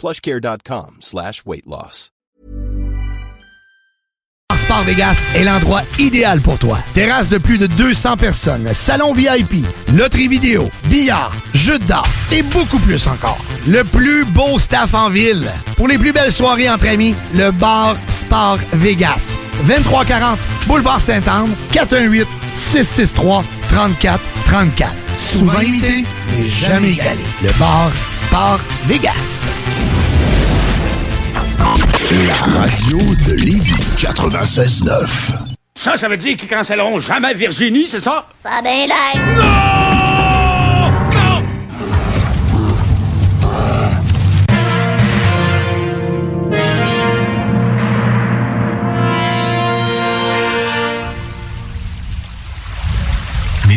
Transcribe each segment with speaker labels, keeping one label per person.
Speaker 1: plushcare.com slash weight loss.
Speaker 2: Bar Sport Vegas est l'endroit idéal pour toi. Terrasse de plus de 200 personnes, salon VIP, loterie vidéo, billard, jeux d'art et beaucoup plus encore. Le plus beau staff en ville. Pour les plus belles soirées entre amis, le Bar Sport Vegas. 2340 Boulevard Saint-Anne, 418 663 34 34. Souvent imité, mais jamais égalé. Le Bar Sport Vegas.
Speaker 3: La radio de Lévis 96.9.
Speaker 4: Ça, ça veut dire qu'ils cancelleront jamais Virginie, c'est ça?
Speaker 5: Ça a bien l'air.
Speaker 3: Mais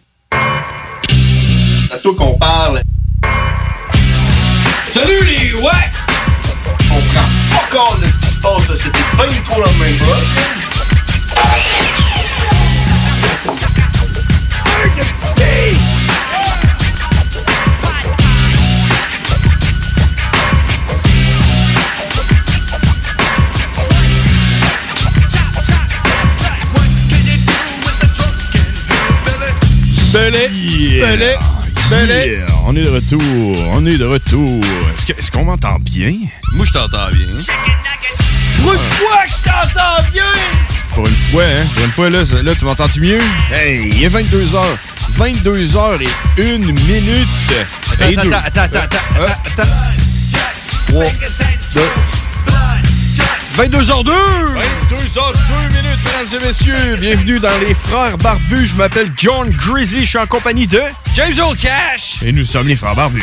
Speaker 6: C'est à toi qu'on parle. Salut les ouais! Je comprends pas encore de ce qui se passe, là. c'était pas du tout la même chose.
Speaker 7: Belay, belay, belay. on est de retour, on est de retour. Est-ce que- est-ce qu'on m'entend bien?
Speaker 8: Moi, je t'entends bien.
Speaker 7: Pour une fois que t'entends bien! Pour une fois, hein? Pour une fois, là, ça- là tu m'entends-tu mieux? Hey, il est 22h. 22h et une minute.
Speaker 8: Attends,
Speaker 7: Et deux. Hein?
Speaker 8: attends, attends, attends, attends, attends, attends.
Speaker 7: 22h02! 22h02 minutes, mesdames et messieurs. Bienvenue dans les Frères Barbus. Je m'appelle John Greasy. Je suis en compagnie de James O'Cash. Et nous sommes les Frères Barbus.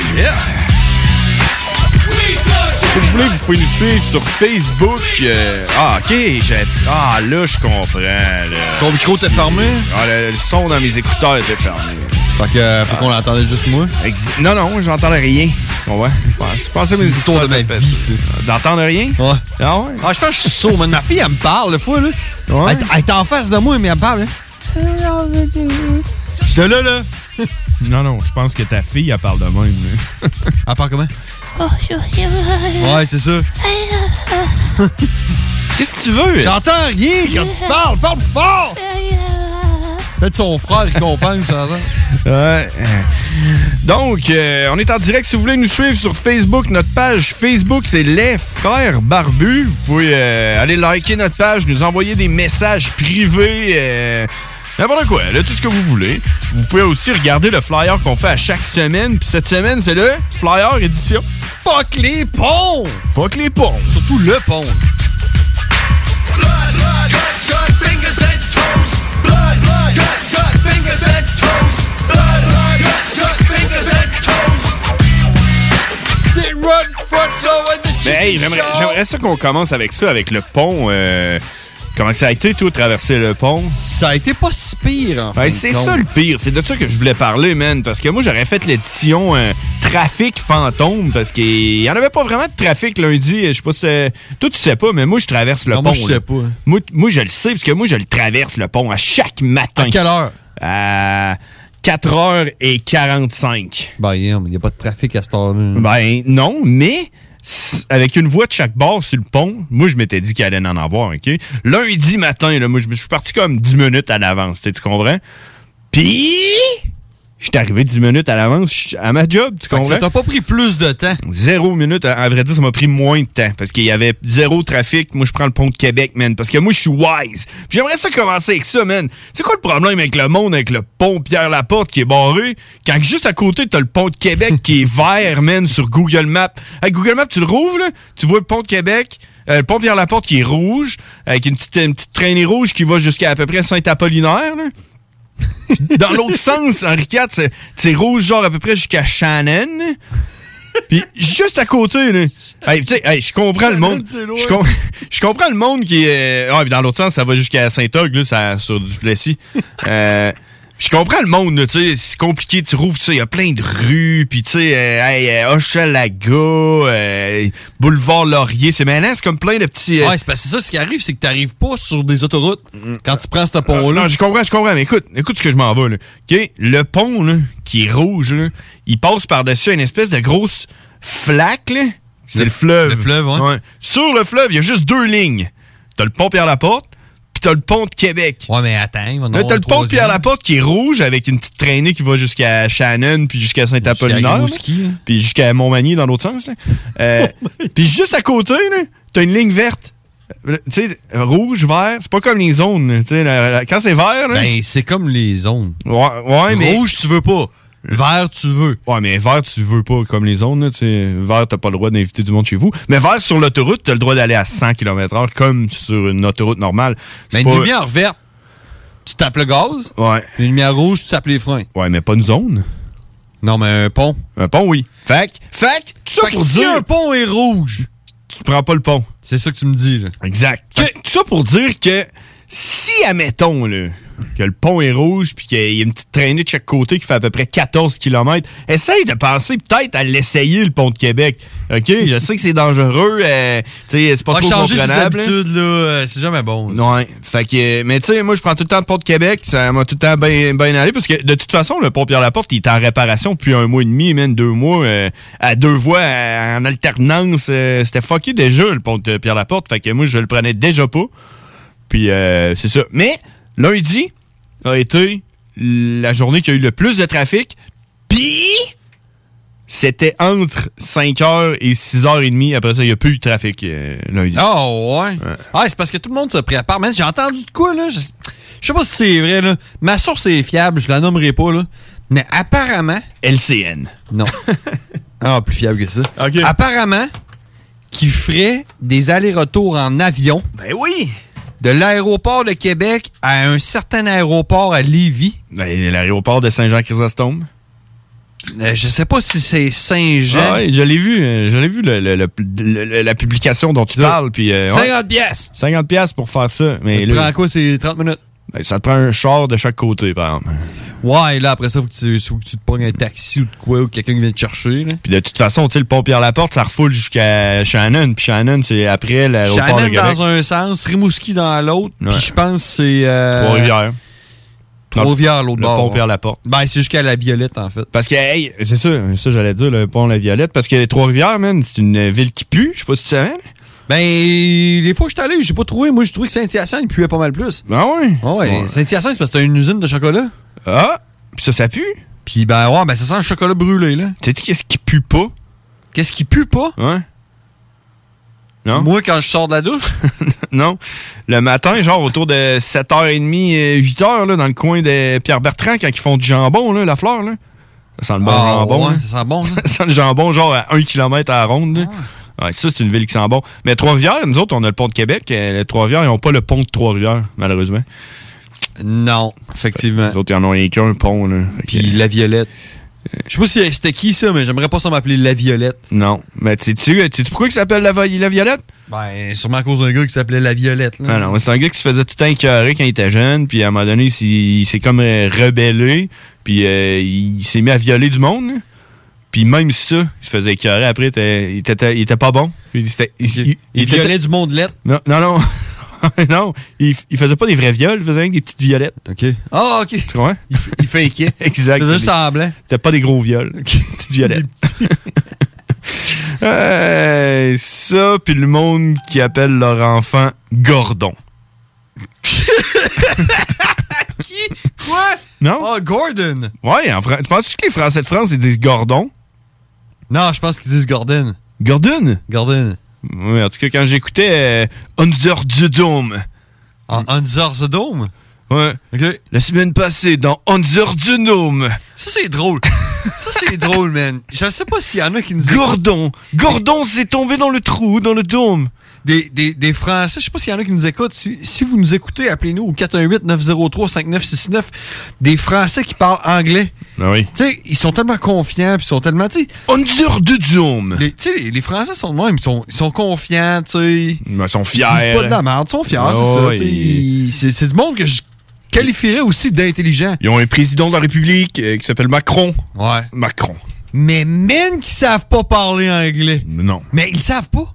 Speaker 7: Si vous voulez, vous pouvez nous suivre sur Facebook. euh, ah, ok. j'ai- Ah, là, je comprends. Ton micro t'es fermé? Ah, le, le son dans mes écouteurs était fermé. Fait que, faut qu'on l'entendait juste moi? non, non, j'entendais rien. Tu comprends? Je pensais que mes écouteurs de ma vie, D'entendre rien? Ouais. Ah ouais?
Speaker 8: Ah, je pense que je suis sourd, man. Ma fille, elle me parle, le fois, là. Elle, elle est en face de moi, mais elle me parle, hein. J'étais là, là.
Speaker 7: Non, non, je pense que ta fille, elle parle de même.
Speaker 8: Elle parle comment?
Speaker 7: Ouais, c'est ça. Qu'est-ce que tu veux?
Speaker 8: J'entends rien quand tu parles. Parle plus fort! Peut-être son frère qui comprend, ça va.
Speaker 7: Ouais. Donc, euh, on est en direct. Si vous voulez nous suivre sur Facebook, notre page Facebook, c'est Les Frères Barbus. Vous pouvez euh, aller liker notre page, nous envoyer des messages privés. euh, N'importe quoi, là, tout ce que vous voulez. Vous pouvez aussi regarder le flyer qu'on fait à chaque semaine. Puis cette semaine, c'est le flyer édition.
Speaker 8: Fuck les ponts!
Speaker 7: Fuck les ponts.
Speaker 8: Surtout le pont.
Speaker 7: Mais hey, j'aimerais j'aimerais ça qu'on commence avec ça, avec le pont. euh, Comment ça a été, tout, traverser le pont?
Speaker 8: Ça a été pas si pire, en
Speaker 7: Ben,
Speaker 8: fait.
Speaker 7: c'est ça le pire. C'est de ça que je voulais parler, man. Parce que moi, j'aurais fait l'édition euh, Trafic fantôme. Parce qu'il n'y en avait pas vraiment de trafic lundi. Je sais pas si. euh, Toi, tu sais pas, mais moi, je traverse le
Speaker 8: Non,
Speaker 7: pont.
Speaker 8: moi, je sais
Speaker 7: là.
Speaker 8: pas, hein.
Speaker 7: Moi, t- moi, je le sais, parce que moi, je le traverse le pont à chaque matin.
Speaker 8: À quelle heure?
Speaker 7: À 4h45.
Speaker 8: Ben, il n'y a pas de trafic à cette heure-là.
Speaker 7: Ben non, mais s- avec une voix de chaque bord sur le pont, moi je m'étais dit qu'il allait en avoir, OK? Lundi matin, là, moi je me- je suis parti comme 10 minutes à l'avance, tu sais, tu comprends? Puis, je suis arrivé 10 minutes à l'avance je- à ma job, tu
Speaker 8: Fait que Ça
Speaker 7: comprends?
Speaker 8: t'a pas pris plus de temps.
Speaker 7: Zéro minute, à, à vrai dire, ça m'a pris moins de temps parce qu'il y avait zéro trafic. Moi, je prends le pont de Québec, man, parce que moi, je suis wise. Puis J'aimerais ça commencer avec ça, man. C'est quoi le problème avec le monde, avec le pont Pierre Laporte qui est barré, quand juste à côté, t'as le pont de Québec qui est vert, man, sur Google Maps. Avec Google Maps, tu le rouvres, là, tu vois le pont de Québec, euh, le pont Pierre Laporte qui est rouge, avec une petite, une petite traînée rouge qui va jusqu'à à peu près Saint-Apollinaire, là. Dans l'autre sens, Henri IV, c'est- c'est rouge genre à peu près jusqu'à Shannon. Puis juste à côté, là. Hey, tu sais, hey, je comprends le monde.
Speaker 8: c'est loin.
Speaker 7: Je, com- je comprends le monde qui est. Ah, puis dans l'autre sens, ça va jusqu'à Saint-Og, là, ça- sur du Plessis. Euh, Je comprends le monde, là, tu sais, c'est compliqué, tu rouvres, tu sais, il y a plein de rues, puis tu sais, euh, hey, euh, Hochelaga, euh, Boulevard Laurier, c'est maintenant, c'est comme plein de petits... euh,
Speaker 8: Ouais, c'est parce que c'est ça, ce qui arrive, c'est que t'arrives pas sur des autoroutes quand tu prends ce
Speaker 7: Ah,
Speaker 8: pont-là.
Speaker 7: Non, je comprends, je comprends, mais écoute, écoute ce que je m'en vais, là. OK? Le pont, là, qui est rouge, là, il passe par-dessus une espèce de grosse flaque, là. C'est le, fleuve.
Speaker 8: le fleuve, ouais.
Speaker 7: Sur le fleuve, il y a juste deux lignes. T'as le pont Pierre-Laporte, puis t'as le pont de Québec.
Speaker 8: Ouais, mais attends, il va en
Speaker 7: Là,
Speaker 8: avoir
Speaker 7: t'as
Speaker 8: un
Speaker 7: le pont de
Speaker 8: troisième.
Speaker 7: Pierre-Laporte qui est rouge avec une petite traînée qui va jusqu'à Shannon puis jusqu'à Saint-Apollinaire.
Speaker 8: Rimouski,
Speaker 7: là.
Speaker 8: hein.
Speaker 7: Puis jusqu'à Montmagny dans l'autre sens. là. Euh, puis juste à côté, là, t'as une ligne verte. Euh, Tu sais, rouge, vert, c'est pas comme les zones. là. Tu sais, la- la- quand c'est vert, là,
Speaker 8: Ben, c'est comme les zones.
Speaker 7: c'est- ouais, ouais, mais.
Speaker 8: Rouge, tu veux pas. Vert, tu veux.
Speaker 7: Ouais, mais vert, tu veux pas comme les zones. Là, tu sais. vert, t'as pas le droit d'inviter du monde chez vous. Mais vert, sur l'autoroute, t'as le droit d'aller à 100 km/h comme sur une autoroute normale. C'est
Speaker 8: Mais
Speaker 7: pas-
Speaker 8: une lumière verte, tu tapes le gaz.
Speaker 7: Ouais.
Speaker 8: Une lumière rouge, tu tapes les freins.
Speaker 7: ouais, mais pas une zone.
Speaker 8: Non, mais un pont.
Speaker 7: Un pont, oui. Fac, fac, tout ça
Speaker 8: Fait que
Speaker 7: pour
Speaker 8: si
Speaker 7: dire.
Speaker 8: un pont est rouge,
Speaker 7: tu prends pas le pont.
Speaker 8: c'est ça que tu me dis, là.
Speaker 7: Exact. tout ça pour dire que si, admettons, là, que le pont est rouge puis qu'il y a une petite traînée de chaque côté qui fait à peu près 14 km, essaye de penser peut-être à l'essayer, le pont de Québec. OK? Je sais que c'est dangereux. euh, tu sais, c'est pas
Speaker 8: Va
Speaker 7: trop
Speaker 8: changer ses
Speaker 7: comprenable. là.
Speaker 8: habitudes, là, euh, c'est jamais bon.
Speaker 7: Ouais. hein. Fait que, mais tu sais, moi, je prends tout le temps le pont de Québec. Ça m'a tout le temps bien bien allé. Parce que, de toute façon, le pont Pierre-Laporte, il est en réparation depuis un mois et demi, même deux mois, euh, à deux voies, à- en alternance. euh, C'était fucké déjà, le pont de Pierre-Laporte. Fait que moi, je le prenais déjà pas. Puis, euh, c'est ça. Mais, lundi a été la journée qui a eu le plus de trafic. Puis, c'était entre 5h et 6h30. Après ça, il n'y a plus eu de trafic euh, lundi.
Speaker 8: Ah ouais. Ah, c'est parce que tout le monde se prépare. Man, j'ai entendu de quoi, là? Je je sais pas si c'est vrai, là. Ma source est fiable, je la nommerai pas, là. Mais apparemment.
Speaker 7: LCN.
Speaker 8: Non. ah, plus fiable que ça.
Speaker 7: Ok.
Speaker 8: Apparemment, qui ferait des allers-retours en avion
Speaker 7: Ben oui!
Speaker 8: de l'aéroport de Québec à un certain aéroport à Lévis.
Speaker 7: Ben, L'aéroport de Saint-Jean-Chrysostome.
Speaker 8: Euh, je sais pas si c'est Saint-Jean.
Speaker 7: ouais, je l'ai vu. euh, Je l'ai vu le- le- le- le- le- la publication dont tu parles. Puis, euh, ouais,
Speaker 8: 50 pièces.
Speaker 7: 50 pièces pour faire ça. Mais
Speaker 8: Ça te
Speaker 7: là,
Speaker 8: prend quoi, c'est 30 minutes?
Speaker 7: ben, ça te prend un char de chaque côté, par exemple.
Speaker 8: Ouais, là, après ça, faut que tu, faut que tu te prennes un taxi ou de quoi, ou quelqu'un qui vient te chercher, là.
Speaker 7: Puis de toute façon, tu sais, le pont Pierre-Laporte, ça refoule jusqu'à Shannon. Puis Shannon, c'est après l'aéroport de
Speaker 8: Shannon
Speaker 7: Québec.
Speaker 8: dans un sens, Rimouski dans l'autre,
Speaker 7: Ouais.
Speaker 8: puis je pense que c'est euh,
Speaker 7: Trois-Rivières.
Speaker 8: Trois-Rivières, l'autre
Speaker 7: Le
Speaker 8: bord.
Speaker 7: pont
Speaker 8: ouais.
Speaker 7: Pierre-Laporte.
Speaker 8: Ben, c'est jusqu'à la Violette, en fait.
Speaker 7: Parce que, hey, c'est ça, ça j'allais dire, le pont La Violette. Parce que Trois-Rivières, man, c'est une ville qui pue. Je sais pas si tu savais.
Speaker 8: Ben, les fois que je suis allé, j'ai pas trouvé. Moi, j'ai trouvé que Saint-Hyacinthe puait pas mal plus.
Speaker 7: Ah ouais?
Speaker 8: Ah ouais, Saint-Hyacinthe, c'est parce que t'as une usine de chocolat.
Speaker 7: Ah! Puis ça, ça pue.
Speaker 8: Puis ben, ouais, ben, ça sent le chocolat brûlé, là.
Speaker 7: Sais-tu qu'est-ce qui pue pas?
Speaker 8: Qu'est-ce qui pue pas?
Speaker 7: Ouais. Non?
Speaker 8: Moi, quand je sors de la douche,
Speaker 7: Non. Le matin, genre autour de 7h30, euh, 8h, là, dans le coin de Pierre-Bertrand, quand ils font du jambon, là, la fleur, là. Ça sent le bon
Speaker 8: Ah,
Speaker 7: jambon.
Speaker 8: ouais,
Speaker 7: là.
Speaker 8: ça sent bon, là. Ah.
Speaker 7: Ça sent le jambon, genre à 1 km à la ronde. là. Ouais, ça, c'est une ville qui sent bon. Mais Trois-Rivières, nous autres, on a le pont de Québec. euh, Les Trois-Rivières, ils n'ont pas le pont de Trois-Rivières, malheureusement.
Speaker 8: Non, effectivement.
Speaker 7: Les autres, ils en ont rien qu'un pont, là. Fait que-
Speaker 8: Puis la Violette. Je sais pas si c'était qui ça, mais j'aimerais pas ça m'appeler La Violette.
Speaker 7: Non. Mais tu sais tu pourquoi il s'appelle la, Vi- la Violette?
Speaker 8: Ben, sûrement à cause d'un gars qui s'appelait La Violette. Là.
Speaker 7: Ah non, c'est un gars qui se faisait tout le temps écœurer quand il était jeune, puis à un moment donné, il s'est- il s'est comme euh, rebellé, puis euh, il s'est mis à violer du monde. hein. Puis même ça, il se faisait écœurer après, il était, il était- il était pas bon. Il, était- il- il-
Speaker 8: Il,
Speaker 7: il était-
Speaker 8: violait du monde lettre.
Speaker 7: Non, non, non. non, il, f- il faisait pas des vrais viols, il faisait rien que des petites violettes.
Speaker 8: OK. Ah, OK.
Speaker 7: Tu comprends?
Speaker 8: Il, il fakeait. Il
Speaker 7: Exact.
Speaker 8: faisait
Speaker 7: c'est
Speaker 8: semblant.
Speaker 7: des- C'était pas des gros viols, des petites violettes. Hey, Euh, ça, puis le monde qui appelle leur enfant Gordon.
Speaker 8: Qui? Quoi?
Speaker 7: Non?
Speaker 8: Oh, Gordon.
Speaker 7: Ouais, en Fran- tu penses que les Français de France, ils disent Gordon?
Speaker 8: Non, je pense qu'ils disent Gordon.
Speaker 7: Gordon?
Speaker 8: Gordon.
Speaker 7: Ouais, en tout cas, quand j'écoutais euh, Under the Dome,
Speaker 8: En Under the Dome?
Speaker 7: ouais,
Speaker 8: OK.
Speaker 7: la semaine passée dans Under the Dome,
Speaker 8: Ça, c'est drôle. ça, c'est drôle, man. Je sais pas s'il y en a qui nous écoutent.
Speaker 7: Gordon, Gordon s'est tombé dans le trou, dans le dôme.
Speaker 8: Des, des, des Français, je sais pas s'il y en a qui nous écoutent. Si, si vous nous écoutez, appelez-nous au 418-903-5969. Des Français qui parlent anglais.
Speaker 7: Ah oui.
Speaker 8: Tu sais, ils sont tellement confiants, puis ils sont tellement. Tu sais,
Speaker 7: Under the Dome.
Speaker 8: les, tu sais, les- les Français sont de même, ils sont, ils sont confiants, tu sais.
Speaker 7: Ils sont
Speaker 8: Ils
Speaker 7: fiers.
Speaker 8: disent pas de la merde, ils sont fiers,
Speaker 7: Oh,
Speaker 8: c'est ça. tu sais.
Speaker 7: ils-
Speaker 8: Ils- C'est c'est du monde que je qualifierais aussi d'intelligent.
Speaker 7: Ils ont un président de la République euh, qui s'appelle Macron.
Speaker 8: Ouais.
Speaker 7: Macron.
Speaker 8: Mais men qui savent pas parler anglais.
Speaker 7: Non.
Speaker 8: Mais ils savent pas.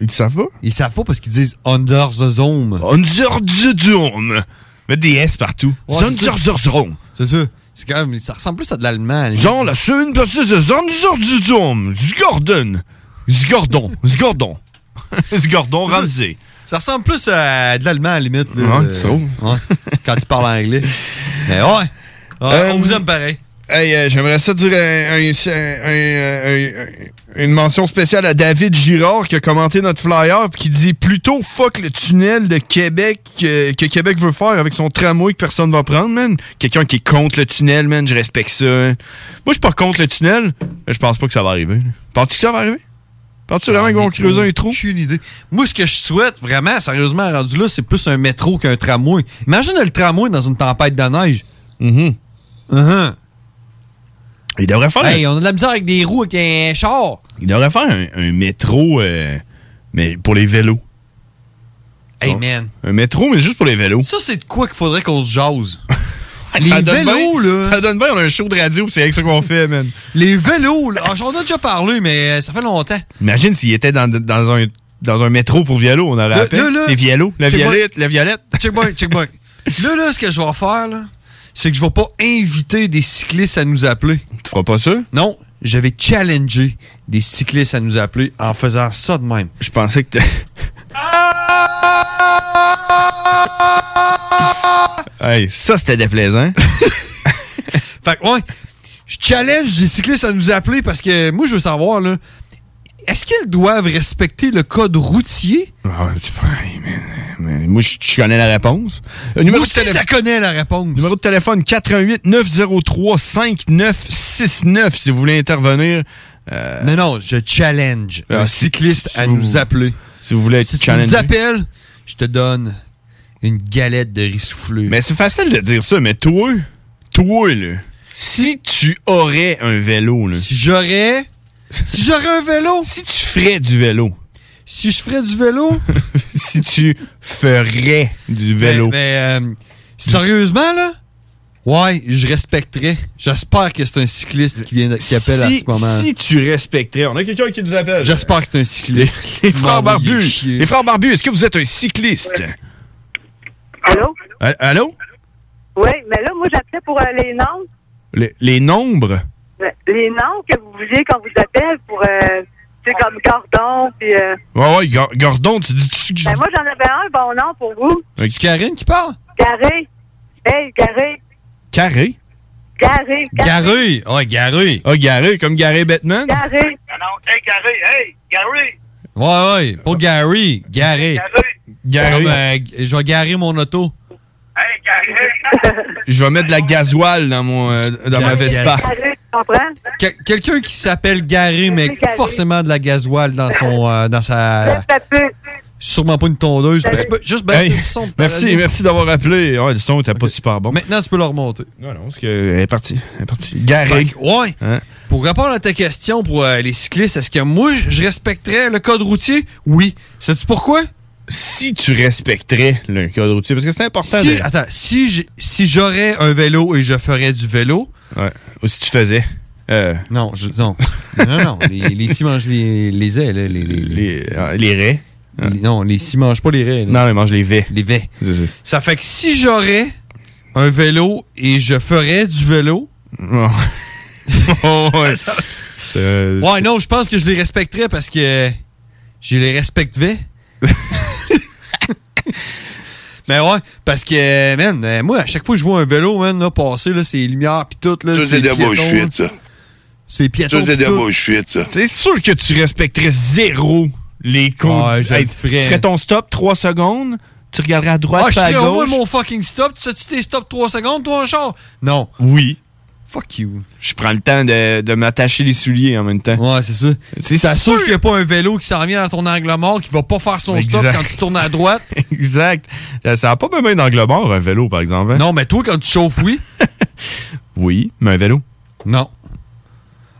Speaker 7: Ils savent pas?
Speaker 8: Ils savent pas parce qu'ils disent under the zone.
Speaker 7: Under the Dome. Mettre des S partout.
Speaker 8: Ouais, c'est
Speaker 7: Under the Dome.
Speaker 8: C'est ça. C'est quand même, ça ressemble plus à de l'allemand. à la
Speaker 7: Genre, la semaine passée, c'est Under the Dome. Gordon. Gordon. Gordon. Gordon Ramsey.
Speaker 8: Ça ressemble plus à de l'allemand, à la limite. là.
Speaker 7: Ouais,
Speaker 8: Euh,
Speaker 7: tu trouves?
Speaker 8: ouais, quand tu parles anglais. Mais ouais. Ouais,
Speaker 7: Euh,
Speaker 8: on vous aime pareil.
Speaker 7: Hey, euh, j'aimerais ça dire un- un- un- un- un- une mention spéciale à David Girard qui a commenté notre flyer puis qui dit plutôt fuck le tunnel de Québec euh, que Québec veut faire avec son tramway que personne va prendre, man. Quelqu'un qui est contre le tunnel, man, je respecte ça. hein. Moi, je suis pas contre le tunnel, mais je pense pas que ça va arriver. Penses-tu que ça va arriver? Penses-tu
Speaker 8: Ah,
Speaker 7: vraiment qu'ils vont creuser un trou?
Speaker 8: J'ai une idée. Moi, ce que je souhaite, vraiment, sérieusement, rendu là, c'est plus un métro qu'un tramway. Imagine le tramway dans une tempête de neige.
Speaker 7: Mm-hmm.
Speaker 8: Uh-huh.
Speaker 7: Il devrait faire,
Speaker 8: Hey, on a de la misère avec des roues, avec un char.
Speaker 7: il devrait faire un, un métro euh, mais pour les vélos.
Speaker 8: Hey,
Speaker 7: Oh.
Speaker 8: man.
Speaker 7: Un métro, mais juste pour les vélos.
Speaker 8: Ça, c'est de quoi qu'il faudrait qu'on se jase?
Speaker 7: Ça
Speaker 8: les
Speaker 7: donne
Speaker 8: vélos,
Speaker 7: bien-
Speaker 8: là.
Speaker 7: Ça donne bien, on a un show de radio, c'est avec ça qu'on fait, man.
Speaker 8: Les vélos, là. Ah, J'en ai déjà parlé, mais euh, ça fait longtemps.
Speaker 7: Imagine s'il était dans, dans un dans un métro pour vélo, on aurait
Speaker 8: Là,
Speaker 7: appelé.
Speaker 8: là, là.
Speaker 7: les vélos, la
Speaker 8: C'est
Speaker 7: violette, la violette.
Speaker 8: Check boy, check boy. Là, là, ce que je vais faire, là, c'est que je vais pas inviter des cyclistes à nous appeler.
Speaker 7: Tu feras pas ça?
Speaker 8: Non, je vais challenger des cyclistes à nous appeler en faisant ça de même. Ah!
Speaker 7: Je pensais que t'as- Hey, ça c'était déplaisant.
Speaker 8: Fait que, ouais, je challenge les cyclistes à nous appeler parce que moi, je veux savoir, là, est-ce qu'ils doivent respecter le code routier?
Speaker 7: Ah, tu- hey, man, man, moi, je je connais la réponse. Le numéro,
Speaker 8: Moi
Speaker 7: de
Speaker 8: aussi, je
Speaker 7: téléphone-
Speaker 8: la connais, la réponse.
Speaker 7: numéro de téléphone 88 903 5969 si vous voulez intervenir. euh,
Speaker 8: Mais non, je challenge
Speaker 7: Ah,
Speaker 8: un
Speaker 7: si-
Speaker 8: cycliste
Speaker 7: si
Speaker 8: à
Speaker 7: vous-
Speaker 8: nous appeler.
Speaker 7: si vous voulez être
Speaker 8: Si tu
Speaker 7: challengé.
Speaker 8: nous appelles, je te donne une galette de riz soufflé.
Speaker 7: Mais c'est facile de dire ça, mais toi, toi, là, si tu aurais un vélo, là,
Speaker 8: si j'aurais... Si j'aurais un vélo,
Speaker 7: si tu ferais du vélo,
Speaker 8: si je ferais du vélo...
Speaker 7: si tu ferais du vélo,
Speaker 8: Mais, mais, euh, sérieusement, là... Ouais, je respecterais. J'espère que c'est un cycliste qui, vient, de- qui appelle à
Speaker 7: si,
Speaker 8: ce moment.
Speaker 7: si tu respecterais, on a quelqu'un qui nous appelle.
Speaker 8: J'espère que c'est un cycliste.
Speaker 7: Les frères
Speaker 8: Non, mais il est
Speaker 7: barbus,
Speaker 8: chier.
Speaker 7: les frères barbus, est-ce que vous êtes un cycliste?
Speaker 9: Allô?
Speaker 7: A- Allô?
Speaker 9: Oui, mais là, moi, j'appelais pour euh, les noms.
Speaker 7: Les, les nombres?
Speaker 9: euh, Les noms que vous vouliez qu'on vous appelle pour, euh, tu sais, comme Gordon. Puis, euh,
Speaker 7: Ouais, ouais, Gor- Gordon, tu dis... tu- tu-
Speaker 9: ben, moi, j'en avais un bon nom pour vous.
Speaker 8: C'est Karine qui parle?
Speaker 9: Garé. Hey, Garé.
Speaker 7: Carré?
Speaker 9: Garé.
Speaker 8: Garé. Ouais, Garé.
Speaker 7: Ah, Garé, comme Garé Batman?
Speaker 9: Garé.
Speaker 10: Non, hey, Garé, hey, Garé,
Speaker 8: Ouais, ouais. Pas Gary. Garé.
Speaker 10: Garé,
Speaker 7: Garé.
Speaker 8: Comme, euh, g- je vais garer mon auto.
Speaker 10: hey, Garé.
Speaker 7: Je vais mettre de la gasoile dans, mon, euh, dans ma
Speaker 8: Garé.
Speaker 7: Vespa.
Speaker 9: Garé, tu comprends?
Speaker 8: Que- Quelqu'un qui s'appelle Garé, mais
Speaker 9: Garé.
Speaker 8: forcément de la gasoile dans son. euh, dans sa.
Speaker 9: Lève ta puce.
Speaker 8: Sûrement pas une tondeuse. mais tu peux juste baisser
Speaker 7: Hey,
Speaker 8: le son. de ta
Speaker 7: merci,
Speaker 8: radio.
Speaker 7: merci d'avoir appelé. Ouais, le son était pas super bon.
Speaker 8: Maintenant, tu peux le remonter.
Speaker 7: Non, non, parce que elle est partie. Elle est partie. Garé.
Speaker 8: Fait que, ouais.
Speaker 7: Hein?
Speaker 8: Pour répondre à ta question pour euh, les cyclistes, est-ce que moi, je- je respecterais le code routier? Oui. Sais-tu pourquoi?
Speaker 7: Si tu respecterais le code routier, parce que c'est important.
Speaker 8: Si,
Speaker 7: de-
Speaker 8: attends, si j'ai- si j'aurais un vélo et je ferais du vélo.
Speaker 7: Ouais. Ou si tu faisais. euh,
Speaker 8: Non, je- non. non, non. Les, les six mangent les, les ailes, là, les, les, les,
Speaker 7: euh, raies.
Speaker 8: non, les six mangent pas les raies. là.
Speaker 7: Non, ils mangent les vets.
Speaker 8: Les vets.
Speaker 7: C'est ça.
Speaker 8: Ça fait que si j'aurais un vélo et je ferais du vélo.
Speaker 7: Non. ouais. C'est-
Speaker 8: Ouais, non, je pense que je les respecterais parce que je les respecterais. Mais ouais, parce que, man, euh, moi, à chaque fois que je vois un vélo, man, là, passer, là, ses lumières pis tout, là.
Speaker 11: Ça, c'est de la bullshit,
Speaker 7: hein.
Speaker 11: ça.
Speaker 8: C'est piéton.
Speaker 11: Ça, c'est de la bullshit, ça.
Speaker 7: C'est sûr que tu respecterais zéro les cons.
Speaker 8: Ouais, je le ferais.
Speaker 7: tu ferais ton stop 3 secondes, tu regarderais à droite,
Speaker 8: Ah, je
Speaker 7: pas à
Speaker 8: fais au moins
Speaker 7: gauche.
Speaker 8: mon fucking stop. Tu sais-tu tes stops 3 secondes, toi, en char? Non.
Speaker 7: Oui.
Speaker 8: Fuck you.
Speaker 7: Je prends le temps de, de m'attacher les souliers en même temps.
Speaker 8: Ouais, c'est ça.
Speaker 7: C'est
Speaker 8: C'est sûr
Speaker 7: sûr.
Speaker 8: qu'il n'y a pas un vélo qui s'en revient dans ton angle mort, qui va pas faire son stop
Speaker 7: Exact.
Speaker 8: quand tu tournes à droite.
Speaker 7: exact. Euh, Ça n'a pas besoin d'angle mort, un vélo, par exemple. hein?
Speaker 8: Non, mais toi, quand tu chauffes, oui.
Speaker 7: oui, mais un vélo.
Speaker 8: Non.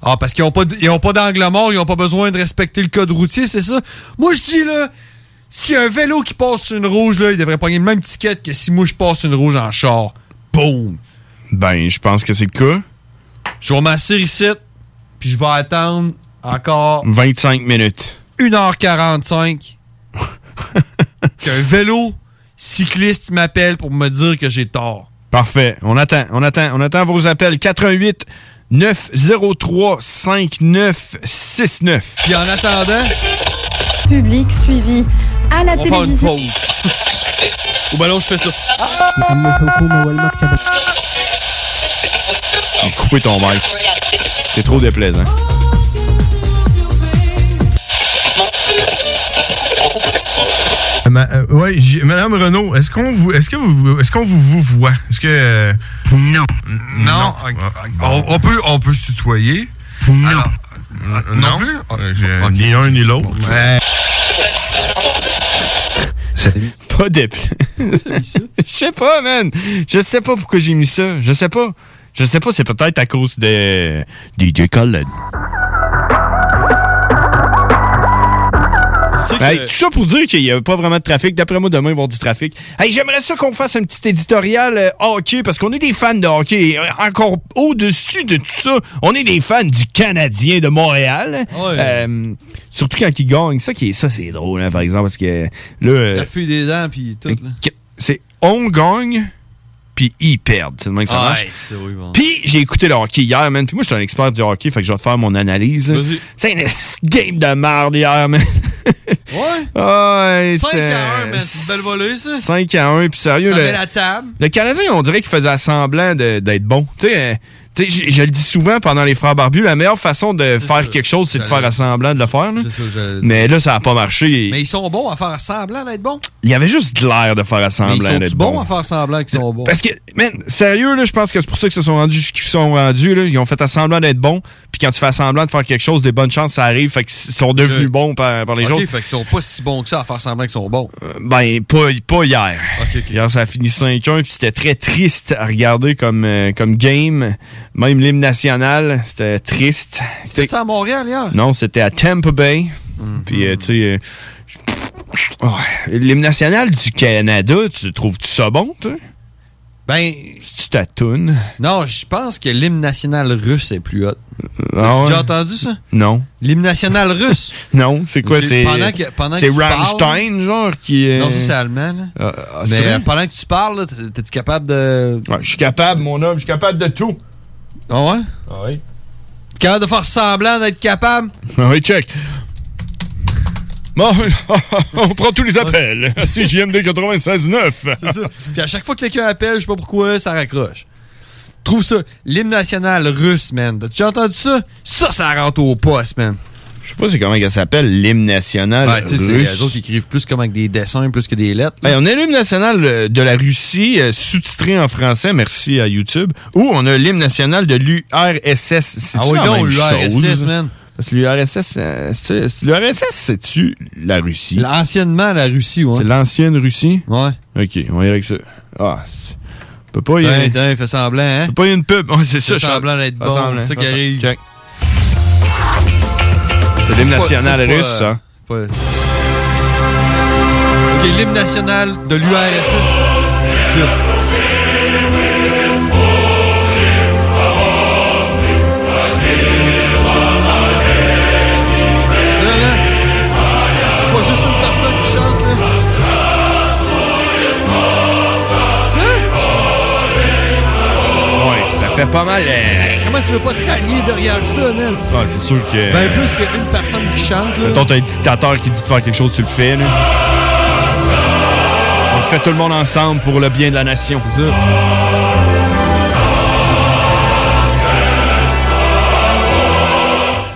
Speaker 8: Ah, parce qu'ils n'ont pas, d- ils ont pas d'angle mort, ils n'ont pas besoin de respecter le code routier, c'est ça? Moi, je dis, là, si un vélo qui passe sur une rouge, là, il devrait pogner le même ticket que si moi, je passe sur une rouge en char. Boum!
Speaker 7: Ben, je pense que c'est le cas.
Speaker 8: Je vais m'asseoir ici, puis je vais attendre encore
Speaker 7: 25 minutes.
Speaker 8: 1h45 qu'un vélo cycliste m'appelle pour me dire que j'ai tort.
Speaker 7: Parfait. On attend, on attend, on attend vos appels. 88 903 5969.
Speaker 8: Puis en attendant,
Speaker 12: Public suivi à la
Speaker 8: on va faire une
Speaker 12: télévision.
Speaker 8: pause. Ou ben là, je fais ça.
Speaker 7: Coupez ton mic. C'est trop déplaisant.
Speaker 13: Ma- euh, ouais, j'ai- Madame Renault, est-ce qu'on vous, est-ce que vous, est-ce qu'on vous, vous voit Est-ce que non, non, on, peut, on peut se tutoyer. Non, non, plus.
Speaker 7: euh,
Speaker 13: Ni un ni l'autre.
Speaker 7: Pas de... Je sais pas, man. Je sais pas pourquoi j'ai mis ça. Je sais pas. Je sais pas, c'est peut-être à cause de DJ Khaled. Hey, tout ça pour dire qu'il n'y a pas vraiment de trafic. D'après moi, demain, il va y avoir du trafic. Hey, J'aimerais ça qu'on fasse un petit éditorial euh, hockey parce qu'on est des fans de hockey. Et, euh, Encore au-dessus de tout ça, on est des fans du Canadien de Montréal. Euh, surtout quand il gagne. Ça, qui est- ça c'est drôle, hein, par exemple, parce que là, euh,
Speaker 8: La feuille des dents, puis tout. Là.
Speaker 7: que- c'est on gagne, puis ils perdent. C'est le même que ça
Speaker 8: Ouais,
Speaker 7: marche.
Speaker 8: c'est oui, bon.
Speaker 7: Puis j'ai écouté le hockey hier, man. Puis moi, je suis un expert du hockey, fait que je vais te faire mon analyse.
Speaker 8: Vas-y.
Speaker 7: C'est une s- game de merde hier, man.
Speaker 8: Ouais.
Speaker 7: Ouais,
Speaker 8: 5
Speaker 7: c'était-
Speaker 8: à 1, mais c'est une belle volée, ça.
Speaker 7: 5 à 1, puis sérieux,
Speaker 8: Ça
Speaker 7: le,
Speaker 8: met la table.
Speaker 7: le Canadien, on dirait qu'il faisait semblant de- d'être bon. Tu sais, euh, tu sais, je, je le dis souvent pendant les Frères Barbus, la meilleure façon de faire quelque chose, c'est de faire semblant de le faire. là. Mais là, ça n'a pas marché.
Speaker 8: Mais ils sont bons à faire semblant d'être bons.
Speaker 7: Il y avait juste de l'air de faire
Speaker 8: Mais
Speaker 7: semblant
Speaker 8: ils
Speaker 7: d'être
Speaker 8: sont
Speaker 7: bon.
Speaker 8: bons à faire semblant qu'ils sont bons.
Speaker 7: Parce que, man, sérieux, là, je pense que c'est pour ça qu'ils se sont rendus jusqu'où ils sont rendus. Là. Ils ont fait à semblant d'être bons. Puis quand tu fais à semblant de faire quelque chose, des bonnes chances, ça arrive. Fait qu'ils sont devenus
Speaker 8: Ok.
Speaker 7: bons par, par les
Speaker 8: Euh,
Speaker 7: jours.
Speaker 8: OK, fait qu'ils sont pas si bons que ça à faire semblant qu'ils sont bons.
Speaker 7: Ben, pas, pas hier. Hier, ça a fini 5-1, puis c'était très triste à regarder comme, euh, comme game. Même l'hymne national, c'était triste.
Speaker 8: C'était à Montréal hier.
Speaker 7: Non, c'était à Tampa Bay.
Speaker 8: Mm-hmm.
Speaker 7: Puis, euh, tu sais, euh, je- Ouais. l'hymne national du Canada, tu trouves-tu ça bon, toi?
Speaker 8: Ben.
Speaker 7: Tu t'attounes.
Speaker 8: Non, je pense que l'hymne national russe est plus hot.
Speaker 7: Ah
Speaker 8: T'as-tu
Speaker 7: ouais?
Speaker 8: déjà entendu ça?
Speaker 7: Non.
Speaker 8: L'hymne national russe.
Speaker 7: Non, c'est quoi?
Speaker 8: Ok,
Speaker 7: C'est
Speaker 8: pendant que- pendant que
Speaker 7: c'est
Speaker 8: tu parles-
Speaker 7: Rammstein, genre, qui est.
Speaker 8: Non, ça c'est allemand. là.
Speaker 7: Ah, ah, c'est
Speaker 8: Mais
Speaker 7: vrai?
Speaker 8: euh, pendant que tu parles, là, t'es- t'es-tu capable de.
Speaker 7: Ouais, je suis capable, mon homme, je suis capable de tout.
Speaker 8: Ah ouais?
Speaker 7: Ah oui.
Speaker 8: T'es capable de faire semblant d'être capable?
Speaker 7: Ah oui, check. Bon, on prend tous les appels. CJMD 96.9.
Speaker 8: Puis à chaque fois que quelqu'un appelle, je sais pas pourquoi, ça raccroche. Trouve ça. L'hymne national russe, man. T'as-tu entendu ça? Ça, ça rentre au poste, man.
Speaker 7: Je sais pas c'est comment ça s'appelle, l'hymne national
Speaker 8: Ouais, tu sais, c'est
Speaker 7: Ah, russe.
Speaker 8: les autres qui écrivent plus comme avec des dessins, plus que des lettres.
Speaker 7: Hey, on a l'hymne national euh, de la Russie, euh, sous-titré en français, merci à YouTube. Ou on a l'hymne national de l'URSS. C'est
Speaker 8: Ah oui,
Speaker 7: la
Speaker 8: donc,
Speaker 7: même
Speaker 8: l'URSS,
Speaker 7: chose?
Speaker 8: man.
Speaker 7: Parce que l'URSS, euh, c'est- c'est- l'URSS, c'est-tu la Russie?
Speaker 8: Anciennement, la Russie, ouais.
Speaker 7: C'est l'ancienne Russie? Ouais. OK, on va y aller avec ça. Ah, c'est- peut pas Oh, y
Speaker 8: Putain,
Speaker 7: aller.
Speaker 8: putain, il fait semblant, Ben, hein?
Speaker 7: Peut pas y aller une pub. Ouais, c'est ça,
Speaker 8: Fait
Speaker 7: je-
Speaker 8: semblant d'être
Speaker 7: Fait
Speaker 8: bon,
Speaker 7: semblant,
Speaker 8: c'est ça
Speaker 7: fait
Speaker 8: qui arrive.
Speaker 7: Check. C'est l'hymne
Speaker 8: pas-
Speaker 7: national
Speaker 8: c'est pas,
Speaker 7: russe,
Speaker 8: euh,
Speaker 7: ça.
Speaker 8: pas- Ok, l'hymne national de l'URSS. Tiens. C'est vrai, hein? Pas juste une personne qui chante, là. Tu sais?
Speaker 7: Ouais, ça fait pas mal. euh,
Speaker 8: Comment tu veux pas te rallier derrière ça, man?
Speaker 7: ouais, c'est sûr que.
Speaker 8: Ben plus qu'une personne qui chante, là.
Speaker 7: Mettons, t'as un dictateur qui dit de faire quelque chose, tu le fais, là. On le fait tout le monde ensemble pour le bien de la nation. C'est ça.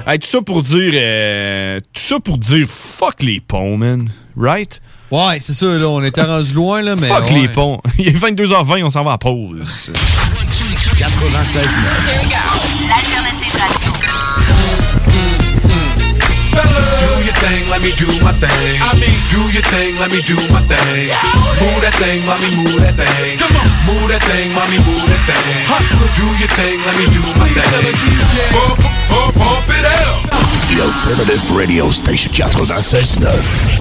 Speaker 7: Hey, tout ça pour dire. euh, tout ça pour dire fuck les ponts, man. Right?
Speaker 8: Ouais, c'est ça, là, on était rendu loin, là, mais.
Speaker 7: fuck
Speaker 8: ouais.
Speaker 7: les ponts. Il est 22h20, on s'en va à pause. 96
Speaker 14: L'alternative radio.
Speaker 6: Do your thing, let me do my thing. I mean, do your thing, let me do my thing. Move that thing, mommy, move that thing. Come on, move that thing, mommy, move that thing. Hot, so do your thing, let me do my thing. Pump, pump, pump it out.
Speaker 3: The alternative radio station 969.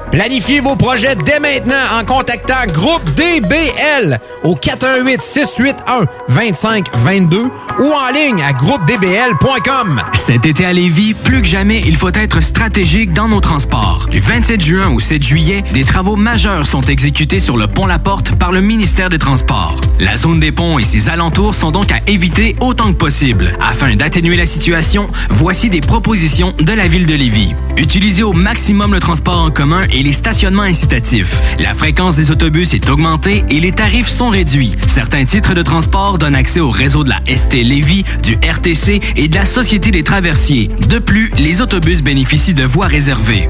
Speaker 15: Planifiez vos projets dès maintenant en contactant Groupe DBL au 418-681-2522 ou en ligne à groupedbl.com.
Speaker 16: Cet été à Lévis, plus que jamais, il faut être stratégique dans nos transports. Du 27 juin au 7 juillet, des travaux majeurs sont exécutés sur le pont La Porte par le ministère des Transports. La zone des ponts et ses alentours sont donc à éviter autant que possible. Afin d'atténuer la situation, voici des propositions de la ville de Lévis. Utilisez au maximum le transport en commun et les stationnements incitatifs. La fréquence des autobus est augmentée et les tarifs sont réduits. Certains titres de transport donnent accès au réseau de la ST Lévis, du RTC et de la Société des traversiers. De plus, les autobus bénéficient de voies réservées.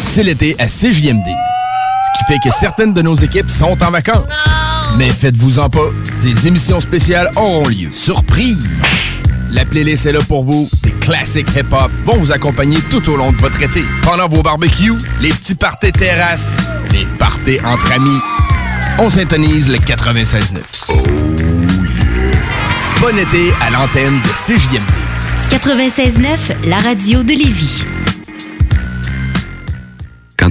Speaker 17: C'est l'été à CJMD. Ce qui fait que certaines de nos équipes sont en vacances. Mais faites-vous en pas, des émissions spéciales auront lieu. Surprise! La playlist est là pour vous. Des classiques hip-hop vont vous accompagner tout au long de votre été. Pendant vos barbecues, les petits parties terrasses, les parties entre amis. On s'intonise le 96.9. Bon été à l'antenne de CJMD.
Speaker 18: 96.9, la radio de Lévis.
Speaker 19: Quand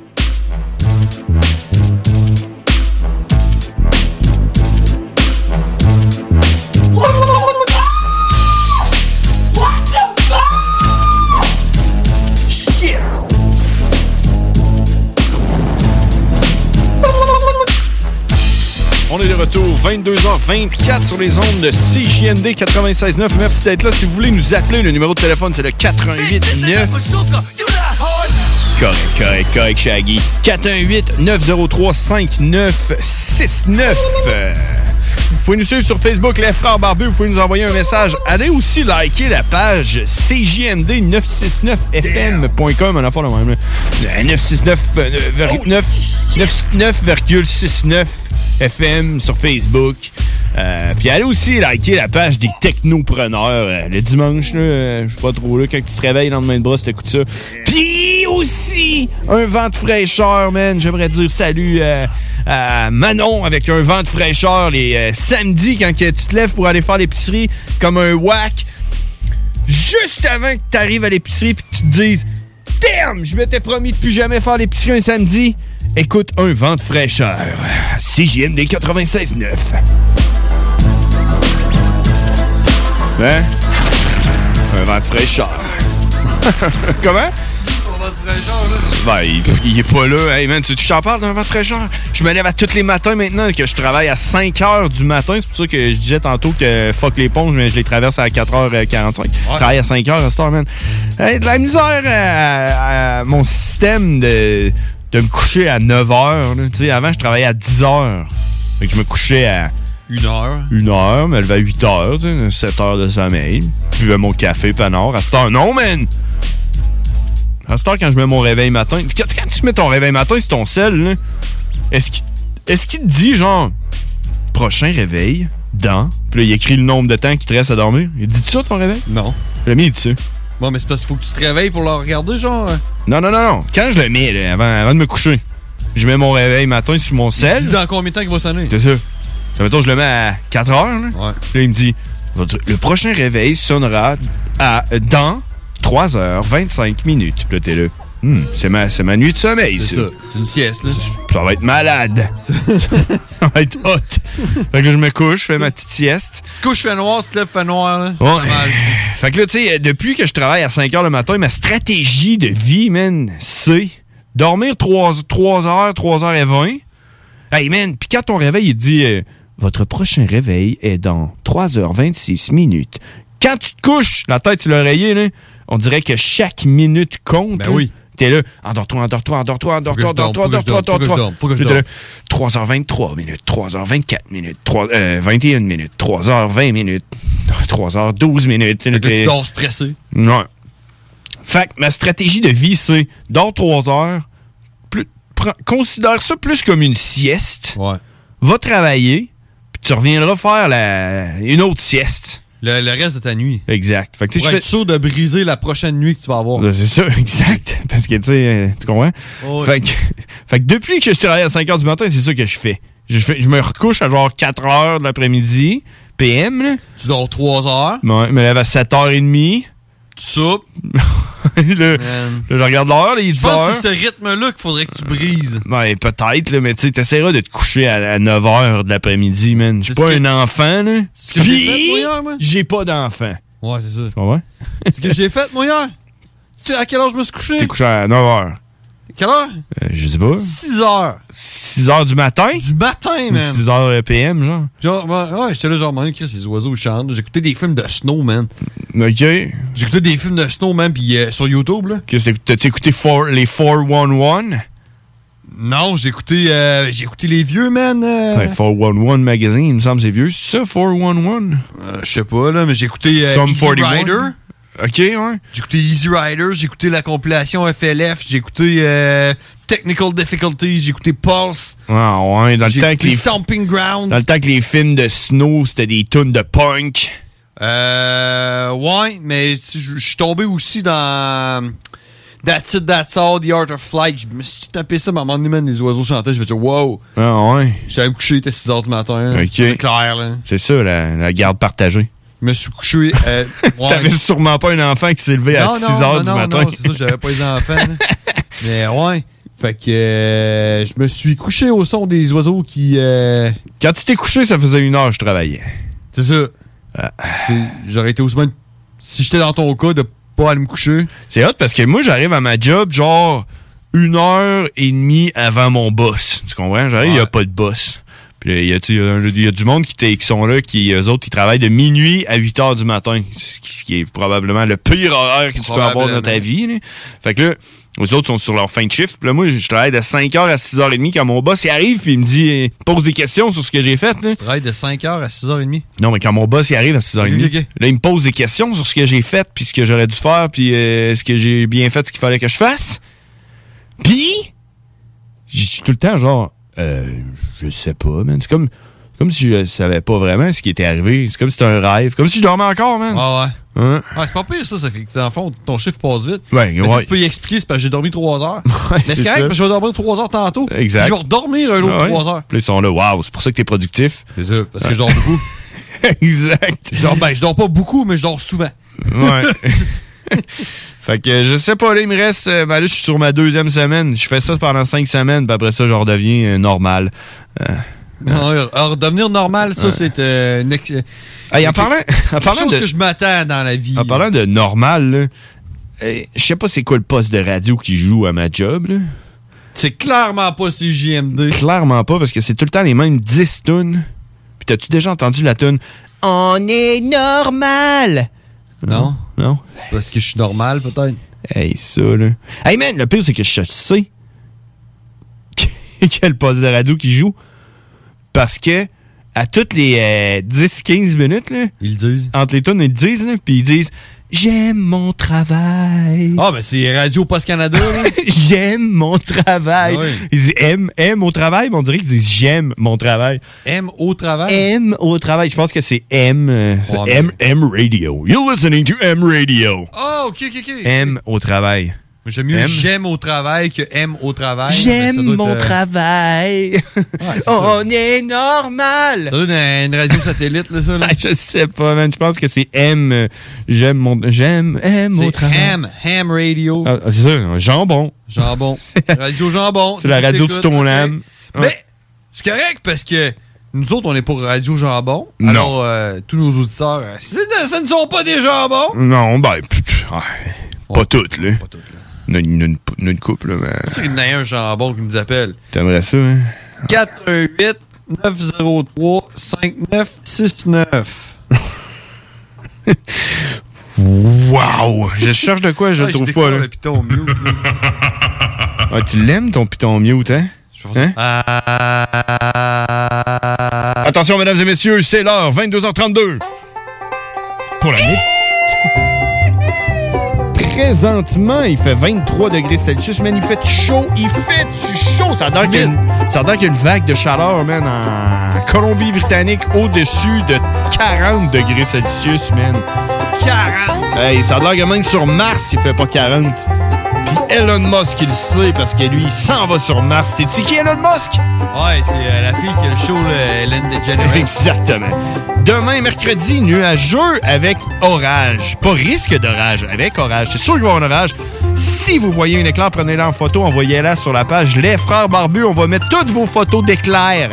Speaker 6: Shit!
Speaker 7: On est de retour, 22h24 sur les ondes de CJND 96.9. Merci d'être là. Si vous voulez nous appeler, le numéro de téléphone, c'est le 418-9... Correct, correct, correct, Shaggy. 418-903-5969. Euh, Vous pouvez nous suivre sur Facebook, Les Frères Barbus. Vous pouvez nous envoyer un message. Allez aussi liker la page CJMD969FM.com. On a fait le même. là. Le 969, euh, ver- 9 99,69 FM sur Facebook. Euh, puis allez aussi liker la page des technopreneurs euh, le dimanche, là, euh, je sais pas trop là, quand tu travailles le lendemain de bras, c'est coup de ça. Puis aussi, un vent de fraîcheur, man. J'aimerais dire salut euh, à Manon avec un vent de fraîcheur les euh, samedis quand que tu te lèves pour aller faire l'épicerie comme un whack. Juste avant que tu arrives à l'épicerie puis que tu te dises Damn, je m'étais promis de plus jamais faire l'épicerie un samedi. Écoute un vent de fraîcheur. CJMD 96.9. Hein? Un vent de fraîcheur. Comment? Ben, il, il est pas là. Hey man, tu tu t'en parles d'un vent de fraîcheur? Je me lève à tous les matins maintenant que je travaille à 5 heures du matin. C'est pour ça que je disais tantôt que fuck les ponts, mais je les traverse à 4h45. Je travaille à 5 heures à cette heure, man. Hey, de la misère à, à mon système de, de me coucher à 9 heures. là. Tu sais, avant, je travaillais à 10 heures. Fait que je me couchais à
Speaker 8: Une heure.
Speaker 7: une heure, me lever à 8 heures, tu sais, 7 heures de sommeil. Je buvais mon café panard. À cette heure, non, man! À cette heure, quand je mets mon réveil matin, quand, quand tu mets ton réveil matin sur ton sel, là, est-ce qu'il est-ce qu'il te dit, genre, prochain réveil, dans, puis là, il écrit le nombre de temps qu'il te reste à dormir? Il dit ça, ton réveil? Non. Le mien, il dit ça.
Speaker 8: Bon, mais c'est parce qu'il faut que tu te réveilles pour le regarder, genre. hein.
Speaker 7: Non, non, non, non. Quand je le mets, là, avant, avant de me coucher, je mets mon réveil matin sur mon
Speaker 8: Dis
Speaker 7: sel.
Speaker 8: dans combien de temps qu'il va sonner?
Speaker 7: C'est ça. Ça, mettons, je le mets à 4 heures. Là, Là, il me dit Votre- Le prochain réveil sonnera à, dans 3 heures 25 minutes. Puis là, t'es là. Hmm, c'est ma, c'est ma nuit de sommeil,
Speaker 8: C'est
Speaker 7: ça.
Speaker 8: ça. C'est une sieste, là.
Speaker 7: Ça va être malade. ça va être hot. Fait que là, je me couche, je fais ma petite sieste.
Speaker 8: Couche fait noir, tu te lèves fait noir, là.
Speaker 7: Ouais. Fait que là, tu sais, euh, depuis que je travaille à 5 heures le matin, ma stratégie de vie, man, c'est dormir 3, heures, 3 heures et 20. Hey, man, puis quand ton réveil, il te dit euh, Votre prochain réveil est dans 3h26 minutes. Quand tu te couches, la tête sur l'oreiller, là, on dirait que chaque minute compte. Ben
Speaker 8: oui.
Speaker 7: T'es là, endors-toi, endors-toi, endors-toi, endors-toi,
Speaker 8: Pourquoi je
Speaker 7: endors-toi,
Speaker 8: dorme,
Speaker 7: endors-toi,
Speaker 8: pourquoi je
Speaker 7: endors-toi.
Speaker 8: dorme, pourquoi je
Speaker 7: Là, t'es
Speaker 8: dorme,
Speaker 7: là, 3h23 minutes, 3h24 minutes, 3, euh, 21 minutes, 3h20 minutes, 3h12 minutes.
Speaker 8: Fait que là, tu dors stressé.
Speaker 7: Non. Fait que ma stratégie de vie, c'est dors 3 heures, plus- prends- considère ça plus comme une sieste. Va travailler, puis tu reviendras faire la, une autre sieste.
Speaker 8: Le, le reste de ta nuit.
Speaker 7: Exact. Fait que, tu sais,
Speaker 8: Pour
Speaker 7: je
Speaker 8: être
Speaker 7: fais-
Speaker 8: sûr de briser la prochaine nuit que tu vas avoir.
Speaker 7: Là, C'est ça, exact. Parce que, tu sais, euh, tu comprends?
Speaker 8: Ouais.
Speaker 7: Fait, que, fait que depuis que je travaille à 5 h du matin, c'est ça que je fais. Je, fais- je me recouche à genre 4 h de l'après-midi, PM. Tu dors 3 heures. Ouais, je me lève à 7 h 30. Tu soupes. là, là, je regarde l'heure, là, il est
Speaker 8: Je
Speaker 7: 10
Speaker 8: pense que c'est
Speaker 7: h.
Speaker 8: ce rythme-là qu'il faudrait que tu brises.
Speaker 7: Ouais, peut-être, là, mais tu sais, t'essaieras de te coucher à, 9 h de l'après-midi, man. Je suis pas un enfant, là. Puis, j'ai pas d'enfant.
Speaker 8: Ouais, c'est ça.
Speaker 7: Tu comprends?
Speaker 8: Ce que j'ai fait, moi, hier. Tu sais à quel heure je me suis couché?
Speaker 7: T'es couché à 9 h.
Speaker 8: Quelle heure?
Speaker 7: Euh, je sais pas.
Speaker 8: 6 heures.
Speaker 7: 6 heures du matin?
Speaker 8: Du matin, man.
Speaker 7: 6 heures PM, genre.
Speaker 8: Genre, ouais, ouais, j'étais là, genre, man, Chris, les oiseaux ils chantent. J'écoutais des films de snow, man.
Speaker 7: OK.
Speaker 8: J'écoutais des films de snow, man, puis euh, sur YouTube, là.
Speaker 7: Qu'est-ce que T'as-tu écouté four- les 411?
Speaker 8: Non, j'ai écouté, euh, j'ai écouté les vieux, man. euh,
Speaker 7: Ouais, 411 Magazine, il me semble, c'est vieux. C'est ça, 411?
Speaker 8: Euh, je sais pas, là, mais j'ai écouté euh, Easy Rider.
Speaker 7: OK, ouais.
Speaker 8: J'ai écouté Easy Rider, j'ai écouté la compilation FLF, j'ai écouté euh, Technical Difficulties, j'ai écouté Pulse.
Speaker 7: Ah, ouais, dans le,
Speaker 8: J'ai
Speaker 7: temps que
Speaker 8: écouté
Speaker 7: les,
Speaker 8: Stomping Grounds.
Speaker 7: dans le temps que les films de Snow, c'était des tunes de punk.
Speaker 8: Euh, ouais, mais tu sais, je je suis tombé aussi dans That's It, That's All, The Art of Flight. Je me suis tapé ça, mais à un moment donné, man, les oiseaux chantaient. Je me dire, wow.
Speaker 7: Ah, ouais.
Speaker 8: J'allais me coucher, il était 6 h du matin. là.
Speaker 7: Ok.
Speaker 8: C'est clair, là.
Speaker 7: C'est ça, la, la garde partagée.
Speaker 8: Je me suis couché. Euh, ouais.
Speaker 7: T'avais sûrement pas un enfant qui s'est levé à
Speaker 8: Non,
Speaker 7: 6
Speaker 8: non,
Speaker 7: heures
Speaker 8: non,
Speaker 7: du
Speaker 8: non,
Speaker 7: matin.
Speaker 8: Non, c'est ça, j'avais pas les enfants. là. mais ouais. Fait que euh, je me suis couché au son des oiseaux qui. euh,
Speaker 7: Quand tu t'es couché, ça faisait une heure que je travaillais.
Speaker 8: C'est ça. Tu sais, J'aurais été aussi bonne si j'étais dans ton cas de pas aller me coucher.
Speaker 7: C'est hot parce que moi, j'arrive à ma job genre une heure et demie avant mon boss. Tu comprends? J'arrive, il n'y a pas de boss. Puis là, il y a, tu sais, il y a un- il y a du monde qui, t'est- qui sont là, qui eux autres, ils travaillent de minuit à 8 heures du matin, ce qui, ce qui est probablement le pire horaire que tu peux avoir dans ta vie. là. Fait que là, eux autres sont sur leur fin de shift. Puis là, moi, je travaille de 5 heures à 6 heures et demie quand mon boss il arrive, puis il me dit, eh, pose des questions sur ce que j'ai fait. là.
Speaker 8: Je travaille de 5h à 6h30.
Speaker 7: Non, mais quand mon boss il arrive à 6h30,
Speaker 8: Ok, ok.
Speaker 7: là, il me pose des questions sur ce que j'ai fait, puis ce que j'aurais dû faire, puis euh, ce que j'ai bien fait, ce qu'il fallait que je fasse. Puis, je suis tout le temps genre, euh, je sais pas, man. C'est comme, comme si je savais pas vraiment ce qui était arrivé. C'est comme si c'était un rêve. Comme si je dormais encore, man.
Speaker 8: Ah ouais.
Speaker 7: Hein?
Speaker 8: Ouais, c'est pas pire ça, ça fait que dans le fond, ton chiffre passe vite.
Speaker 7: Ouais,
Speaker 8: Mais
Speaker 7: ouais.
Speaker 8: Tu peux y expliquer, c'est parce que j'ai dormi 3 heures. mais
Speaker 7: c'est ça.
Speaker 8: c'est correct, parce que je vais dormir 3 heures tantôt.
Speaker 7: Exact.
Speaker 8: Je vais redormir un autre
Speaker 7: Ah ouais.
Speaker 8: 3 heures.
Speaker 7: Puis là, ils sont là, waouh, c'est pour ça que t'es productif.
Speaker 8: C'est ça, parce que je dors beaucoup.
Speaker 7: exact.
Speaker 8: Je dors, ben, je dors pas beaucoup, mais je dors souvent.
Speaker 7: Ouais. fait que je sais pas, là, il me reste. euh, ben là, je suis sur ma deuxième semaine. Je fais ça pendant cinq semaines, puis après ça, je redeviens euh, normal. Euh,
Speaker 8: Non, alors, devenir normal, ça,
Speaker 7: Ouais.
Speaker 8: c'est euh, une ex-
Speaker 7: Hey, en parlant- en
Speaker 8: quelque
Speaker 7: parlant
Speaker 8: chose
Speaker 7: de-
Speaker 8: que je m'attends dans la vie.
Speaker 7: en parlant de normal, là, euh, je sais pas c'est quoi le poste de radio qui joue à ma job. là.
Speaker 8: C'est clairement pas CJMD.
Speaker 7: Clairement pas, parce que c'est tout le temps les mêmes 10 tunes. Puis t'as-tu déjà entendu la tune On est normal!
Speaker 8: Non.
Speaker 7: Non?
Speaker 8: Parce que je suis normal, peut-être.
Speaker 7: Hey, ça, là. Hey, man, le pire, c'est que je sais quel poste de radio qui joue. Parce que, à toutes les 10-15 minutes, là,
Speaker 8: ils disent.
Speaker 7: Entre les tunes, ils le disent, là, puis ils disent J'aime mon travail.
Speaker 8: Ah, ben c'est Radio Post Canada, là.
Speaker 7: J'aime mon travail.
Speaker 8: Ah oui.
Speaker 7: Ils disent aime, aime au travail, mais on dirait qu'ils disent j'aime mon travail.
Speaker 8: M au travail.
Speaker 7: Aime au travail. Je pense que c'est M. euh, c'est
Speaker 8: Ouais,
Speaker 7: M, M Radio. You're listening to M Radio.
Speaker 8: Ah, ok, ok, ok.
Speaker 7: M au travail.
Speaker 8: J'aime mieux
Speaker 7: M.
Speaker 8: j'aime au travail que aime au travail. Ah, Mais ça
Speaker 7: J'aime
Speaker 8: doit être,
Speaker 7: mon
Speaker 8: euh,
Speaker 7: travail. on est normal.
Speaker 8: Ça donne une radio satellite, là, ça. Là.
Speaker 7: Ben, je sais pas, man. Je pense que c'est M. euh, J'aime mon. J'aime M au
Speaker 8: C'est
Speaker 7: travail.
Speaker 8: Ham, Ham Radio.
Speaker 7: Ah, c'est ça, jambon.
Speaker 8: Jambon. radio Jambon.
Speaker 7: Ah. C'est la
Speaker 8: ça que
Speaker 7: radio de
Speaker 8: t'écoutes,
Speaker 7: ton
Speaker 8: ok.
Speaker 7: âme. Ouais.
Speaker 8: Mais c'est correct parce que nous autres, on est pour Radio Jambon.
Speaker 7: Non.
Speaker 8: Alors, euh, tous nos auditeurs, euh, c'est- ce ne sont pas des jambons.
Speaker 7: Non, ben, pff, pff, ah, pas toutes, là. Pas toutes, là. Une, une, une, une couple, là, mais
Speaker 8: C'est qu'il y en a un jambon qui nous appelle.
Speaker 7: t'aimerais ça, hein?
Speaker 8: 418 903 5969.
Speaker 7: Wow! Je cherche de quoi, je le trouve pas, là.
Speaker 8: Ah, Le piton mute, là.
Speaker 7: Ah, tu l'aimes, ton piton mute, hein? Hein? Attention, mesdames et messieurs, c'est l'heure, 22h32. Pour la nuit. Présentement, il fait 23 degrés Celsius, man. Il fait chaud, il fait du chaud. Ça a l'air qu'il y a une- ça a l'air qu'il y a une vague de chaleur, man, en Colombie-Britannique, au-dessus de 40 degrés Celsius, man.
Speaker 8: 40.
Speaker 7: Hey, ça a l'air que même sur Mars, il fait pas 40. Puis Elon Musk, il le sait parce que lui, il s'en va sur Mars. C'est qui Elon Musk?
Speaker 8: Ouais, c'est euh, la fille qui a le show, là, Hélène DeGeneres.
Speaker 7: Exactement. Demain, mercredi, nuageux avec orage. Pas risque d'orage, avec orage. C'est sûr qu'il va y avoir un orage. Si vous voyez une éclair, prenez-la en photo, envoyez-la sur la page Les Frères Barbus. On va mettre toutes vos photos d'éclairs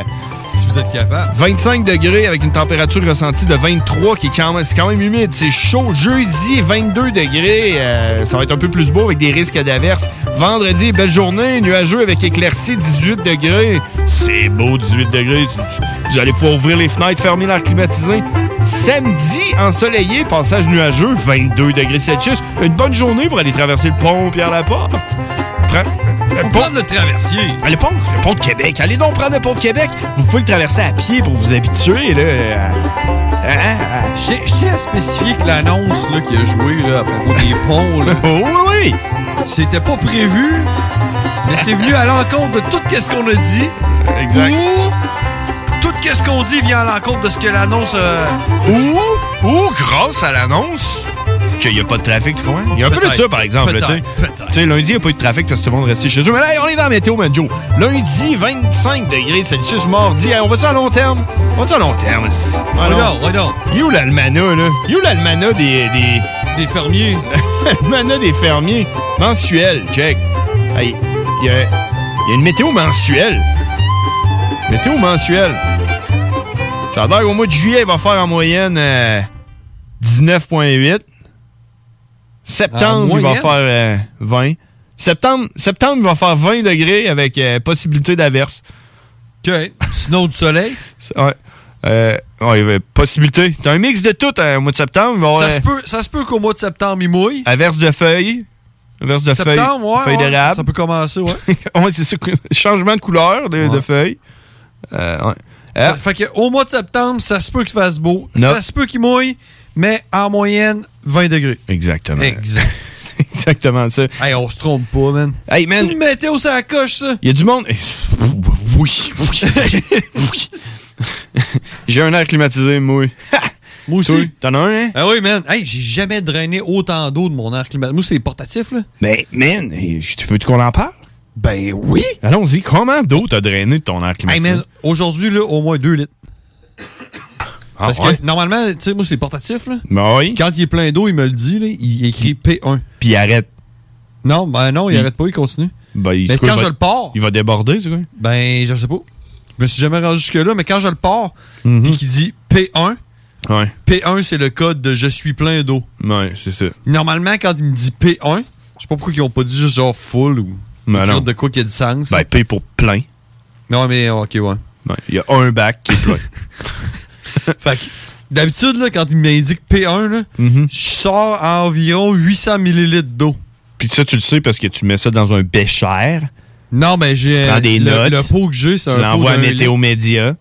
Speaker 8: si vous êtes capable.
Speaker 7: 25 degrés avec une température ressentie de 23 qui est quand même, c'est quand même humide. C'est chaud. Jeudi, 22 degrés. euh, ça va être un peu plus beau avec des risques d'averses. Vendredi, belle journée, nuageux avec éclaircie, 18 degrés. C'est beau, 18 degrés. Tu- tu- Vous allez pouvoir ouvrir les fenêtres, fermer l'air climatisé. Samedi, ensoleillé, passage nuageux, 22 degrés Celsius. Une bonne journée pour aller traverser le pont Pierre Laporte. Prends- euh, Ah, le pont de traversier. Le pont, le pont de Québec. Allez donc prendre le pont de Québec. Vous pouvez le traverser à pied pour vous habituer, là. hein,
Speaker 8: Je tiens- je tiens à spécifier que l'annonce là, qui a joué là, à propos des ponts, là,
Speaker 7: oui, oui,
Speaker 8: c'était pas prévu, mais c'est venu à l'encontre de tout ce qu'on a dit.
Speaker 7: Exact.
Speaker 8: Ou tout ce qu'on dit vient à l'encontre de ce que l'annonce. euh,
Speaker 7: Ou, ou grâce à l'annonce qu'il n'y a pas de trafic, tu comprends? Il y a un peu de
Speaker 8: Peut-être.
Speaker 7: ça, par exemple. là, tu sais.
Speaker 8: Peut-être. Peut-être.
Speaker 7: Tu sais, lundi, il n'y a pas eu de trafic parce que tout le monde restait chez eux. Mais là, hey, on est dans la météo, Manjo. Lundi, 25 degrés Celsius, mardi. Hey, on va-tu à long terme? On va-tu à long terme? ici? Ah
Speaker 8: Regarde, regarde.
Speaker 7: Il est où l'almanach, là? Il est où l'almanach des, des...
Speaker 8: Des fermiers.
Speaker 7: l'almanach des fermiers. Mensuel, check. Hey, il y a, il y a une météo mensuelle. Météo mensuelle. Ça a l'air qu'au mois de juillet, il va faire en moyenne euh, 19,8.
Speaker 8: En
Speaker 7: Septembre, il va
Speaker 8: moyenne?
Speaker 7: faire euh, 20. Septembre, septembre, il va faire 20 degrés avec euh, possibilité d'averse.
Speaker 8: OK. Sinon, du soleil?
Speaker 7: ouais. Euh, ouais, euh, possibilité. C'est un mix de tout euh, au mois de septembre. Il va y avoir,
Speaker 8: Ça se
Speaker 7: euh,
Speaker 8: peut, ça se peut qu'au mois de septembre, il mouille.
Speaker 7: Averse de feuilles. Averse de feuilles.
Speaker 8: Septembre, ouais,
Speaker 7: feuilles
Speaker 8: ouais,
Speaker 7: d'érable.
Speaker 8: Ça peut commencer, ouais.
Speaker 7: Ouais, c'est ça. Changement de couleur de, de
Speaker 8: Ouais.
Speaker 7: feuilles. Euh, ouais.
Speaker 8: Ça- fait que au mois de septembre, ça se peut qu'il fasse beau.
Speaker 7: Non.
Speaker 8: Ça se peut qu'il mouille, mais en moyenne, 20 degrés.
Speaker 7: Exactement.
Speaker 8: Exact.
Speaker 7: C'est exactement ça.
Speaker 8: Hey, on se trompe pas, man.
Speaker 7: Hey, man.
Speaker 8: Une météo, ça coche, ça.
Speaker 7: Il y a du monde. Oui, oui, oui. J'ai un air climatisé, moi.
Speaker 8: Moi aussi.
Speaker 7: T'en as un, hein?
Speaker 8: Ah oui, man. Hey, j'ai jamais drainé autant d'eau de mon air climatisé. Moi, c'est portatif, là.
Speaker 7: Mais, man, tu veux qu'on en parle? Ben oui. Allons-y. Combien d'eau t'as drainé de ton air
Speaker 8: Hey,
Speaker 7: climatisé?
Speaker 8: man, aujourd'hui, là, au moins 2 litres.
Speaker 7: Ah,
Speaker 8: Parce
Speaker 7: ouais?
Speaker 8: que normalement, tu sais, moi, c'est portatif, là.
Speaker 7: Ben oui.
Speaker 8: Puis Quand il est plein d'eau, il me le dit, là, il écrit P1.
Speaker 7: Puis il arrête.
Speaker 8: Non, ben non, il,
Speaker 7: Il-
Speaker 8: arrête pas, il continue.
Speaker 7: Ben, il-
Speaker 8: mais
Speaker 7: c'est quoi,
Speaker 8: quand
Speaker 7: il va-
Speaker 8: je le pars,
Speaker 7: Il va déborder, c'est quoi?
Speaker 8: ben, je sais pas. Je me suis jamais rendu jusque-là, mais quand je le pars, puis qu'il dit P1,
Speaker 7: Mm-hmm. Ouais.
Speaker 8: P1, c'est le code de je suis plein d'eau.
Speaker 7: Ouais, c'est ça.
Speaker 8: Normalement, quand il me dit P1, je sais pas pourquoi ils ont pas dit juste genre full ou
Speaker 7: Ben
Speaker 8: quelque
Speaker 7: non.
Speaker 8: chose de quoi qui a du sens.
Speaker 7: Ben, P pour plein.
Speaker 8: Non, mais oh, ok, ouais.
Speaker 7: Ouais, Il y a un bac qui est plein.
Speaker 8: fait que, d'habitude, là, quand il m'indique P1, là,
Speaker 7: Mm-hmm.
Speaker 8: je sors à environ 800 millilitres d'eau.
Speaker 7: Puis ça, tu le sais parce que tu mets ça dans un bécher.
Speaker 8: Non, mais j'ai.
Speaker 7: Tu prends des
Speaker 8: Euh, le,
Speaker 7: notes.
Speaker 8: Le pot que j'ai, c'est un
Speaker 7: Tu
Speaker 8: pot
Speaker 7: l'envoies à
Speaker 8: d'un
Speaker 7: Météo
Speaker 8: litre.
Speaker 7: Média.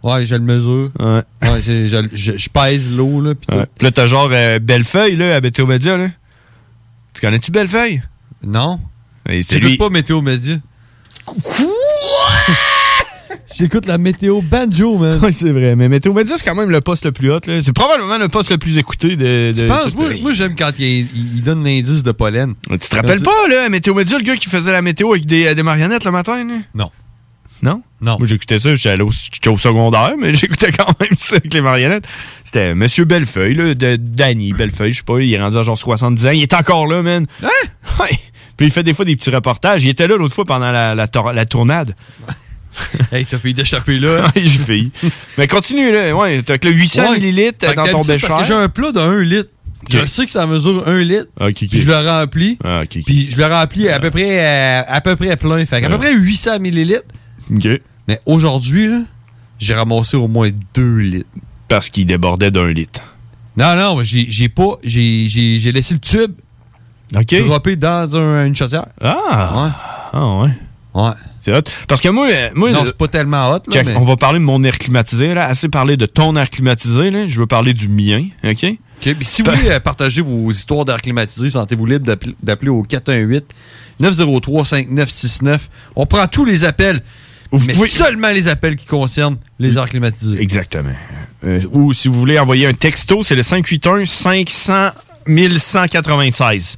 Speaker 8: Ouais, je le mesure.
Speaker 7: Ouais.
Speaker 8: Ouais, j'ai- je, je- je pèse l'eau, là, pis tout.
Speaker 7: Ouais. Puis là, t'as genre euh, Bellefeuille, là, à Météo Média, là. Tu connais-tu Bellefeuille?
Speaker 8: Non.
Speaker 7: Et c'est
Speaker 8: J'écoute
Speaker 7: lui.
Speaker 8: pas Météo Média. J'écoute la météo banjo, man.
Speaker 7: Oui, c'est vrai. Mais Météo Média, c'est quand même le poste le plus hot, là. C'est probablement le poste le plus écouté de.
Speaker 8: Tu
Speaker 7: de
Speaker 8: penses?
Speaker 7: tout-
Speaker 8: Moi, moi, j'aime quand il, il- il donne l'indice de pollen.
Speaker 7: Tu te rappelles pas, là, à Météo Média, le gars qui faisait la météo avec des, euh, des marionnettes le matin, là?
Speaker 8: Non.
Speaker 7: Non?
Speaker 8: Non.
Speaker 7: Moi, j'écoutais ça, j'étais allé au, j'étais au secondaire, mais j'écoutais quand même ça avec les marionnettes. C'était Monsieur Bellefeuille, là, de Danny Bellefeuille, je sais pas, il est rendu à genre 70 ans. Il est encore là, man. Hein? Ouais. Puis il fait des fois des petits reportages. Il était là l'autre fois pendant la, la, tor- la tournade.
Speaker 8: Hey, t'as failli d'échapper là.
Speaker 7: Ouais, J'ai failli. Mais continue, là. Ouais, t'as que le 800
Speaker 8: Ouais.
Speaker 7: millilitres
Speaker 8: Fait que
Speaker 7: dans ton
Speaker 8: d'habitude,
Speaker 7: bécher.
Speaker 8: Parce que j'ai un plat de 1 litre. Je sais que ça mesure 1 litre.
Speaker 7: Ah, Ok, ok.
Speaker 8: Puis je le remplis.
Speaker 7: Ah, ok, ok.
Speaker 8: Puis je le remplis à peu près, euh, à, peu près plein. Fait qu'à peu
Speaker 7: Ouais.
Speaker 8: près 800 millilitres.
Speaker 7: Ok.
Speaker 8: Mais aujourd'hui, là, j'ai ramassé au moins 2 litres.
Speaker 7: Parce qu'il débordait d'un litre.
Speaker 8: Non, non, mais j'ai j'ai pas. J'ai j'ai- j'ai laissé le tube
Speaker 7: OK.
Speaker 8: dropper dans un- une chaudière.
Speaker 7: Ah! Ah, ouais.
Speaker 8: Ouais.
Speaker 7: C'est hot. Parce que moi, euh, moi
Speaker 8: non,
Speaker 7: le-
Speaker 8: c'est pas tellement hot. Là,
Speaker 7: Check,
Speaker 8: mais-
Speaker 7: on va parler de mon air climatisé, là. Assez parlé de ton air climatisé, là. Je veux parler du mien, Euh, OK?
Speaker 8: OK, puis si vous voulez euh, partager vos histoires d'air climatisé, sentez-vous libre d'appel- d'appeler au 418-903-5969. On prend tous les appels, mais seulement les appels qui concernent les airs climatisés.
Speaker 7: Mm. Exactement. Euh, ou si vous voulez envoyer un texto, c'est le 581 500 1196.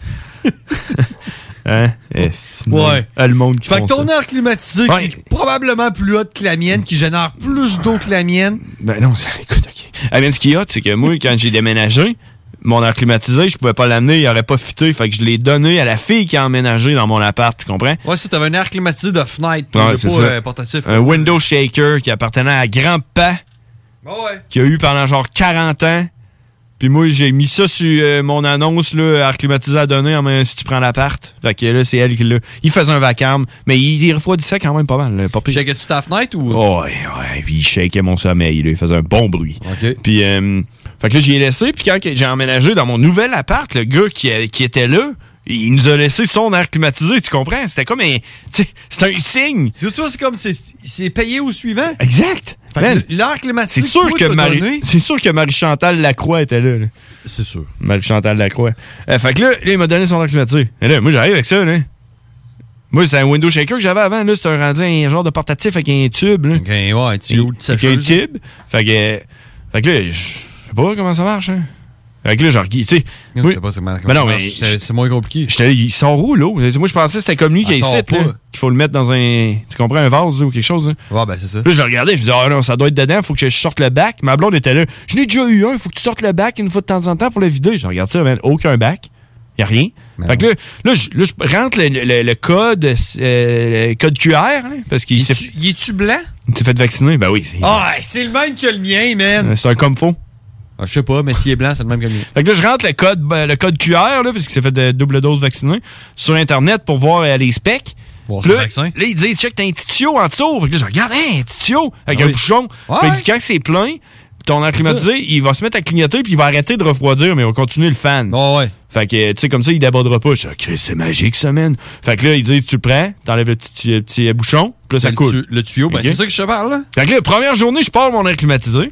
Speaker 7: hein? Eh, c'est le monde-
Speaker 8: Ouais.
Speaker 7: ah, le monde qui
Speaker 8: Fait
Speaker 7: font
Speaker 8: que ton
Speaker 7: ça.
Speaker 8: air climatisé,
Speaker 7: Ouais.
Speaker 8: qui est probablement plus haute que la mienne, qui génère plus d'eau que la mienne,
Speaker 7: Eh Ben non, c'est- écoute, OK. Ah, mais ce qui est hot, c'est que moi, quand j'ai déménagé, mon air climatisé, je pouvais pas l'amener, il aurait pas fité, fait que je l'ai donné à la fille qui a emménagé dans mon appart, tu comprends?
Speaker 8: Ouais, si t'avais un air climatisé de fenêtre,
Speaker 7: Ouais,
Speaker 8: pas
Speaker 7: c'est ça.
Speaker 8: euh, portatif.
Speaker 7: Un window shaker qui appartenait à Grandpa,
Speaker 8: Bah
Speaker 7: qui a eu pendant genre 40 ans. Puis moi, j'ai mis ça sur euh, mon annonce, là, air climatisé à donner, en main, si tu prends l'appart. Fait que là, c'est elle qui l'a. Il faisait un vacarme, mais il, il refroidissait quand même pas mal, là, pas pire.
Speaker 8: Checkais-tu ta fenêtre ou.
Speaker 7: Ouais, ouais. Puis il shakeait mon sommeil. là. il faisait un bon bruit. Puis, euh, fait que là, j'y ai laissé. Puis quand que j'ai emménagé dans mon nouvel appart, le gars qui, euh, qui était là, il nous a laissé son air climatisé. Tu comprends? C'était comme un. tu sais, C'est un signe.
Speaker 8: Tu vois, c'est comme. C'est c'est payé au suivant.
Speaker 7: Exact.
Speaker 8: Fait que
Speaker 7: Man,
Speaker 8: L'air climatisé.
Speaker 7: C'est sûr,
Speaker 8: toi,
Speaker 7: que
Speaker 8: t'as
Speaker 7: Marie,
Speaker 8: donné-
Speaker 7: c'est sûr que Marie-Chantal Lacroix était là.
Speaker 8: C'est sûr.
Speaker 7: Marie-Chantal Lacroix. Euh, fait que là, là, il m'a donné son air climatisé. Et là, moi, j'arrive avec ça. Là. Moi, c'est un window shaker que j'avais avant. Là, c'était un rendu un genre de portatif avec un tube. Là.
Speaker 8: ouais, un tuyau de
Speaker 7: Avec un tube. Fait que, euh, fait que là, je sais pas comment ça marche. Hein. Fait que là, genre, tu sais.
Speaker 8: Je
Speaker 7: moi-
Speaker 8: sais pas, c'est comment-
Speaker 7: Ben non,
Speaker 8: comment
Speaker 7: mais
Speaker 8: ça marche. C'est- C'est moins compliqué.
Speaker 7: J'étais, il sort où, l'eau? Moi, je pensais que c'était comme lui qui
Speaker 8: Elle
Speaker 7: est ici,
Speaker 8: sort
Speaker 7: là,
Speaker 8: pas.
Speaker 7: qu'il faut le mettre dans un. Tu comprends, un vase là, ou quelque chose? hein. Là.
Speaker 8: Ouais, ben c'est ça.
Speaker 7: Là, je le regardais, je me disais, ah non, ça doit être dedans, faut que je sorte le bac. Ma blonde était là, je n'ai déjà eu un, faut que tu sortes le bac une fois de temps en temps pour le vider. Je regarde ça, man, aucun bac, y a rien.
Speaker 8: Ben
Speaker 7: fait que là, là, je, là, je rentre le, le- le code, euh, le code QR, là, parce qu'il s'est,
Speaker 8: Il est-tu blanc?
Speaker 7: il s'est fait vacciner. Ben oui, c'est,
Speaker 8: Ah, c'est le même que le mien, man.
Speaker 7: Euh,
Speaker 8: Ah,
Speaker 7: c'est un comme faux.
Speaker 8: je sais pas, mais s'il est blanc, c'est le même que le mien.
Speaker 7: Fait que là, je rentre le code, ben, le code QR, là, parce qu'il s'est fait de double dose vaccinée, sur Internet pour voir euh, les specs.
Speaker 8: Voir
Speaker 7: là, là, ils disent, check, t'as un petit tuyau en dessous. Fait que là, je regarde, hein, un petit tuyau, avec
Speaker 8: Ah
Speaker 7: un
Speaker 8: oui.
Speaker 7: bouchon.
Speaker 8: Ouais.
Speaker 7: Fait que dis, quand c'est plein, ton air climatisé, il va se mettre à clignoter, puis il va arrêter de refroidir, mais il va continuer le fan. Fait que, tu sais, comme ça, il débordera pas. Je dis, Ah, Christ, c'est magique, ça, man. Fait que là, ils disent, tu le prends, t'enlèves le petit, tu- petit, euh, bouchon, puis là, ça
Speaker 8: le
Speaker 7: coule.
Speaker 8: tu- le tuyau, ben,
Speaker 7: Ok?
Speaker 8: c'est ça que je te parle, là.
Speaker 7: Fait que là, première journée, je pars mon air climatisé.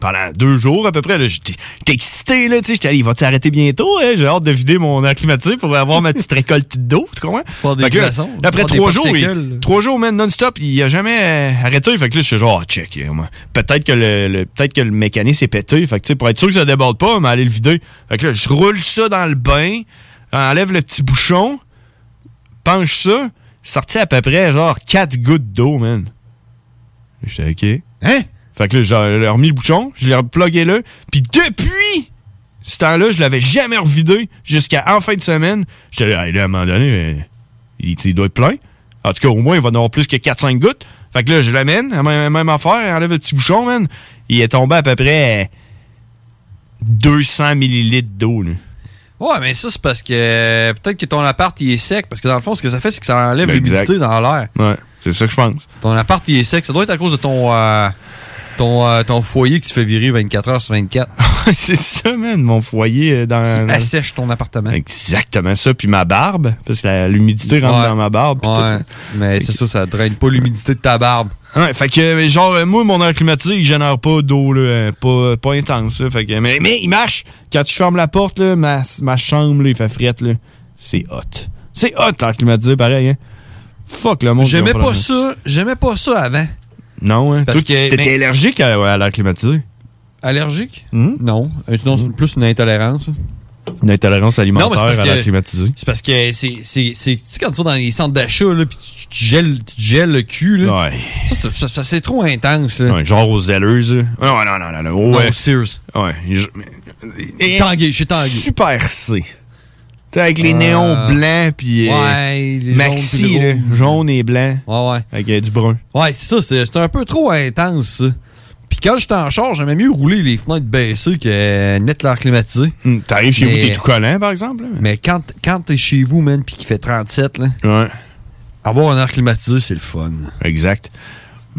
Speaker 7: Pendant deux jours à peu près, là, j'étais j'étais excité, là, tu sais, j'étais allé, il va t'arrêter bientôt, hein? j'ai hâte de vider mon air climatisé pour avoir ma petite récolte d'eau, tu comprends?
Speaker 8: des
Speaker 7: Fait que là,
Speaker 8: glaçons,
Speaker 7: là, après
Speaker 8: faire des
Speaker 7: trois jours,
Speaker 8: popsicles.
Speaker 7: il- trois jours, man, non-stop, il a jamais euh, arrêté, fait que là, je suis genre, Ah, check, euh, moi, peut-être que le, le- peut-être que le mécanisme s'est pété, fait que, tu sais, pour être sûr que ça déborde pas, mais aller le vider. Fait que là, je roule ça dans le bain, enlève le petit bouchon, penche ça, sorti à peu près genre 4 gouttes d'eau, man. J'étais OK. Hein? Fait que là, j'ai j'ai remis le bouchon, je l'ai replugué là, puis depuis ce temps-là, je l'avais jamais revidé jusqu'à en fin de semaine. J'étais là, Hey, là, à un moment donné, euh, il, il doit être plein. En tout cas, au moins, il va en avoir plus que 4-5 gouttes. Fait que là, je l'amène, la même, même affaire, enlève le petit bouchon, man. Il est tombé à peu près euh, 200 millilitres d'eau, là.
Speaker 8: Ouais, mais ça, c'est parce que euh, peut-être que ton appart, il est sec. Parce que dans le fond, ce que ça fait, c'est que ça enlève
Speaker 7: Ben, exact.
Speaker 8: l'humidité dans l'air.
Speaker 7: Ouais, c'est ça que je pense.
Speaker 8: Ton appart, il est sec. Ça doit être à cause de ton, euh, ton, euh, ton foyer que tu fais virer 24 heures sur 24.
Speaker 7: c'est ça, man, mon foyer euh, dans. dans-
Speaker 8: Assèche ton appartement.
Speaker 7: Exactement ça. Puis ma barbe, parce que la- l'humidité rentre
Speaker 8: Ouais.
Speaker 7: dans ma barbe.
Speaker 8: Ouais. Mais c'est ça, ça draine pas l'humidité de ta barbe.
Speaker 7: Ouais, fait que, euh, genre, euh, moi, mon air climatisé, il génère pas d'eau, là, euh, pas, pas intense, là, fait que, mais, mais il marche! Quand tu fermes la porte, là, ma, ma chambre, là, il fait frette, là. C'est hot. C'est hot, l'air climatisé, pareil, hein. Fuck le monde. ils
Speaker 8: J'aimais
Speaker 7: ont la
Speaker 8: pas
Speaker 7: main.
Speaker 8: ça. J'aimais pas ça avant.
Speaker 7: Non, hein.
Speaker 8: Parce
Speaker 7: Toi,
Speaker 8: que-
Speaker 7: T'étais
Speaker 8: mais-
Speaker 7: allergique à, à l'air climatisé. Hmm?
Speaker 8: Allergique? Non. Euh, Sinon, c'est plus une intolérance.
Speaker 7: Une intolérance alimentaire
Speaker 8: Non, mais c'est parce
Speaker 7: à l'air
Speaker 8: que-
Speaker 7: climatisé.
Speaker 8: C'est parce que c'est. c'est- c'est- Tu sais, quand tu vas dans les centres d'achat, là, puis tu, tu gèles, tu gèles le cul, là.
Speaker 7: Ouais.
Speaker 8: Ça, c'est- ça- ça, c'est trop intense,
Speaker 7: Ouais, genre aux zelleuses, là. Non, non, non, non, non.
Speaker 8: Non,
Speaker 7: ouais.
Speaker 8: aux Sears.
Speaker 7: Ouais. je-
Speaker 8: Tanguay, je suis tanguay.
Speaker 7: Super C. Tu sais, avec
Speaker 8: Ah.
Speaker 7: les néons blancs, puis euh,
Speaker 8: ouais, les
Speaker 7: maxi, là,
Speaker 8: jaunes, puis le
Speaker 7: jaune et blanc.
Speaker 8: Ouais, ouais.
Speaker 7: Avec euh, du brun.
Speaker 8: Ouais, c'est ça, c'est c'est un peu trop intense, ça. Puis quand j'étais en charge, j'aimais mieux rouler les fenêtres baissées que euh, net l'air climatisé.
Speaker 7: Hmm, T'arrives chez vous, t'es tout collant, par exemple.
Speaker 8: Mais quand, quand t'es chez vous, man, puis qu'il fait 37, là,
Speaker 7: Ouais.
Speaker 8: avoir un air climatisé, c'est le fun.
Speaker 7: Exact.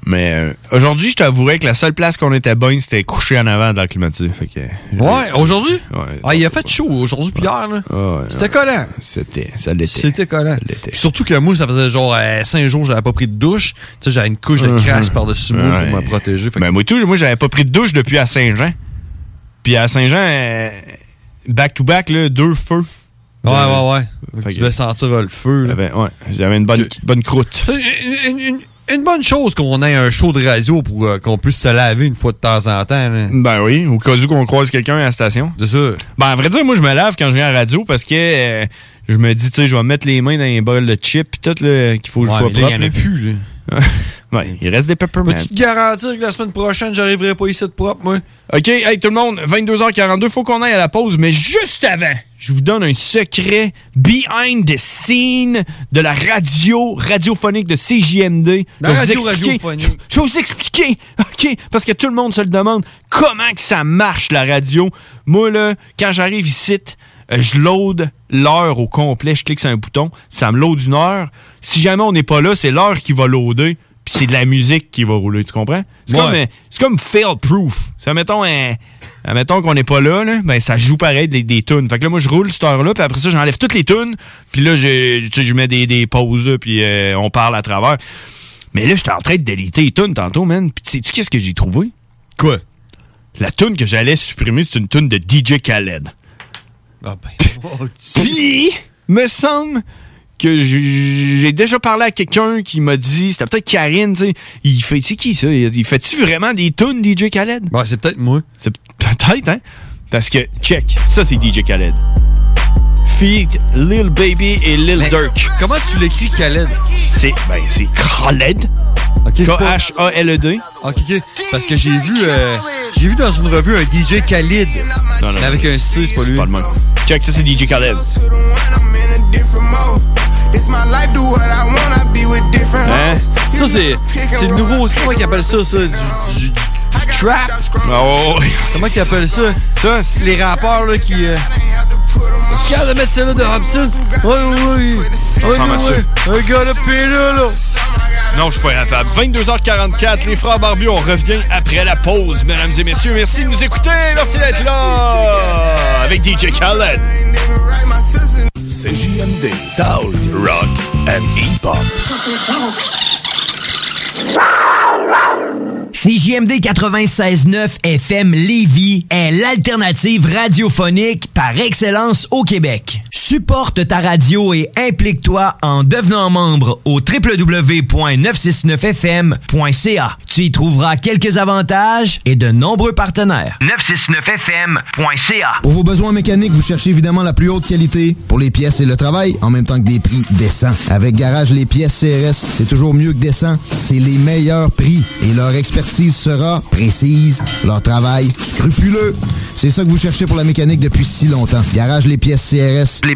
Speaker 7: Mais euh, aujourd'hui, je t'avouerais que la seule place qu'on était bonne, c'était couché en avant dans le climatisé. Fait que, euh,
Speaker 8: Ouais, aujourd'hui?
Speaker 7: Ouais.
Speaker 8: Ah, il a fait chaud aujourd'hui puis hier, là.
Speaker 7: Ah ouais,
Speaker 8: C'était
Speaker 7: ouais.
Speaker 8: collant.
Speaker 7: C'était, ça l'était.
Speaker 8: C'était collant. Surtout que moi, ça faisait genre 5 jours que j'avais pas pris de douche. Tu sais, j'avais une couche de crasse par-dessus moi
Speaker 7: Euh, Ouais.
Speaker 8: pour me protéger. Fait que-
Speaker 7: Ben, moi, tout, moi, j'avais pas pris de douche depuis à Saint-Jean. Puis à Saint-Jean, euh, back-to-back, là, deux feux.
Speaker 8: Ouais, ouais, ouais. tu devais sentir euh, le feu. là.
Speaker 7: ouais, j'avais une bonne, bonne croûte.
Speaker 8: C'est Une, une- une bonne chose qu'on ait un show de radio pour euh, qu'on puisse se laver une fois de temps en temps. là.
Speaker 7: Ben oui, au cas où qu'on croise quelqu'un à la station.
Speaker 8: C'est sûr.
Speaker 7: Ben, à vrai dire, moi, je me lave quand je viens à la radio parce que euh, je me dis, tu sais, je vais mettre les mains dans les bols de chips pis tout, là, qu'il faut que
Speaker 8: Ouais,
Speaker 7: je sois
Speaker 8: mais là,
Speaker 7: propre.
Speaker 8: il y en a plus,
Speaker 7: là. Ouais, il reste des Peppermint.
Speaker 8: Peux-tu te garantir que la semaine prochaine, j'arriverai pas ici de propre, moi?
Speaker 7: OK, hey tout le monde, 22h42, faut qu'on aille à la pause, mais juste avant, je vous donne un secret behind the scene de la radio radiophonique de CJMD. Je
Speaker 8: La
Speaker 7: vais vous
Speaker 8: radio
Speaker 7: expliquer-
Speaker 8: radiophonique.
Speaker 7: Je, je vais vous expliquer, OK, parce que tout le monde se le demande, comment que ça marche la radio. Moi, là, quand j'arrive ici, euh, je load l'heure au complet, je clique sur un bouton, ça me load une heure. Si jamais on n'est pas là, c'est l'heure qui va loader, puis c'est de la musique qui va rouler, tu comprends? C'est
Speaker 8: Ouais.
Speaker 7: comme, euh, c'est comme fail proof. Ça mettons un admettons qu'on n'est pas là, là, ben ça joue pareil des, des tunes. Fait que là moi je roule cette heure là, puis après ça j'enlève toutes les tunes, puis là je tu sais, je mets des, des pauses là, puis euh, on parle à travers. Mais là j'étais en train de déliter les tunes tantôt, man. Puis sais tu qu'est-ce que j'ai trouvé Quoi La tune que j'allais supprimer, c'est une tune de DJ Khaled.
Speaker 8: Ah ben.
Speaker 7: oh, Puis, me semble que j'ai j'ai déjà parlé à quelqu'un qui m'a dit, c'était peut-être Karine, tu sais, il fait, c'est qui ça? Il il fait-tu vraiment des tunes DJ Khaled? Ouais, c'est peut-être moi. C'est peut-être, hein? Parce que, check, ça c'est DJ Khaled. Feat, Lil Baby et Lil Durk. Comment tu l'écris Khaled? C'est, ben, c'est Khaled. K-H-A-L-E-D.
Speaker 8: Ok, ok. Ah, Parce que j'ai vu, euh, j'ai vu dans une revue un DJ Khalid. Mais Avec un C, c'est pas lui.
Speaker 7: Check, ça c'est DJ Khaled.
Speaker 8: Hein? Ça, c'est, c'est le nouveau. c'est Comment ils appellent ça, ça? Du, du- du trap? Comment ils appellent ça? Ça, c'est les rappeurs, là, qui. euh, Regarde de mettre celle-là de Hobson. Ouais, ouais, ouais. Ouais,
Speaker 7: ressemble à
Speaker 8: ouais, ouais. Un gars, là, pilule, là.
Speaker 7: Non, je suis pas capable. 22h44, les frères barbus, on revient après la pause, mesdames et messieurs. Merci de nous écouter, merci d'être là avec DJ Khaled.
Speaker 3: CJMD, Talk, Rock and Hip-Hop.
Speaker 20: CJMD 96.9 FM Lévis est l'alternative radiophonique par excellence au Québec. Supporte ta radio et implique-toi en devenant membre au www.969fm.ca. Tu y trouveras quelques avantages et de nombreux partenaires. 969fm.ca
Speaker 21: Pour vos besoins mécaniques, vous cherchez évidemment la plus haute qualité pour les pièces et le travail, en même temps que des prix décents. Avec Garage Les Pièces CRS, c'est toujours mieux que décent. C'est les meilleurs prix et leur expertise sera précise, leur travail scrupuleux. C'est ça que vous cherchez pour la mécanique depuis si longtemps. Garage Les Pièces CRS. Les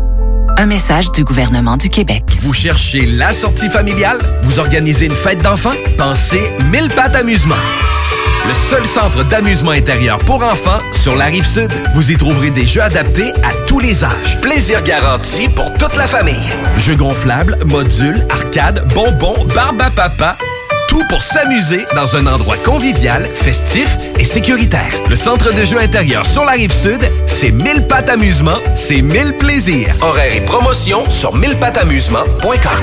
Speaker 22: Un message du gouvernement du Québec.
Speaker 4: Vous cherchez la sortie familiale? Vous organisez une fête d'enfants? Pensez Mille Pattes Amusement. Le seul centre d'amusement intérieur pour enfants sur la rive sud. Vous y trouverez des jeux adaptés à tous les âges. Plaisir garanti pour toute la famille. Jeux gonflables, modules, arcades, bonbons, barbe à papa. Tout pour s'amuser dans un endroit convivial, festif et sécuritaire. Le centre de jeux intérieur sur la rive sud, c'est 1000 pattes amusement, c'est 1000 plaisirs. Horaires et promotions sur 1000pattamusement.com.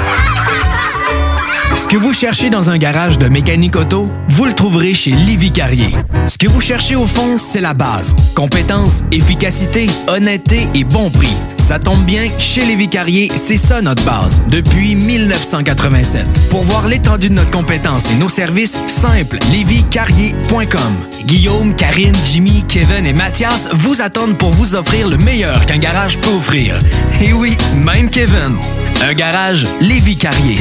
Speaker 16: Ce que vous cherchez dans un garage de mécanique auto, vous le trouverez chez Livy Carrier. Ce que vous cherchez au fond, c'est la base. Compétence, efficacité, honnêteté et bon prix. Ça tombe bien, chez Lévi Carrier, c'est ça notre base, depuis 1987. Pour voir l'étendue de notre compétence et nos services, simple, lévycarrier.com. Guillaume, Karine, Jimmy, Kevin et Mathias vous attendent pour vous offrir le meilleur qu'un garage peut offrir. Et oui, même Kevin. Un garage Lévi Carrier.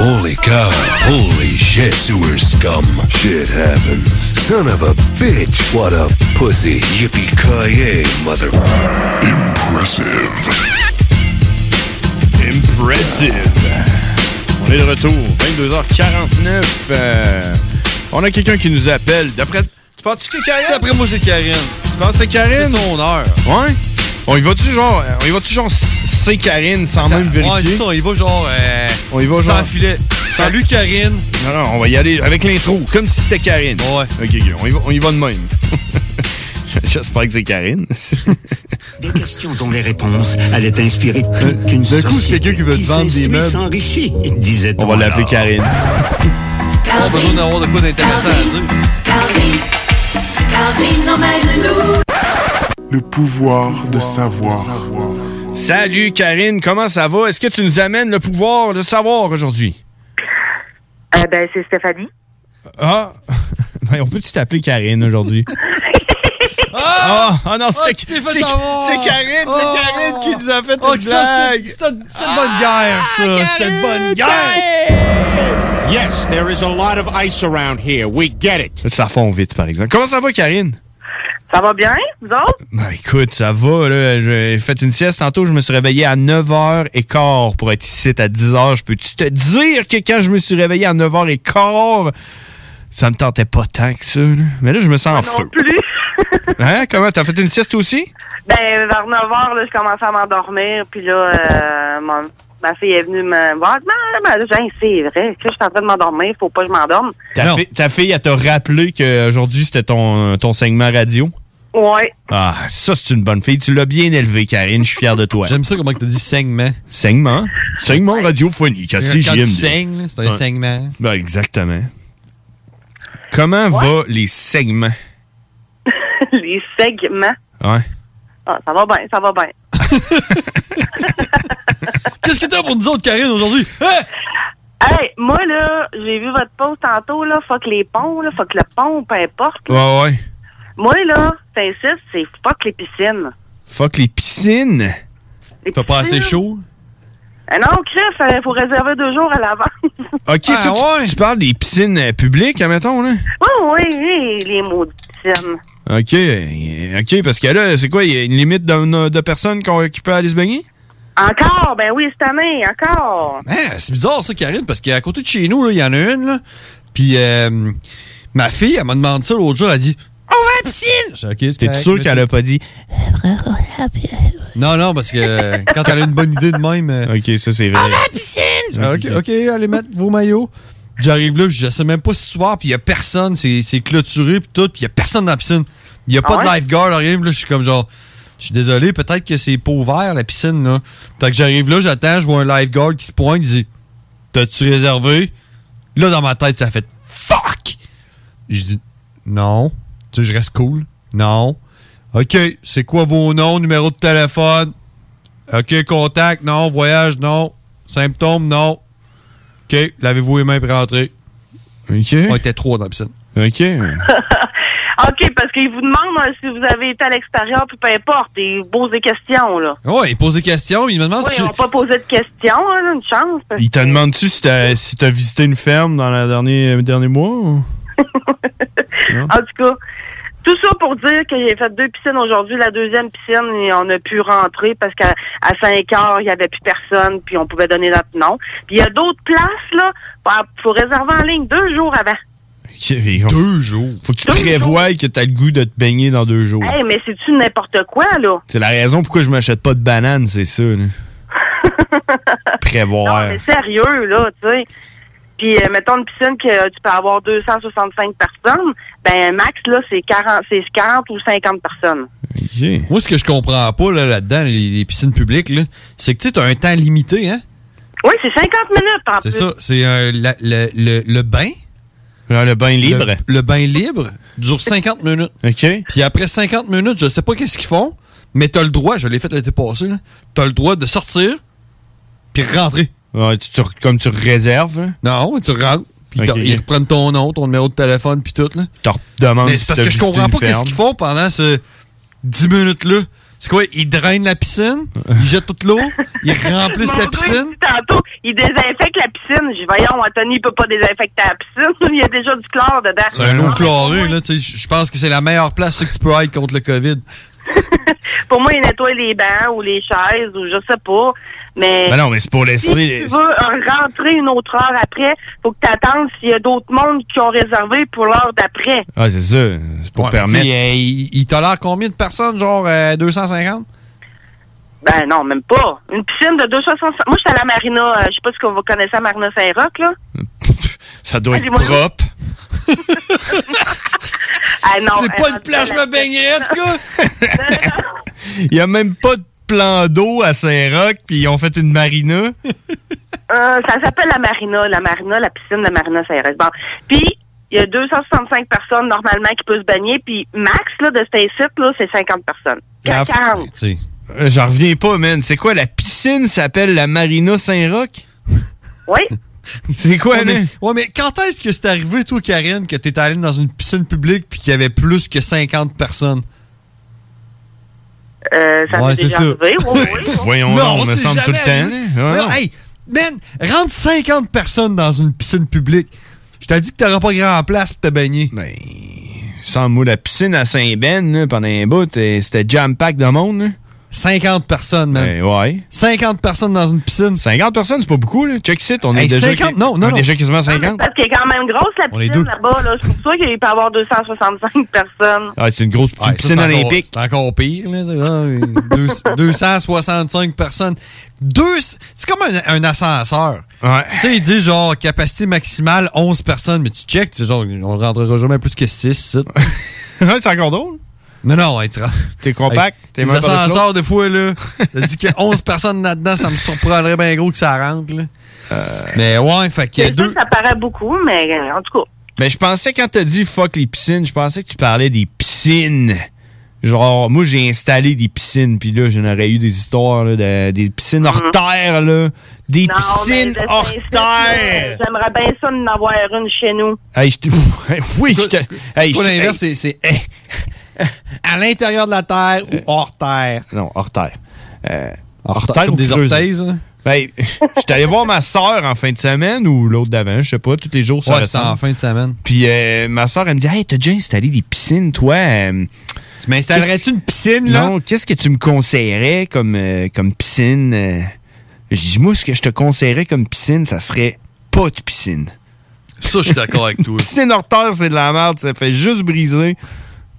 Speaker 23: Holy cow. Holy shit. Sewer scum. Shit happened. Son of a bitch. What a pussy. Yippee-ki-yay, mother... Impressive.
Speaker 7: Impressive. On est de retour, 22h49. Euh, on a quelqu'un qui nous appelle. D'après. Tu penses que c'est Karine? D'après moi, c'est Karine. Tu penses que c'est Karine? C'est son heure. Ouais? On y va-tu genre. euh, On y va-tu genre. c- C'est Karine sans même
Speaker 8: Ouais,
Speaker 7: vérifier?
Speaker 8: c'est ça, il va genre. euh,
Speaker 7: on y va
Speaker 8: sans
Speaker 7: genre.
Speaker 8: filet. Salut Karine.
Speaker 7: Non, non, on va y aller avec l'intro, comme si c'était Karine. Ouais. Ok, ok, on y va, on y va de même. J'espère que c'est Karine.
Speaker 24: Des questions dont les réponses allaient inspirer toute une
Speaker 7: D'un coup, c'est
Speaker 24: société
Speaker 7: quelqu'un qui veut te
Speaker 24: qui
Speaker 7: vendre des
Speaker 24: s'instruit
Speaker 7: meubles.
Speaker 24: s'enrichit, disait-on
Speaker 7: On va l'appeler
Speaker 24: alors.
Speaker 7: Karine.
Speaker 8: Pas besoin d'avoir de quoi d'intéressant à dire.
Speaker 7: Le pouvoir, de savoir. Salut Karine, comment ça va? Est-ce que tu nous amènes le pouvoir de savoir aujourd'hui?
Speaker 9: Euh, ben, c'est Stéphanie.
Speaker 7: Ah! Ben, on peut-tu t'appeler Karine aujourd'hui? Ah! Ah non, c'est
Speaker 8: tu t'es fait
Speaker 7: c'est-
Speaker 8: avoir!
Speaker 7: c'est Karine, c'est
Speaker 8: Oh!
Speaker 7: Karine qui nous a fait
Speaker 8: Oh,
Speaker 7: une
Speaker 8: ça,
Speaker 7: blague! Ah,
Speaker 8: c'était- C'était une c'était une bonne guerre, ça. C'était une bonne guerre.
Speaker 25: Yes, there is a lot of ice around here. We get it.
Speaker 7: Ça fond vite, par exemple. Comment ça va, Karine?
Speaker 9: Ça va bien, vous autres?
Speaker 7: Ben, écoute, ça va, là. J'ai fait une sieste tantôt, je me suis réveillé à 9h15 pour être ici à 10h. Je peux-tu te dire que quand je me suis réveillé à 9h15, ça me tentait pas tant que ça, là. Mais là, je me sens en feu. hein? Comment? T'as fait une sieste aussi?
Speaker 9: Ben, vers 9 h, là, je commençais à m'endormir, puis là, euh, mon- ma fille est venue me voir. Non, mais là, j'ai dit, Hey, c'est vrai, que je suis en train de m'endormir, faut pas que je m'endorme.
Speaker 7: Ta, fi- ta fille, elle t'a rappelé qu'aujourd'hui, c'était ton, ton segment radio?
Speaker 9: Ouais.
Speaker 7: Ah, ça, c'est une bonne fille. Tu l'as bien élevée, Karine. Je suis fier de toi. J'aime ça comment tu as dit segment. Segment. Segment radiophonique à
Speaker 8: Quand tu
Speaker 7: CJMD.
Speaker 8: saignes, là, c'est un
Speaker 7: Ouais.
Speaker 8: segment.
Speaker 7: Ben, exactement. Comment vont les segments?
Speaker 9: Les segments.
Speaker 7: Ouais.
Speaker 9: Ah, ça va bien, ça va bien.
Speaker 8: Qu'est-ce que t'as pour nous autres, Karine, aujourd'hui? Hein?
Speaker 9: Hey, moi, là, j'ai vu votre post tantôt, là, fuck les ponts, là, fuck le pont, peu importe.
Speaker 7: Ouais, ouais.
Speaker 9: Moi, là, t'insistes, c'est fuck les piscines.
Speaker 7: Fuck les piscines. T'as pas assez chaud?
Speaker 9: Ah non, Chris, il faut réserver deux jours à l'avance.
Speaker 7: Ok, toi,
Speaker 8: Ah,
Speaker 7: tu, tu parles des piscines euh, publiques, admettons, là?
Speaker 9: Oui, Oh, oui, oui, les maudites piscines.
Speaker 7: OK. euh, OK, parce que là, c'est quoi? Il y a une limite de, de personnes qu'on- qui peut aller se baigner?
Speaker 9: Encore, ben oui, cette année, encore.
Speaker 8: Hein, c'est bizarre ça, Karine, parce qu'à côté de chez nous, là, il y en a une, là. Puis euh, ma fille, elle m'a demandé ça l'autre jour, elle a dit On va à la piscine! J'ai dit, Ok, c'est
Speaker 7: T'es
Speaker 8: correct,
Speaker 7: sûr
Speaker 8: mais
Speaker 7: qu'elle a pas dit?
Speaker 8: Non, non, parce que euh, quand elle a une bonne idée de même.
Speaker 7: Ok, ça c'est vrai.
Speaker 8: On va à la piscine! J'ai dit, ok, ok, allez mettre vos maillots. J'arrive là, puis je sais même pas si tu vois, puis il y a personne, c'est c'est clôturé, puis tout, puis il y a personne dans la piscine. Il y a
Speaker 7: Ah
Speaker 8: pas
Speaker 7: ouais?
Speaker 8: de lifeguard, rien, puis là, je suis comme genre. Je suis désolé, peut-être que c'est pas ouvert la piscine, là. Fait que j'arrive là, j'attends, je vois un lifeguard qui se pointe, qui dit T'as-tu réservé? Là, dans ma tête, ça fait Fuck! Je dis non. Tu sais, je reste cool. Non. OK, c'est quoi vos noms, numéro de téléphone? OK, contact, non. Voyage, non. Symptômes, non. OK, lavez-vous les mains pour rentrer.
Speaker 7: OK.
Speaker 8: On était trois dans la piscine.
Speaker 7: OK.
Speaker 9: OK, parce qu'ils vous demandent hein, si vous avez été à l'extérieur, puis peu importe, et ils posent des questions, là.
Speaker 8: Ouais, Ben, il pose des questions, il me demande
Speaker 9: Oui,
Speaker 8: si
Speaker 9: ils
Speaker 8: j'ai-
Speaker 9: n'ont pas posé de questions, hein, une chance. parce
Speaker 7: Il te demande-tu si t'as si t'as visité une ferme dans le dernier, euh, dernier mois? ou-
Speaker 8: hein.
Speaker 9: En tout cas, tout ça pour dire qu'il a fait deux piscines aujourd'hui. La deuxième piscine, et on a pu rentrer parce qu'à à 5 heures, il n'y avait plus personne, puis on pouvait donner notre nom. Puis il y a d'autres places, là. Il faut réserver en ligne deux jours avant.
Speaker 7: Deux jours. Faut que tu prévoies que t'as le goût de te baigner dans deux
Speaker 8: Oh.
Speaker 7: jours.
Speaker 9: Hey, mais c'est-tu n'importe quoi, là?
Speaker 7: C'est la raison pourquoi je m'achète pas de bananes, c'est ça. là. Prévoir.
Speaker 9: Ah, Mais sérieux, là, tu sais. Puis, euh, mettons une piscine que euh, tu peux avoir 265 personnes, ben max, là, c'est 40, c'est 40 ou 50 personnes.
Speaker 8: Moi, ce que je comprends pas là, là-dedans, les, les piscines publiques, là, c'est que tu sais, as un temps limité, hein?
Speaker 9: Oui, c'est 50 minutes, en
Speaker 8: C'est
Speaker 9: plus.
Speaker 8: ça, c'est euh, la- le, le- le bain.
Speaker 7: le bain libre.
Speaker 8: Ah, Le, bain libre dure 50 minutes.
Speaker 7: OK.
Speaker 8: Puis après 50 minutes, je sais pas qu'est-ce qu'ils font, mais t'as le droit, je l'ai fait l'été passé, là, t'as le droit de sortir, puis rentrer.
Speaker 7: Ouais, tu- tu- comme tu réserves. là.
Speaker 8: Non, hein? tu rentres, puis
Speaker 7: Ok,
Speaker 8: t'as-
Speaker 7: ok.
Speaker 8: ils reprennent ton nom, ton numéro de téléphone, puis tout, là.
Speaker 7: Tu demandes
Speaker 8: Mais
Speaker 7: si
Speaker 8: c'est parce
Speaker 7: t'as
Speaker 8: que je
Speaker 7: visité
Speaker 8: comprends
Speaker 7: une
Speaker 8: pas qu'est-ce
Speaker 7: ferme.
Speaker 8: qu'ils font pendant ces 10 minutes-là. C'est quoi? Ils drainent la piscine, ils jettent toute l'eau, ils remplissent la
Speaker 9: Mon gars, il
Speaker 8: piscine.
Speaker 9: dit Tantôt, il désinfecte la piscine. J'ai dit, voyons, Anthony, il peut pas désinfecter la piscine. Il y a déjà du chlore dedans.
Speaker 8: Ah, C'est un eau chlorée, là. tu sais, Je je pense que c'est la meilleure place que tu peux être contre le COVID.
Speaker 9: Pour moi, il nettoie les bancs ou les chaises ou je sais pas. Mais.
Speaker 7: Ben non, mais c'est pour laisser
Speaker 9: Si
Speaker 7: les-
Speaker 9: tu veux euh, rentrer une autre heure après, faut que tu attendes s'il y a d'autres mondes qui ont réservé pour l'heure d'après.
Speaker 7: Ah, c'est ça. C'est pour
Speaker 8: Ouais,
Speaker 7: permettre.
Speaker 8: tu sais, euh, il, il tolère combien de personnes? Genre euh, 250?
Speaker 9: Ben non, même pas. Une piscine de 260. Moi, j'étais à la Marina. euh, je sais pas si vous connaissez la Marina Saint-Roch, là.
Speaker 7: Ça doit être
Speaker 9: Allez, moi-
Speaker 7: propre.
Speaker 9: Ah, non,
Speaker 8: C'est
Speaker 9: euh,
Speaker 8: pas une
Speaker 9: en tout
Speaker 8: plage,
Speaker 9: cas,
Speaker 8: je me baignerais, en tout cas!
Speaker 7: Il n'y a même pas de plan d'eau à Saint-Roch, puis ils ont fait une marina.
Speaker 9: Euh, ça s'appelle la marina, la marina, la piscine de la marina CRS. Bon. Puis, il y a 265 personnes normalement qui peuvent se baigner, puis max là, de cet site, là, c'est 50 personnes.
Speaker 7: La-
Speaker 9: 40.
Speaker 7: Euh, J'en reviens pas, man. C'est quoi, la piscine s'appelle la Marina Saint-Roch?
Speaker 9: Oui.
Speaker 7: C'est quoi,
Speaker 8: ouais,
Speaker 7: là?
Speaker 8: mais, ouais, mais quand est-ce que c'est arrivé, toi, Karine, que t'es allé dans une piscine publique puis qu'il y avait plus que 50 personnes?
Speaker 9: Euh, ça
Speaker 8: Ouais,
Speaker 9: m'est
Speaker 8: c'est
Speaker 9: déjà
Speaker 8: ça.
Speaker 9: arrivé. oui, oui, oui.
Speaker 7: Voyons
Speaker 8: Non,
Speaker 7: donc,
Speaker 8: on
Speaker 7: me
Speaker 8: s'est
Speaker 7: semble tout le
Speaker 8: jamais
Speaker 7: temps.
Speaker 8: allé.
Speaker 7: Ouais,
Speaker 8: Non,
Speaker 7: non.
Speaker 8: hey, man, rentre 50 personnes dans une piscine publique. Je t'ai dit que t'auras pas grand place pour te baigner.
Speaker 7: Ben, Sans moi, la piscine à Saint-Ben, là, pendant un bout, euh, c'était jam-pack de monde. Ben,
Speaker 8: 50 personnes, man.
Speaker 7: ouais.
Speaker 8: 50 personnes dans une piscine.
Speaker 7: 50 personnes, c'est pas beaucoup, là. Check it, on est
Speaker 8: Hey,
Speaker 7: déjà...
Speaker 8: 50? Non,
Speaker 7: on
Speaker 8: non,
Speaker 7: est
Speaker 8: non.
Speaker 7: déjà quasiment
Speaker 9: Non,
Speaker 7: 50.
Speaker 9: mais Parce qu'elle est quand même grosse, la
Speaker 7: On est
Speaker 9: piscine
Speaker 7: deux.
Speaker 9: là-bas. Là. C'est pour ça qu'il peut y avoir 265 personnes.
Speaker 7: Ah, c'est une grosse petite
Speaker 8: Ouais, ça,
Speaker 7: piscine
Speaker 8: c'est encore-
Speaker 7: olympique.
Speaker 8: C'est encore pire, là. Deux- 265 personnes. Deux, c'est comme un, un ascenseur. Tu sais, il dit genre capacité maximale 11 personnes, mais tu check, tu sais, genre, on rentrera jamais plus que 6,
Speaker 7: c'est encore drôle.
Speaker 8: Non, non, ouais, tu rentres.
Speaker 7: T'es compact, t'es
Speaker 8: Les
Speaker 7: main par-dessus
Speaker 8: ascenseurs, des fois, là. T'as dit que 11 personnes là-dedans, ça me surprendrait bien gros que ça rentre, là. Mais ouais, fait qu'il y a
Speaker 9: C'est sûr que Ça paraît beaucoup, mais euh, en tout cas.
Speaker 7: Mais Ben, je pensais, quand t'as dit fuck les piscines, je pensais que tu parlais des piscines. Genre, moi, j'ai installé des piscines, puis là, j'en aurais eu des histoires, là, de- des piscines hors terre, là. Des
Speaker 9: Mhm. Non, mais
Speaker 7: piscines
Speaker 9: de
Speaker 7: hors
Speaker 9: Saint-Cyr,
Speaker 7: terre!
Speaker 9: là, J'aimerais bien ça d'en avoir une chez nous.
Speaker 7: Hey, Ah, je t'ai- Oui, je t'ai- Hey, je
Speaker 8: Toi,
Speaker 7: t'ai-
Speaker 8: l'inverse, c'est- c'est hey, à l'intérieur de la Terre ou hors Terre.
Speaker 7: Euh, Non, hors terre. Euh, hors terre
Speaker 8: comme
Speaker 7: ou
Speaker 8: des
Speaker 7: creuse.
Speaker 8: orthèses, là?
Speaker 7: Ben, j'étais allé voir ma sœur en fin de semaine ou l'autre d'avant, je sais pas, tous les jours ça
Speaker 8: Ouais, c'était
Speaker 7: ressemble.
Speaker 8: en fin de semaine.
Speaker 7: Puis euh, ma sœur elle me dit "Hey, t'as déjà installé des piscines toi euh, Tu
Speaker 8: m'installerais-tu une piscine là
Speaker 7: Non, qu'est-ce que tu me conseillerais comme euh, comme piscine euh? Je dis moi ce que je te conseillerais comme piscine, ça serait pas de piscine.
Speaker 8: Ça, je suis d'accord avec toi.
Speaker 7: piscine hors terre, c'est de la merde, ça fait juste briser.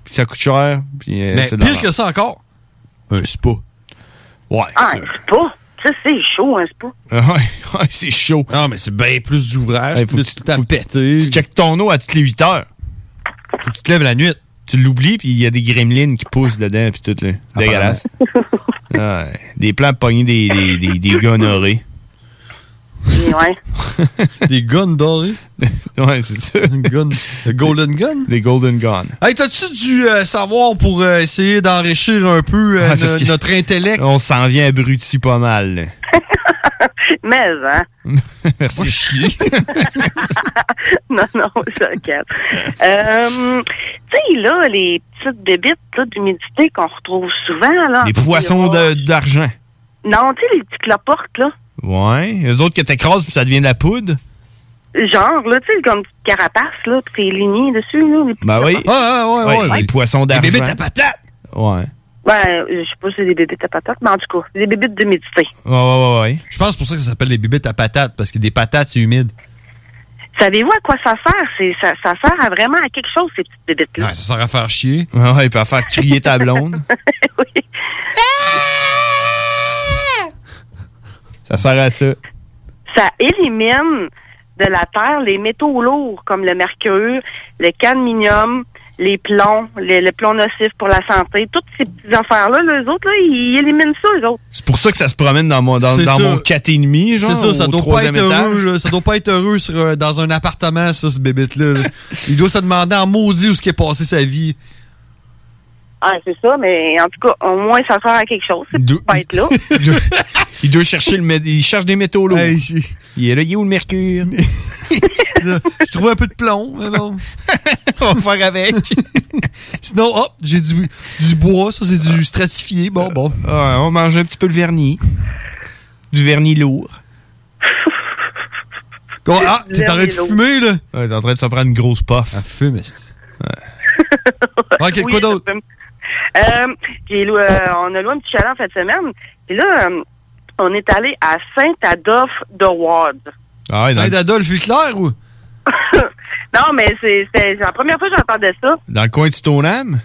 Speaker 7: Puis ça coûte cher, puis euh,
Speaker 8: Mais
Speaker 7: c'est de la
Speaker 8: pire
Speaker 7: merde.
Speaker 8: que ça encore, un spa.
Speaker 7: Ouais.
Speaker 9: Ah, un spa. Ça, c'est chaud, un spa.
Speaker 7: Euh, Ouais, ouais, c'est chaud.
Speaker 8: Non, mais c'est bien plus d'ouvrage, plus de temps pété.
Speaker 7: Tu checkes ton eau à toutes les 8 heures.
Speaker 8: Faut que tu te lèves la nuit.
Speaker 7: Tu l'oublies, puis il y a des gremlins qui poussent dedans, puis tout, là. Dégueulasse. Ouais. Des plans pour pogner des, des, des, des gonorrhées.
Speaker 9: Ouais.
Speaker 8: Des guns dorés.
Speaker 7: ouais, c'est ça.
Speaker 8: Gun, golden gun? Euh,
Speaker 7: Des golden guns.
Speaker 8: Hey, t'as-tu du euh, savoir pour euh, essayer d'enrichir un peu euh,
Speaker 7: Ouais, parce
Speaker 8: no-
Speaker 7: que-
Speaker 8: notre intellect?
Speaker 7: On s'en vient abruti pas mal. là.
Speaker 9: Mais, hein?
Speaker 7: Merci. chier.
Speaker 9: non, non, ça inquiète. Euh, tu sais, là, les petites bébites là, d'humidité qu'on retrouve souvent, là.
Speaker 7: Les poissons de- d'argent.
Speaker 9: Non, tu sais, les petits cloportes, là.
Speaker 7: Ouais. Eux autres que t'écrases puis ça devient de la poudre.
Speaker 9: Genre, là, tu sais, comme une petite carapace, là, pis c'est ligné dessus, là. les petits
Speaker 7: Ben oui.
Speaker 9: cloportes.
Speaker 7: Ah, ouais, ouais, Les poissons d'argent.
Speaker 9: bébites à
Speaker 7: patate. Ouais.
Speaker 9: Ben, je sais pas si c'est des bébites à patates, mais en tout cas, c'est des bébites d'humidité.
Speaker 8: Ouais, ouais, ouais. Je pense pour ça que ça s'appelle les bibites à patates, parce que des patates, c'est humide.
Speaker 9: Savez-vous à quoi ça sert? C'est, ça, ça sert à vraiment à quelque chose, ces petites bébites-là.
Speaker 8: Ouais, ça sert à faire chier.
Speaker 7: Ouais, ouais, puis à faire crier ta blonde. Ça sert à ça.
Speaker 9: Ça élimine de la terre les métaux lourds comme le mercure, le cadmium, les plombs, le, le plomb nocif pour la santé. Toutes ces petites affaires-là, là, eux autres, là, ils éliminent ça, eux autres.
Speaker 7: C'est pour ça que ça se promène dans mon, dans,
Speaker 8: C'est
Speaker 7: dans
Speaker 8: ça.
Speaker 7: mon 4,5, genre.
Speaker 8: C'est ça, ça
Speaker 7: au
Speaker 8: doit pas
Speaker 7: troisième
Speaker 8: être
Speaker 7: étage.
Speaker 8: heureux, là. ça doit pas être heureux sur, euh, dans un appartement, ça, ce bébête-là. là. Il doit se demander en maudit où ce qui est passé sa vie.
Speaker 9: Ah, c'est ça, mais en tout cas, au moins, ça sert à quelque chose, ces petites bêtes-là.
Speaker 7: Il doit chercher le mé- il cherche des métaux lourds. il est là, il est où le mercure?
Speaker 8: Je trouve un peu de plomb, mais bon. On va faire avec. Sinon, hop, j'ai du, du bois, ça c'est du stratifié. Bon, bon.
Speaker 7: Ah, on mange un petit peu de vernis. Du vernis lourd.
Speaker 8: Bon, ah, t'es en train de fumer, là?
Speaker 7: Ouais, t'es en train de se prendre une grosse puff. Elle
Speaker 8: fume,
Speaker 9: OK, quoi d'autre? Euh, on a loué un petit chalet en fin de semaine. Puis là, euh, on est allé à Saint-Adolphe de Ward.
Speaker 7: Ah,
Speaker 8: ouais, Adolphe Hitler ou?
Speaker 9: Non, mais c'est c'est la première fois que j'entendais ça.
Speaker 7: Dans le coin du Stoneham?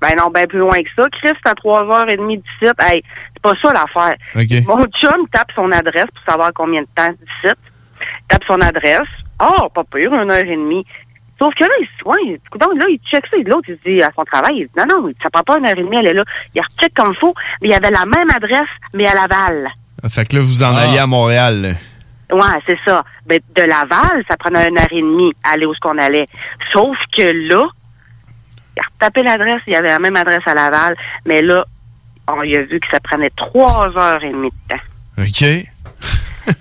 Speaker 9: Ben non, ben plus loin que ça. Chris, c'est à 3h30 d'ici. Hey, c'est pas ça l'affaire.
Speaker 7: OK.
Speaker 9: Mon chum tape son adresse pour savoir combien de temps d'ici. Tape son adresse. Oh, pas pire, une heure et demie. Sauf que là, il se ouais, donc là, il check ça. Et l'autre, il dit à son travail, il dit, non, non, ça prend pas une heure et demie, elle est là. Il recheck comme faut, mais il avait la même adresse, mais à Laval.
Speaker 7: Fait que là, vous en alliez à Montréal. là.
Speaker 9: Ouais, c'est ça. Ben, de Laval, ça prenait une heure et demie à aller où ce qu'on allait. Sauf que là, il a retapé l'adresse, il y avait la même adresse à Laval, mais là, on y a vu que ça prenait trois heures et demie de temps.
Speaker 7: OK.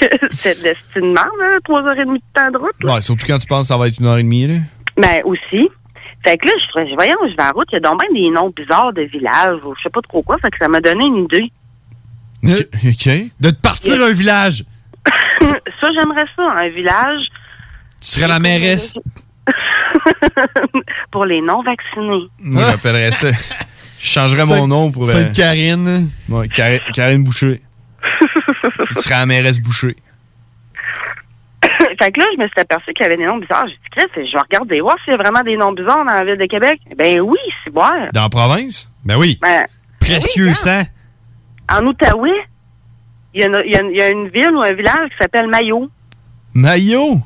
Speaker 9: que c'est destinement, là, trois heures et demie de temps de route.
Speaker 7: Ouais, surtout quand tu penses que ça va être une heure et demie, là.
Speaker 9: Mais aussi. Fait que là, je trouvais, voyons, je vais en route, il y a donc bien des noms bizarres de villages ou je sais pas trop quoi, fait que ça m'a donné une idée.
Speaker 7: OK.
Speaker 8: Euh, De te partir un village.
Speaker 9: ça, j'aimerais ça, un village
Speaker 8: Tu serais la mairesse.
Speaker 9: pour les non-vaccinés.
Speaker 7: Moi, j'appellerais ça. Je changerais mon nom pour. euh,
Speaker 8: Sainte Karine.
Speaker 7: Ouais, Cari- Karine Boucher. tu serais la mairesse Boucher.
Speaker 9: fait que là, je me suis aperçue qu'il y avait des noms bizarres. J'ai dit, Chris, je vais regarder voir s'il y a vraiment des noms bizarres dans la ville de Québec. Ben oui, c'est boire.
Speaker 7: Dans la province? Ben oui.
Speaker 9: Ben,
Speaker 8: Précieux sang.
Speaker 9: en Outaouais, il y, en a- il y a- il y a une ville ou un village qui s'appelle Mayo.
Speaker 7: Mayo.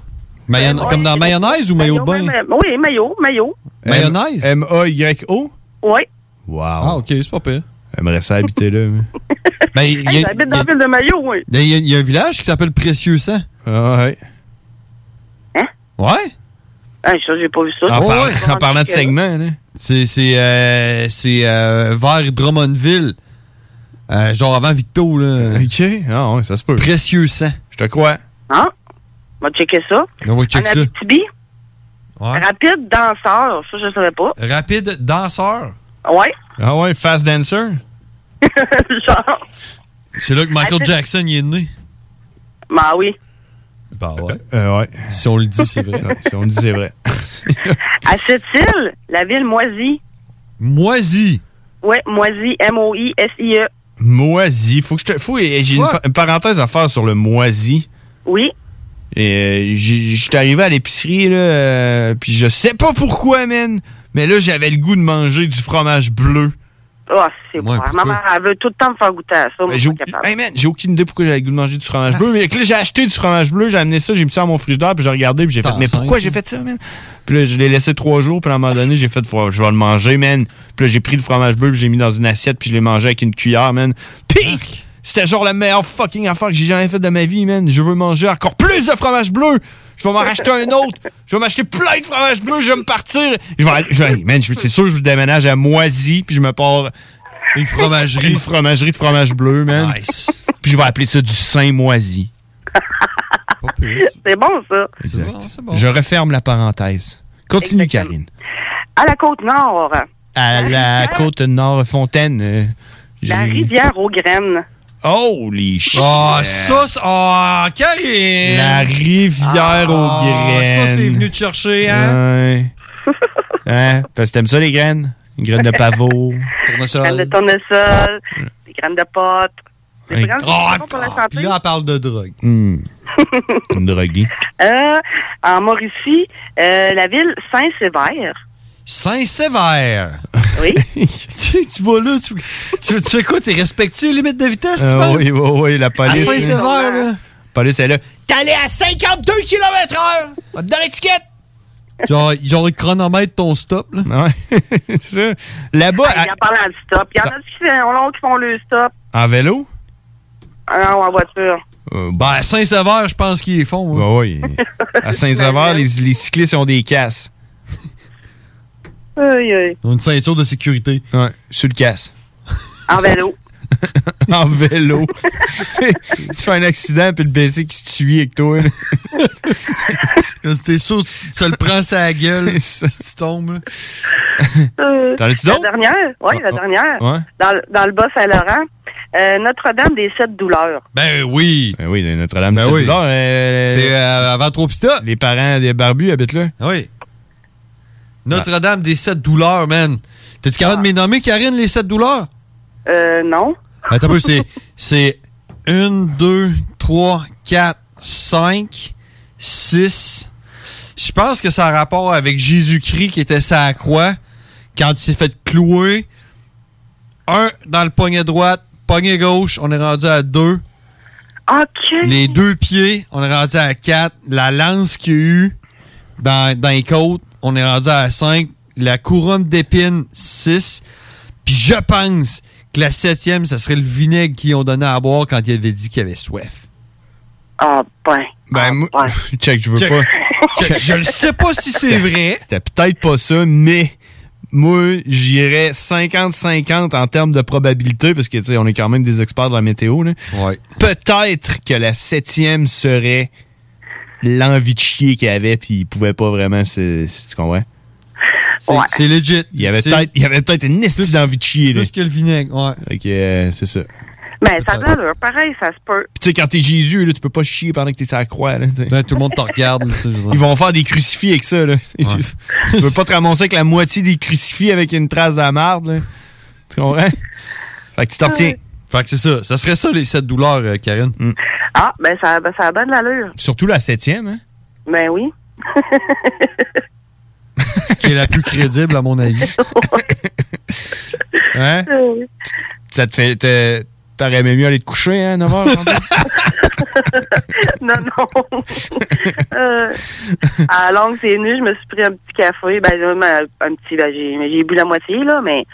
Speaker 8: Mayon- Comme dans mayonnaise ou maillot de bain?
Speaker 9: Même, euh, oui, Mayo, Mayo.
Speaker 8: Mayonnaise?
Speaker 7: M-A-Y-O?
Speaker 9: Oui.
Speaker 7: Wow. Ah,
Speaker 8: OK, c'est pas pire.
Speaker 7: J'aimerais ça habiter là.
Speaker 8: Ben, il
Speaker 9: Hey,
Speaker 8: y, a- ben,
Speaker 9: J'habite dans la ville de Mayo, oui.
Speaker 8: il y a- il y a un village qui s'appelle Précieux Sang.
Speaker 7: Ah, ouais.
Speaker 9: Hein?
Speaker 8: Ouais?
Speaker 9: Ah, ça, j'ai pas vu ça.
Speaker 8: En par-
Speaker 7: en parlant de segment, là.
Speaker 8: C'est c'est, euh, c'est, euh, vers Drummondville. Euh, genre avant Victo, là.
Speaker 7: OK. Ah ouais, ça se peut.
Speaker 8: Précieux sang.
Speaker 7: Je te crois.
Speaker 9: Hein? On va checker ça.
Speaker 8: On va checker
Speaker 9: en
Speaker 8: ça.
Speaker 9: Abitibi,
Speaker 8: Ouais.
Speaker 9: rapide danseur. Ça, je savais pas.
Speaker 8: Rapide danseur.
Speaker 9: Oui.
Speaker 7: Ah ouais, fast dancer.
Speaker 9: Genre.
Speaker 8: C'est là que Michael
Speaker 9: Ah, c'est-
Speaker 8: Jackson y est né.
Speaker 9: Ben oui.
Speaker 8: Bah ouais.
Speaker 7: ouais.
Speaker 8: Si on le dit, c'est vrai.
Speaker 7: Ouais, si on le dit, c'est vrai.
Speaker 9: À cette île, la ville Moisy.
Speaker 8: Moisy.
Speaker 9: Oui, Moisy, M-O-I-S-I-E.
Speaker 7: Moisi. Faut que je te. Faut, et j'ai une,
Speaker 9: Ouais.
Speaker 7: pa- une parenthèse à faire sur le moisi.
Speaker 9: Oui.
Speaker 7: Et euh, j'ai- j'étais arrivé à l'épicerie, là, euh, puis je sais pas pourquoi, man, mais là, j'avais le goût de manger du fromage bleu.
Speaker 9: Ah, c'est
Speaker 7: Ouais,
Speaker 9: ouais,
Speaker 7: pourquoi?
Speaker 9: Maman, elle veut tout le temps me faire goûter à ça. Moi,
Speaker 7: Ben,
Speaker 9: je
Speaker 7: j'ai,
Speaker 9: suis
Speaker 7: au-
Speaker 9: pas capable.
Speaker 7: Hey, man, j'ai aucune idée pourquoi j'avais le goût de manger du
Speaker 9: Ah.
Speaker 7: fromage bleu, mais que là, j'ai acheté du fromage bleu, j'ai amené ça, j'ai mis ça à mon frigidaire, puis j'ai regardé, puis j'ai fait, mais pourquoi j'ai fait ça, man? Puis là, je l'ai laissé trois jours, puis à un moment donné, j'ai fait, Faut- je vais le manger, man. Puis là, j'ai pris le fromage bleu, puis j'ai mis dans une assiette, puis je l'ai mangé avec une cuillère, man. Pique! C'était genre la meilleure fucking affaire que j'ai jamais faite de ma vie, man. Je veux manger encore plus de fromage bleu. Je vais m'en racheter un autre. Je vais m'acheter plein de fromage bleu. Je vais me partir. Je vais, aller- je vais- man, je- c'est sûr, je déménage à Moisy, puis je me pars
Speaker 8: Une fromagerie.
Speaker 7: Une fromagerie de fromage bleu, man. Nice. Puis je vais appeler ça du saint moisi.
Speaker 9: C'est bon, ça.
Speaker 7: Exact. Je referme la parenthèse. Continue, Karine.
Speaker 9: À la Côte-Nord,
Speaker 7: À la côte nord fontaine. euh,
Speaker 9: la
Speaker 7: j'ai-
Speaker 9: rivière aux graines.
Speaker 7: Holy shit.
Speaker 8: Ah, ça, c'est- ah, Karine!
Speaker 7: La rivière aux graines.
Speaker 8: Ah, Ça, c'est venu te chercher, hein?
Speaker 7: Ouais. Hein? Parce que t'aimes ça, les graines? Une graine de pavot.
Speaker 9: Graines de tournesol, des graines de potes. Des
Speaker 7: Hey.
Speaker 9: graines
Speaker 7: Oh,
Speaker 9: c'est bon pour la santé.
Speaker 8: Puis ah, là, elle parle de drogue.
Speaker 7: Hmm. Une droguée.
Speaker 9: Euh, en Mauricie, euh, la ville Saint-Sévère.
Speaker 8: Saint-Sévère.
Speaker 9: Oui.
Speaker 8: tu, tu vas là, tu, tu, tu fais quoi? T'es respectueux, limite de vitesse, tu
Speaker 7: Euh,
Speaker 8: penses?
Speaker 7: oui, oui, oui,
Speaker 8: Ah,
Speaker 7: la police.
Speaker 8: À Saint-Sévère, là.
Speaker 7: La police est là.
Speaker 10: T'es allé à 52 km heure! On te donne l'étiquette!
Speaker 8: Genre, genre, ils chronomètrent ton stop, là.
Speaker 7: Ouais. Là-bas.
Speaker 9: Ah, Il en parle en stop. Il y en a qui font, qui font le stop
Speaker 7: En vélo?
Speaker 9: euh, en voiture.
Speaker 8: Euh,
Speaker 7: ben, à Saint-Sauveur, je pense qu'ils font.
Speaker 8: hein.
Speaker 7: Ben oui. À Saint-Sauveur, les, les cyclistes ont des casses.
Speaker 9: Aïe, aïe.
Speaker 8: Une ceinture de sécurité.
Speaker 7: Ouais, sur le casse.
Speaker 9: En vélo.
Speaker 7: en vélo. tu fais un accident, puis le BC qui se tue avec toi.
Speaker 8: Comme si t'es sûr, tu tu te le prends sur la gueule si tu tombes.
Speaker 9: Euh,
Speaker 8: T'en as-tu
Speaker 9: La
Speaker 8: d'autres?
Speaker 9: dernière. Oui,
Speaker 8: Ah,
Speaker 9: la
Speaker 8: ah,
Speaker 9: dernière.
Speaker 7: ouais.
Speaker 9: Dans, le- dans le Bas-Saint-Laurent. euh, Notre-Dame des Sept Douleurs.
Speaker 8: Ben oui.
Speaker 7: Ben oui, Notre-Dame.
Speaker 8: Ben
Speaker 7: c'est
Speaker 8: oui.
Speaker 7: bizarre, euh,
Speaker 8: C'est euh, avant Ah. trop
Speaker 7: Les parents des barbus habitent là.
Speaker 8: Oui. Notre-Dame des sept douleurs, man. T'es-tu capable de me les nommer, Karine, les sept douleurs? Ben,
Speaker 9: Euh, non.
Speaker 8: Attends un peu, c'est- c'est 1, 2, 3, 4, 5, 6. Je pense que ça a rapport avec Jésus-Christ qui était sa croix quand il s'est fait clouer. Un dans le poignet droite, poignet gauche, on est rendu à deux.
Speaker 9: OK.
Speaker 8: Les deux pieds, on est rendu à 4. La lance qu'il y a eu dans, dans les côtes, on est rendu à 5. La couronne d'épines, 6. Puis je pense que la septième, ça serait le vinaigre qu'ils ont donné à boire quand il avait dit qu'il avait soif.
Speaker 9: Ah, ben.
Speaker 7: Ben, moi, check, je veux
Speaker 8: Check.
Speaker 7: pas.
Speaker 8: Check. Je le sais pas si c'est
Speaker 7: C'était-
Speaker 8: vrai.
Speaker 7: C'était peut-être pas ça, mais moi, j'irais 50-50 en termes de probabilité, parce que, tu sais, on est quand même des experts de la météo, là. Peut-être que la septième serait l'envie de chier qu'il avait, puis il pouvait pas vraiment se. Tu comprends?
Speaker 8: C'est c'est legit.
Speaker 7: Il y avait
Speaker 8: C'est-
Speaker 7: peut-être il y avait peut-être une esti d'envie de chier, là.
Speaker 8: Plus que le vinaigre, ouais.
Speaker 7: Fait que, euh, c'est ça.
Speaker 9: Ben, ça a de l'allure. Pareil, ça se peut.
Speaker 7: Puis tu sais, quand t'es Jésus, là, tu peux pas chier pendant que t'es sur la croix. Là,
Speaker 8: Ben, tout le monde te regarde.
Speaker 7: Ils vont faire des crucifix avec ça. Là. tu veux pas te ramasser avec la moitié des crucifix avec une trace de la marde. là. Tu comprends? Fait que tu t'en retiens.
Speaker 8: Fait que c'est ça. Ça serait ça, les sept douleurs, euh, Karine.
Speaker 7: Mm.
Speaker 9: Ah, ben, ça, ben, ça a bien de l'allure.
Speaker 7: Surtout la septième, hein?
Speaker 9: Ben oui.
Speaker 8: Qui est la plus crédible, à mon avis.
Speaker 7: Hein?
Speaker 9: Euh,
Speaker 7: Ça te fait. te- T'aurais aimé mieux aller te coucher, hein, 9 heures?
Speaker 9: non, non. Euh, à longue, c'est nu, je me suis pris un petit café. Ben, là, ma- un petit, ben, j'ai j'ai bu la moitié, là, mais.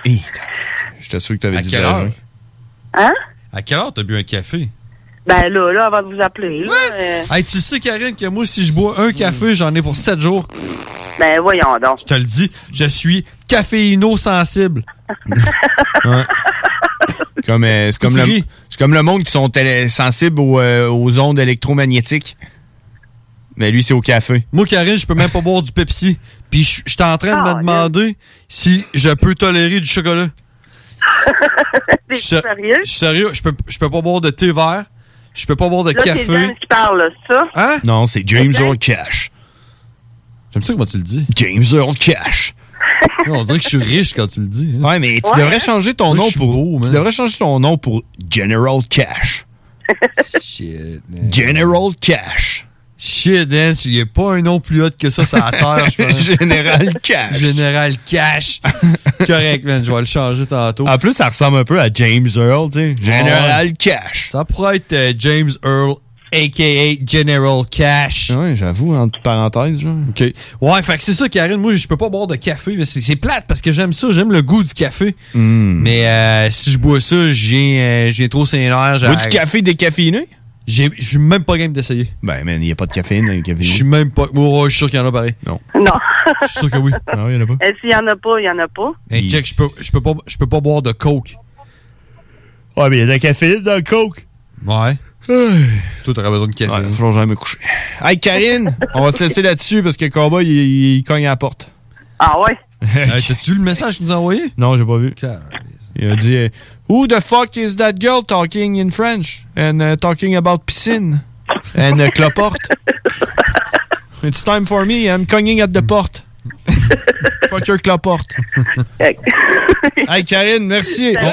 Speaker 7: J'étais sûr que t'avais dit
Speaker 8: quelle
Speaker 7: la
Speaker 8: heure?
Speaker 7: journée.
Speaker 9: Hein?
Speaker 8: À quelle heure t'as bu un café?
Speaker 9: Ben, là, là, avant de vous appeler, là. euh,
Speaker 8: Hey, tu sais, Karine, que moi, si je bois un café, j'en ai pour 7 jours.
Speaker 9: Ben, voyons donc.
Speaker 8: Je te le dis, je suis caféino-sensible.
Speaker 7: Ouais. Comme, euh, c'est comme, le-
Speaker 8: ris.
Speaker 7: c'est comme le monde qui sont télé- sensibles aux, euh, aux ondes électromagnétiques. Mais lui, c'est au café.
Speaker 8: Moi, Karine, je peux même pas boire du Pepsi. Puis je je suis en train
Speaker 9: Ah,
Speaker 8: de me demander si je peux tolérer du chocolat.
Speaker 9: T'es
Speaker 8: Je suis-
Speaker 9: sérieux?
Speaker 8: Je suis sérieux, je peux, je peux pas boire de thé vert. Je peux pas boire de
Speaker 9: Là, c'est James
Speaker 8: café.
Speaker 9: qui parle, là, c'est ça?
Speaker 8: Hein?
Speaker 7: Non, c'est James
Speaker 9: Ok.
Speaker 7: Earl Cash.
Speaker 8: J'aime ça comment tu le dis.
Speaker 7: James Earl Cash.
Speaker 8: On dirait que je suis riche quand tu le dis. hein.
Speaker 7: Ouais, mais tu
Speaker 8: Ouais, hein?
Speaker 7: devrais changer ton
Speaker 8: Tu sais que
Speaker 7: nom
Speaker 8: je suis
Speaker 7: pour.
Speaker 8: beau, man.
Speaker 7: tu devrais changer ton nom pour General Cash.
Speaker 8: Shit.
Speaker 7: General Cash.
Speaker 8: Shit, Dan, il n'y a pas un nom plus hot que ça, ça terre, je pense.
Speaker 7: Général Cash.
Speaker 8: Général Cash. Correct, man, je vais le changer tantôt.
Speaker 7: En plus, ça ressemble un peu à James Earl, tu sais. General
Speaker 8: Ah Ouais.
Speaker 7: Cash.
Speaker 8: Ça pourrait être euh, James Earl, a.k.a. General Cash.
Speaker 7: Ah Ouais, j'avoue, entre parenthèses, genre.
Speaker 8: OK. Ouais, fait que c'est ça, Karine. Moi, je peux pas boire de café. mais C'est c'est plate parce que j'aime ça. J'aime le goût du café.
Speaker 7: Hmm.
Speaker 8: Mais euh, si je bois ça, j'ai euh, j'ai trop ses nerfs.
Speaker 7: Bois du café décaféiné?
Speaker 8: J'ai- Je suis même pas game d'essayer.
Speaker 7: Ben, man, il n'y a pas de caféine dans le café.
Speaker 8: Je suis même pas. Oh, je suis sûr qu'il y en a pareil.
Speaker 7: Non.
Speaker 9: Non.
Speaker 8: Je suis sûr que oui.
Speaker 9: Eh,
Speaker 7: Non, il n'y en a pas.
Speaker 9: Et s'il y en a pas, il y en a pas.
Speaker 8: Hey, check, je peux, je peux, pas, je peux pas boire de coke.
Speaker 26: Ouais, mais il y a de la caféine dans le coke.
Speaker 8: Ouais.
Speaker 7: Toi, t'aurais besoin de Karine. Ouais, faut que j'aille me coucher. Hey, Karine, on va se laisser là-dessus parce que le combat, il, il cogne à la porte.
Speaker 9: Ah ouais?
Speaker 7: T'as-tu le message qu'il nous a envoyé? Non, j'ai pas vu. Il a dit euh, Who the fuck is that girl talking in French and uh, talking about piscine and uh, cloporte? It's time for me. I'm cogning at the porte. fuck your cloporte. hey, Karine, merci. On,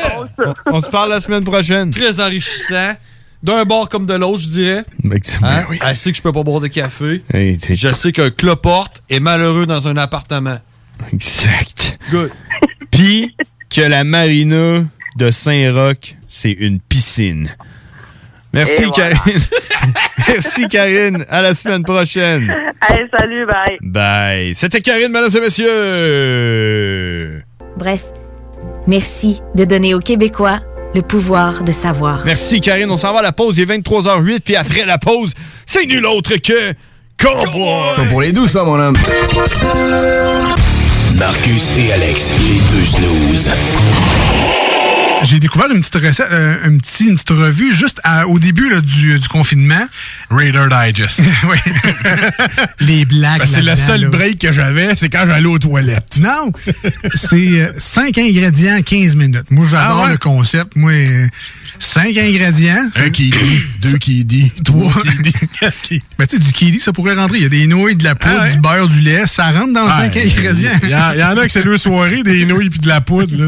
Speaker 7: on- on se parle la semaine prochaine.
Speaker 8: Très enrichissant. D'un bord comme de l'autre, je dirais.
Speaker 26: Ben,
Speaker 8: Hein? Elle sait que je peux pas boire de café. Je sais qu'un cloporte est malheureux dans un appartement.
Speaker 26: Exact.
Speaker 8: Good.
Speaker 26: Puis que la marina de Saint-Roch, c'est une piscine.
Speaker 7: Merci, Karine. merci, Karine. À la semaine
Speaker 8: Hmm.
Speaker 7: prochaine.
Speaker 9: Hey, salut, bye.
Speaker 7: Bye. C'était Karine, mesdames et messieurs.
Speaker 12: Bref, merci de donner aux Québécois le pouvoir de savoir.
Speaker 7: Merci, Karine. On s'en va à la pause. Il est 23h08. Puis après la pause, c'est nul autre que Cowboy.
Speaker 3: Pour les douces, ça, mon homme. Marcus et Alex, les deux snooze.
Speaker 27: J'ai découvert une petite recette, euh, une, petite, une petite revue juste à- au début là, du, du confinement.
Speaker 28: Raider Digest.
Speaker 27: oui. Les blagues.
Speaker 28: Ben, c'est le
Speaker 27: là-dedans,
Speaker 28: seul
Speaker 27: là.
Speaker 28: break que j'avais, c'est quand j'allais aux toilettes.
Speaker 27: Non! c'est 5 ingrédients, 15 minutes. Moi, j'adore
Speaker 28: Ah ouais?
Speaker 27: le concept. Moi, 5 ingrédients.
Speaker 28: Un qui dit, deux qui dit, trois qui dit.
Speaker 27: Mais Ben, tu sais, du kiwi, ça pourrait rentrer. Il y a des nouilles, de la poudre, du beurre, du lait. Ça rentre dans 5 ingrédients.
Speaker 28: Ah Il y, a- y en a que c'est deux soirées, des nouilles puis de la poudre. là.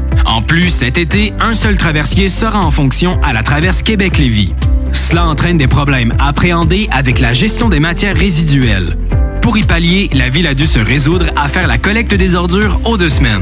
Speaker 16: En plus, cet été, un seul traversier sera en fonction à la traverse Québec-Lévis. Cela entraîne des problèmes appréhendés avec la gestion des matières résiduelles. Pour y pallier, la ville a dû se résoudre à faire la collecte des ordures aux deux semaines.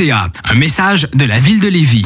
Speaker 16: Un message de la ville de Lévis.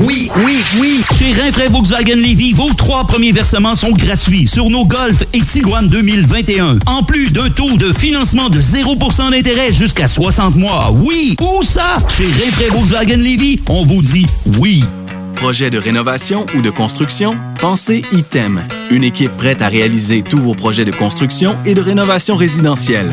Speaker 29: Oui, oui, oui. Chez Rainfray Volkswagen Levy, vos trois premiers versements sont gratuits sur nos Golf et Tiguan 2021. En plus d'un taux de financement de 0% d'intérêt jusqu'à 60 mois. Oui, où ça? Chez Rainfray Volkswagen Levy, on vous dit oui.
Speaker 4: Projet de rénovation ou de construction? Pensez Item. Une équipe prête à réaliser tous vos projets de construction et de rénovation résidentielle.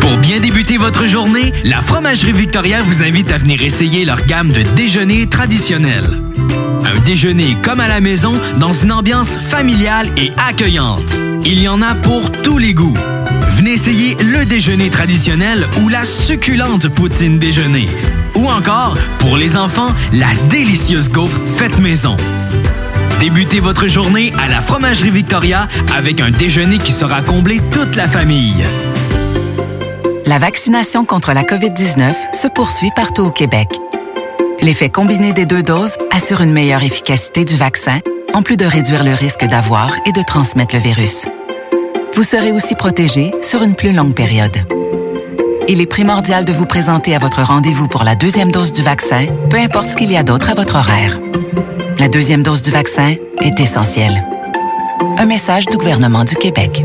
Speaker 16: Pour bien débuter votre journée, la Fromagerie Victoria vous invite à venir essayer leur gamme de déjeuners traditionnels. Un déjeuner comme à la maison dans une ambiance familiale et accueillante. Il y en a pour tous les goûts. Venez essayer le déjeuner traditionnel ou la succulente poutine déjeuner. Ou encore, pour les enfants, la délicieuse gaufre faite maison. Débutez votre journée à la Fromagerie Victoria avec un déjeuner qui sera comblé toute la famille.
Speaker 22: La vaccination contre la COVID-19 se poursuit partout au Québec. L'effet combiné des deux doses assure une meilleure efficacité du vaccin, en plus de réduire le risque d'avoir et de transmettre le virus. Vous serez aussi protégé sur une plus longue période. Il est primordial de vous présenter à votre rendez-vous pour la deuxième dose du vaccin, peu importe ce qu'il y a d'autre à votre horaire. La deuxième dose du vaccin est essentielle. Un message du gouvernement du Québec.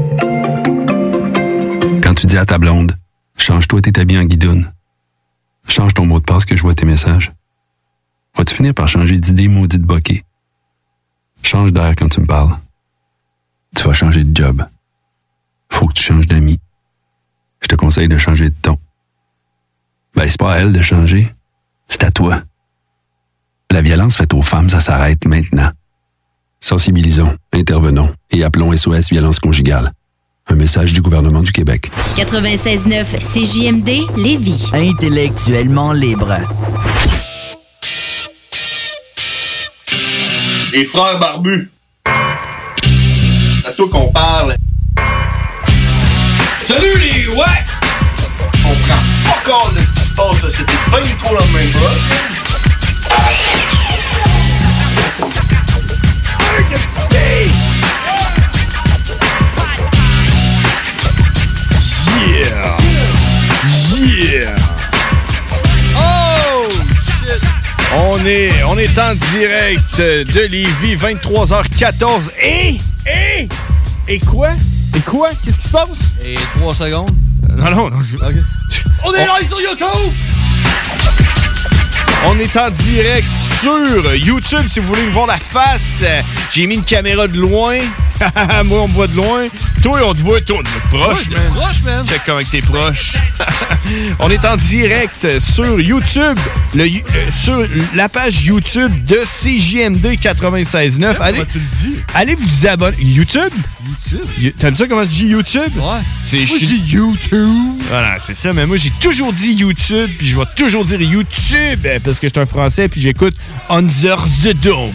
Speaker 20: Quand tu dis à ta blonde, change-toi tes habits en guidoune. Change ton mot de passe que je vois tes messages. Vas-tu finir par changer d'idée maudite bokeh? Change d'air quand tu me parles. Tu vas changer de job. Faut que tu changes d'amis. Je te conseille de changer de ton. Ben, c'est pas à elle de changer. C'est à toi. La violence faite aux femmes, ça s'arrête maintenant. Sensibilisons, intervenons et appelons SOS Violence Conjugale. Un message du gouvernement du Québec.
Speaker 21: 96.9 CJMD Lévis.
Speaker 12: Hein?
Speaker 6: Intellectuellement libre.
Speaker 25: Les frères barbus. C'est à toi qu'on parle. Salut les ouais! On prend pas compte de ce qui se passe, là. C'était pas du tout la même
Speaker 7: Yeah! Yeah! Oh! shit. On est, on est en direct de Lévis, 23h14 et... Et... Et quoi? Et quoi? Qu'est-ce qui se passe?
Speaker 8: Et 3 secondes.
Speaker 7: Euh, Non, non, non. je-
Speaker 8: On est live sur YouTube!
Speaker 7: On est en direct sur YouTube si vous voulez me voir la face. Euh, J'ai mis une caméra de loin. Moi, on me voit de loin. Toi, on te voit, toi, on te voit de proche.
Speaker 8: Moi, je te proche, man.
Speaker 7: Check comment que t'es proche. on est en direct sur YouTube, le, you- euh, sur la page YouTube de CJMD 96.9. Allez,
Speaker 8: tu le dis?
Speaker 7: allez vous abonner. YouTube? You- T'aimes ça comment je dis YouTube? Ouais. C'est
Speaker 8: Moi, je dis
Speaker 7: YouTube. Voilà, c'est ça. Mais moi, j'ai toujours dit YouTube, puis je vais toujours dire YouTube, euh, parce que je suis un Français, puis j'écoute Under the Dome.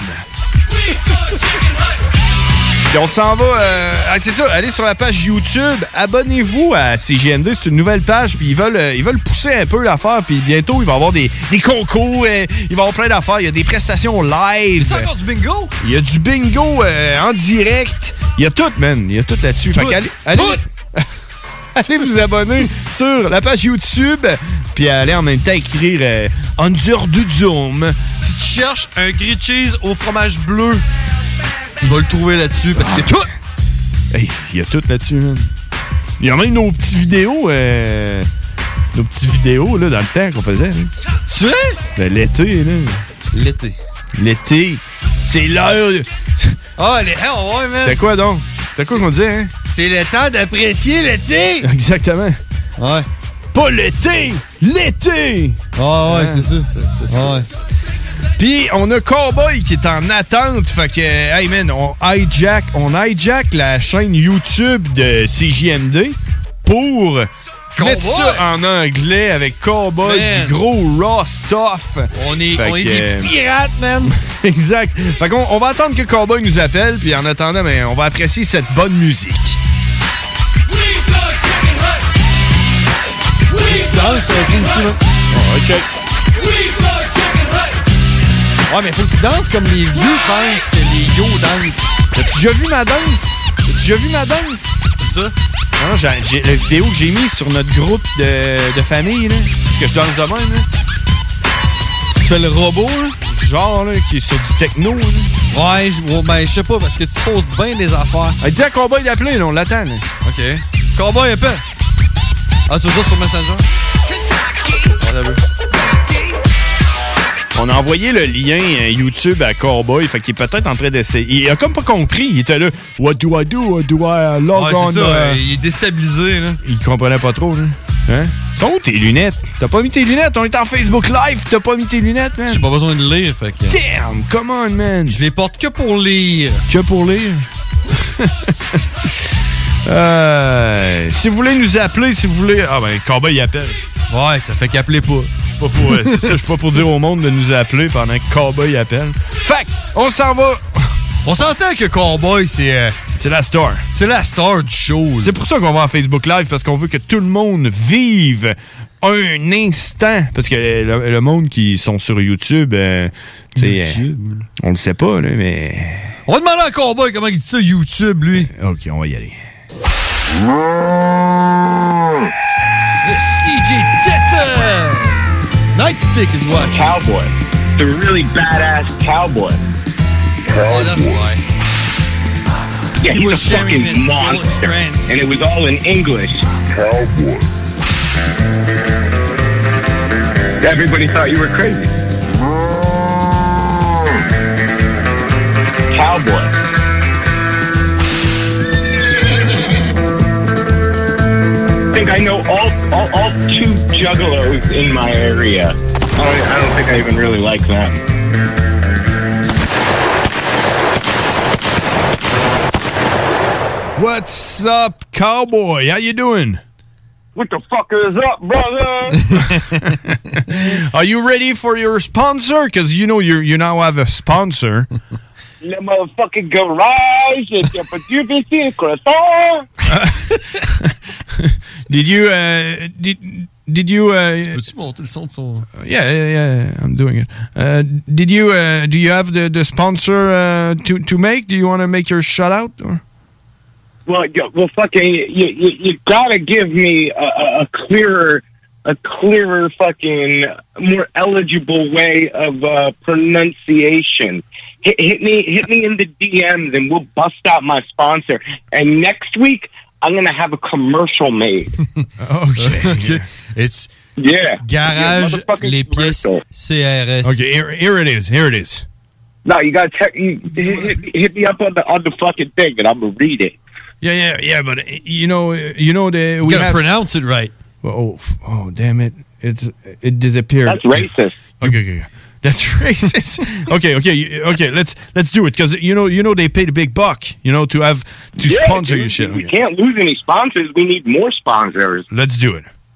Speaker 7: Puis on s'en va. euh, ah, c'est ça, allez sur la page YouTube, abonnez-vous à CGMD, c'est une nouvelle page, puis ils veulent, euh, ils veulent pousser un peu l'affaire, puis bientôt, il va y avoir des, des concours, euh, il va y avoir plein d'affaires, il y a des prestations live.
Speaker 8: C'est encore du bingo?
Speaker 7: Il y a du bingo euh, en direct. Il y a tout, man. Il y a tout là-dessus. Fait qu'allez- allez, allez vous abonner sur la page YouTube. Puis allez en même temps écrire euh, Under du Zoom.
Speaker 8: Si tu cherches un grilled cheese au fromage bleu, tu vas le trouver là-dessus parce que tout.
Speaker 7: Ah. Hey, il y a tout là-dessus, man. Il y a même nos petites vidéos. euh, nos petites vidéos là, dans le temps qu'on faisait. hein.
Speaker 8: Tu sais?
Speaker 7: Ben, L'été, là.
Speaker 8: L'été.
Speaker 7: L'été. C'est l'heure.
Speaker 8: Ah, les oh, ouais, man.
Speaker 7: C'était quoi donc? C'était quoi qu'on disait, hein?
Speaker 8: C'est le temps d'apprécier l'été.
Speaker 7: Exactement.
Speaker 8: Ouais.
Speaker 7: Pas l'été! L'été!
Speaker 8: Ah, ouais,
Speaker 7: Hein?
Speaker 8: c'est ça. Ah, ouais.
Speaker 7: Puis on a Cowboy qui est en attente. Fait que, hey man, on hijack, on hijack la chaîne YouTube de CJMD pour mettre ça en anglais avec Cowboy,
Speaker 8: Man.
Speaker 7: du gros raw stuff.
Speaker 8: On est,
Speaker 7: Fait
Speaker 8: on est
Speaker 7: que,
Speaker 11: euh,
Speaker 8: des pirates, man.
Speaker 7: exact. Fait qu'on on va attendre que Cowboy nous appelle. Puis en attendant, ben, on va apprécier cette bonne musique. Ouais, check.
Speaker 8: Ouais, mais faut que tu danses comme les vieux pensent que les vieux dansent.
Speaker 7: T'as-tu déjà vu ma danse? T'as-tu déjà vu ma danse? Ça? Non, j'ai, j'ai- la vidéo que j'ai mise sur notre groupe de, de famille, là. Parce que je danse de même, là. Tu fais le robot, là, genre, là, qui est sur du techno. Là.
Speaker 8: Ouais, je- ouais, ben, je sais pas, parce que tu poses bien des affaires.
Speaker 7: Ah, dis à Cowboy d'appeler, là, on l'attend. là.
Speaker 8: OK. Cowboy épais. Ah, tu veux dire sur Messenger?
Speaker 11: On a envoyé le lien euh, YouTube à Cowboy, fait qu'il est peut-être en train d'essayer. Il a comme pas compris, il était là. What do I do? What do I log
Speaker 8: Ouais,
Speaker 11: on?
Speaker 8: c'est ça,
Speaker 11: euh,
Speaker 8: euh, il est déstabilisé, là.
Speaker 11: Il comprenait pas trop, là. Hein? Sont où tes lunettes? T'as pas mis tes lunettes? On est en Facebook Live, t'as pas mis tes lunettes, man?
Speaker 8: J'ai pas besoin de lire, fait que...
Speaker 11: Damn, come on, man!
Speaker 8: Je les porte que pour lire.
Speaker 11: Que pour lire? Euh, si vous voulez nous appeler, si vous voulez. Ah ben, Cowboy il appelle.
Speaker 8: Ouais, ça fait qu'appeler pas.
Speaker 11: Je suis pas pour. euh, c'est ça, je suis pas pour dire au monde de nous appeler pendant que Cowboy appelle. Fac, on s'en va.
Speaker 8: On s'entend que Cowboy, c'est. euh,
Speaker 11: c'est la star.
Speaker 8: C'est la star du show.
Speaker 11: C'est pour ça qu'on va en Facebook Live, parce qu'on veut que tout le monde vive un instant. Parce que euh, le, le monde qui sont sur YouTube, euh, tu sais, euh, on le sait pas, là, mais. Euh,
Speaker 8: On va demander à Cowboy comment il dit ça, YouTube, lui.
Speaker 11: Ok, on va y aller.
Speaker 8: The CJ Jetta! Nice stick is what?
Speaker 30: Cowboy. The really badass cowboy.
Speaker 8: Yeah, that's why.
Speaker 30: Yeah,
Speaker 8: He
Speaker 30: he's
Speaker 8: was
Speaker 30: a
Speaker 8: sharing his
Speaker 30: fucking monster. And it was all in English. Cowboy. Everybody thought you were crazy. Cowboy. I think I know all, all, all two juggalos in my area. I don't, I don't think I even really like them.
Speaker 11: What's up, Cowboy? How you doing?
Speaker 30: What the fuck is up, brother?
Speaker 11: Are you ready for your sponsor? Because you know you you now have a sponsor.
Speaker 30: Le motherfucking garage, it's your PVC and croissant.
Speaker 11: did you uh, did did you uh,
Speaker 8: Peux-tu monter le son de son.
Speaker 11: yeah, yeah yeah I'm doing it. Uh, did you uh, do you have the the sponsor uh, to to make? Do you want to make your shout out? Or?
Speaker 30: Well, yo, well, fucking, you, you, you gotta give me a, a- a clearer, a clearer fucking, more eligible way of uh, pronunciation. Hit, hit me, hit me in the DMs, and we'll bust out my sponsor. And next week, I'm gonna have a commercial made.
Speaker 11: okay.
Speaker 8: It's
Speaker 30: yeah,
Speaker 8: Garage,
Speaker 30: Yeah, motherfucking
Speaker 8: les pièces CRS.
Speaker 30: Okay,
Speaker 11: here, here it is. Here it is.
Speaker 30: No, you gotta check. You, hit, hit, hit me up on the on the fucking thing, and I'm gonna read it.
Speaker 11: Yeah yeah yeah, but uh, you know uh, you know the we
Speaker 30: gotta
Speaker 11: have-
Speaker 8: pronounce it right.
Speaker 11: Oh f- oh damn it! It's it disappeared.
Speaker 30: That's racist.
Speaker 11: Okay, okay, okay. That's racist. okay, okay, you- okay. Let's let's do it because you know you know they pay the big buck, you know, to have to
Speaker 30: Yeah,
Speaker 11: sponsor
Speaker 30: dude,
Speaker 11: your shit.
Speaker 30: We can't lose any sponsors. We need more sponsors.
Speaker 11: Let's do it.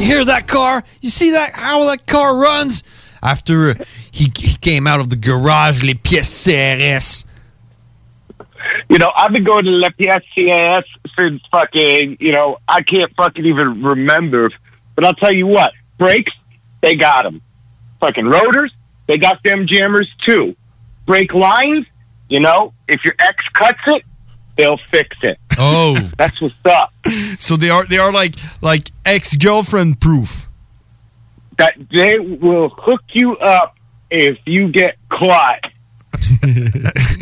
Speaker 8: You hear that car? You see that how that car runs? After uh, he, he came out of the garage, les pièces CRS.
Speaker 30: You know, I've been going to La Pièce CAS since fucking, you know, I can't fucking even remember. But I'll tell you what, brakes, they got them. Fucking rotors, they got them jammers too. Brake lines, you know, if your ex cuts it, they'll fix it.
Speaker 8: Oh,
Speaker 30: that's what's up.
Speaker 11: So they are they are like like ex girlfriend proof.
Speaker 30: That they will hook you up if you get caught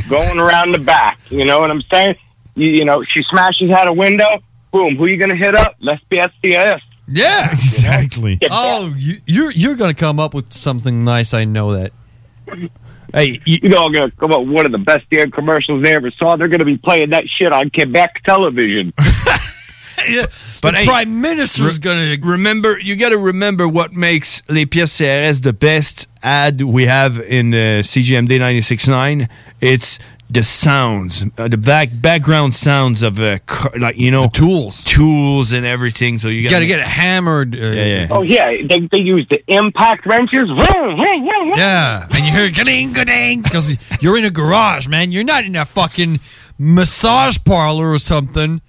Speaker 30: going around the back. You know what I'm saying? You, you know, she smashes out a window. Boom. Who you gonna hit up? Let's be SCS.
Speaker 8: Yeah,
Speaker 11: exactly.
Speaker 8: Oh, you, you're you're gonna come up with something nice. I know that.
Speaker 11: Hey, you,
Speaker 30: know, I'm gonna come up with one of the best damn commercials they ever saw. They're gonna be playing that shit on Quebec television.
Speaker 11: But
Speaker 8: the
Speaker 11: hey,
Speaker 8: prime minister's gonna
Speaker 11: remember. You got to remember what makes Les Pièces CRS the best ad we have in uh, CGMD 96.9. It's the sounds, uh, the back background sounds of uh, cr- like you know tools, tools and everything. So you,
Speaker 8: You gotta get it hammered. Uh, yeah,
Speaker 30: Oh yeah, they they use the impact wrenches. Vroom, vroom, vroom, vroom.
Speaker 8: Yeah, and you hear ga-ding, ga-ding, because you're in a garage, man. You're not in a fucking massage parlor or something.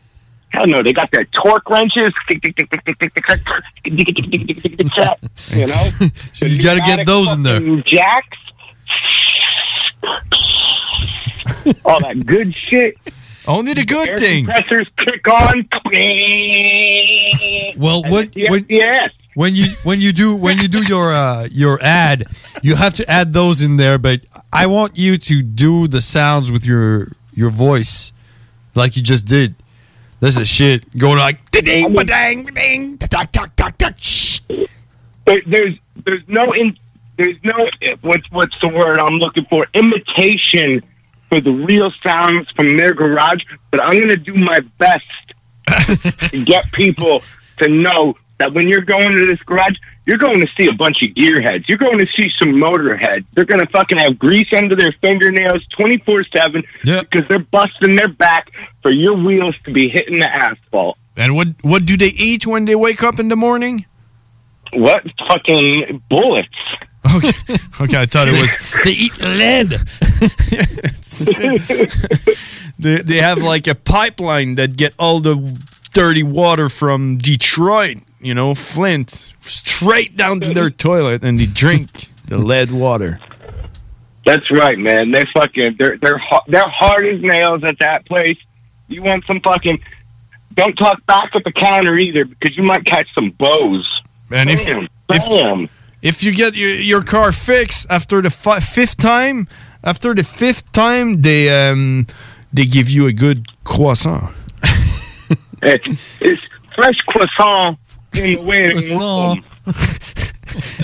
Speaker 30: Hell no, they got their torque wrenches. Tick, tick, tick, tick, tick, tick, tick, tick, tick, tick, tick, tick, tick, tick, tick, tick, You know,
Speaker 8: So you gotta get those in there.
Speaker 30: Fucking jacks, all that good shit.
Speaker 11: Only the good
Speaker 30: Air
Speaker 11: thing.
Speaker 30: Compressors kick on.
Speaker 8: Well,
Speaker 30: And
Speaker 8: when
Speaker 30: the
Speaker 8: when,
Speaker 30: FDS.
Speaker 8: when you when you do when you do your uh, your ad, you have to add those in there. But I want you to do the sounds with your your voice, like you just did. That's the shit going like ding, ding, ding, tock, tock, tock, tock.
Speaker 30: There, there's there's no in there's no what's what's the word I'm looking for imitation for the real sounds from their garage. But I'm gonna do my best to get people to know that when you're going to this garage, you're going to see a bunch of gearheads. You're going to see some motorheads. They're gonna fucking have grease under their fingernails 24 seven because they're busting their back for your wheels to be hitting the asphalt.
Speaker 7: And what what do they eat when they wake up in the morning?
Speaker 30: What fucking bullets?
Speaker 11: okay, I thought it was
Speaker 8: they eat lead.
Speaker 11: they, they have like a pipeline that get all the dirty water from Detroit, you know, Flint, straight down to their toilet, and they drink the lead water.
Speaker 30: That's right, man. They're fucking. They're they're ha- they're hard as nails at that place. You want some fucking? Don't talk back at the counter either, because you might catch some bows.
Speaker 8: Ben,
Speaker 11: And if-
Speaker 30: Bam,
Speaker 11: if-
Speaker 30: bam.
Speaker 11: If you get your, your car fixed after the fi- fifth time, after the fifth time, they um they give you a good croissant.
Speaker 30: it's, it's fresh croissant in the waiting room.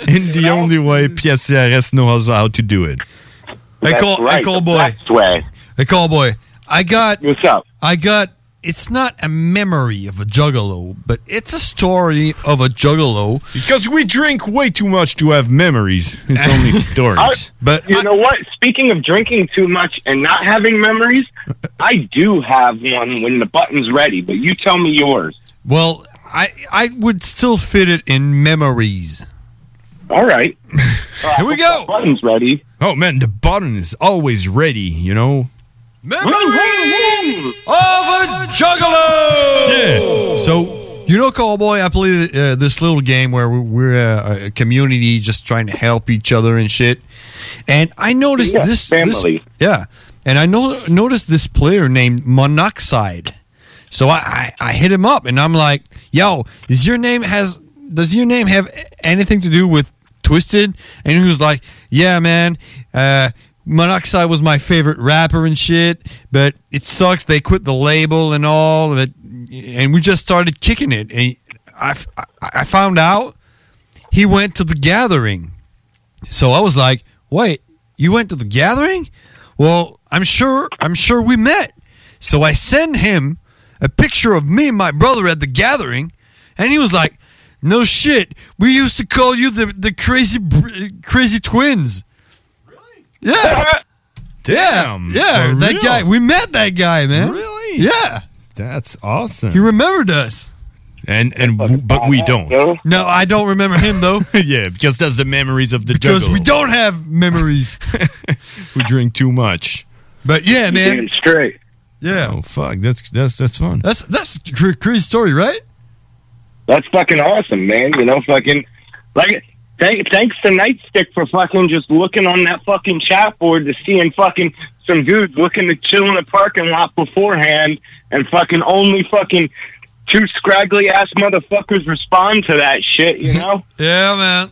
Speaker 11: In the only way PSCRS knows how to do it.
Speaker 8: Hey,
Speaker 11: That's
Speaker 8: call, hey,
Speaker 11: right, the
Speaker 8: cowboy. Hey, cowboy. I got.
Speaker 30: What's up?
Speaker 8: I got. It's not a memory of a juggalo, but it's a story of a juggalo.
Speaker 11: Because we drink way too much to have memories. It's only stories.
Speaker 8: but
Speaker 30: you know what? Speaking of drinking too much and not having memories, I do have one when the button's ready. But you tell me yours.
Speaker 8: Well, I I would still fit it in memories.
Speaker 30: All right.
Speaker 11: Here we go.
Speaker 30: Button's ready.
Speaker 11: Oh man, the button is always ready. You know.
Speaker 8: Memories of a juggalo. Yeah. So you know, cowboy, I play uh, this little game where we- we're uh, a community just trying to help each other and shit. And I noticed
Speaker 30: Yeah,
Speaker 8: this
Speaker 30: family.
Speaker 8: This, yeah, and I know noticed this player named Monoxide. So I, I I hit him up and I'm like, yo, is your name has does your name have anything to do with Twisted? And he was like, yeah, man. Uh, Monoxide was my favorite rapper and shit, but it sucks they quit the label and all of it, and we just started kicking it. And I, I, I found out he went to the gathering. So I was like, "Wait, you went to the gathering? Well, I'm sure I'm sure we met." So I send him a picture of me and my brother at the gathering, and he was like, "No shit, we used to call you the the crazy br- crazy twins." Yeah.
Speaker 11: Damn.
Speaker 8: Yeah,
Speaker 11: for
Speaker 8: that
Speaker 11: real?
Speaker 8: guy. We met that guy, man.
Speaker 11: Really?
Speaker 8: Yeah.
Speaker 11: That's awesome.
Speaker 8: He remembered us.
Speaker 11: And and w- but we don't.
Speaker 8: No, I don't remember him though.
Speaker 11: yeah, because that's the memories of the
Speaker 8: Because
Speaker 11: juggalo.
Speaker 8: we don't have memories.
Speaker 11: We drink too much.
Speaker 8: But yeah, man.
Speaker 30: Straight.
Speaker 8: Yeah.
Speaker 11: Oh fuck, that's that's that's fun.
Speaker 8: That's that's cr- crazy story, right?
Speaker 30: That's fucking awesome, man. You know, fucking like thank, thanks to Nightstick for fucking just looking on that fucking chat board to seeing fucking some dudes looking to chill in the parking lot beforehand, and fucking only fucking two scraggly ass motherfuckers respond to that shit. You know,
Speaker 8: Yeah, man.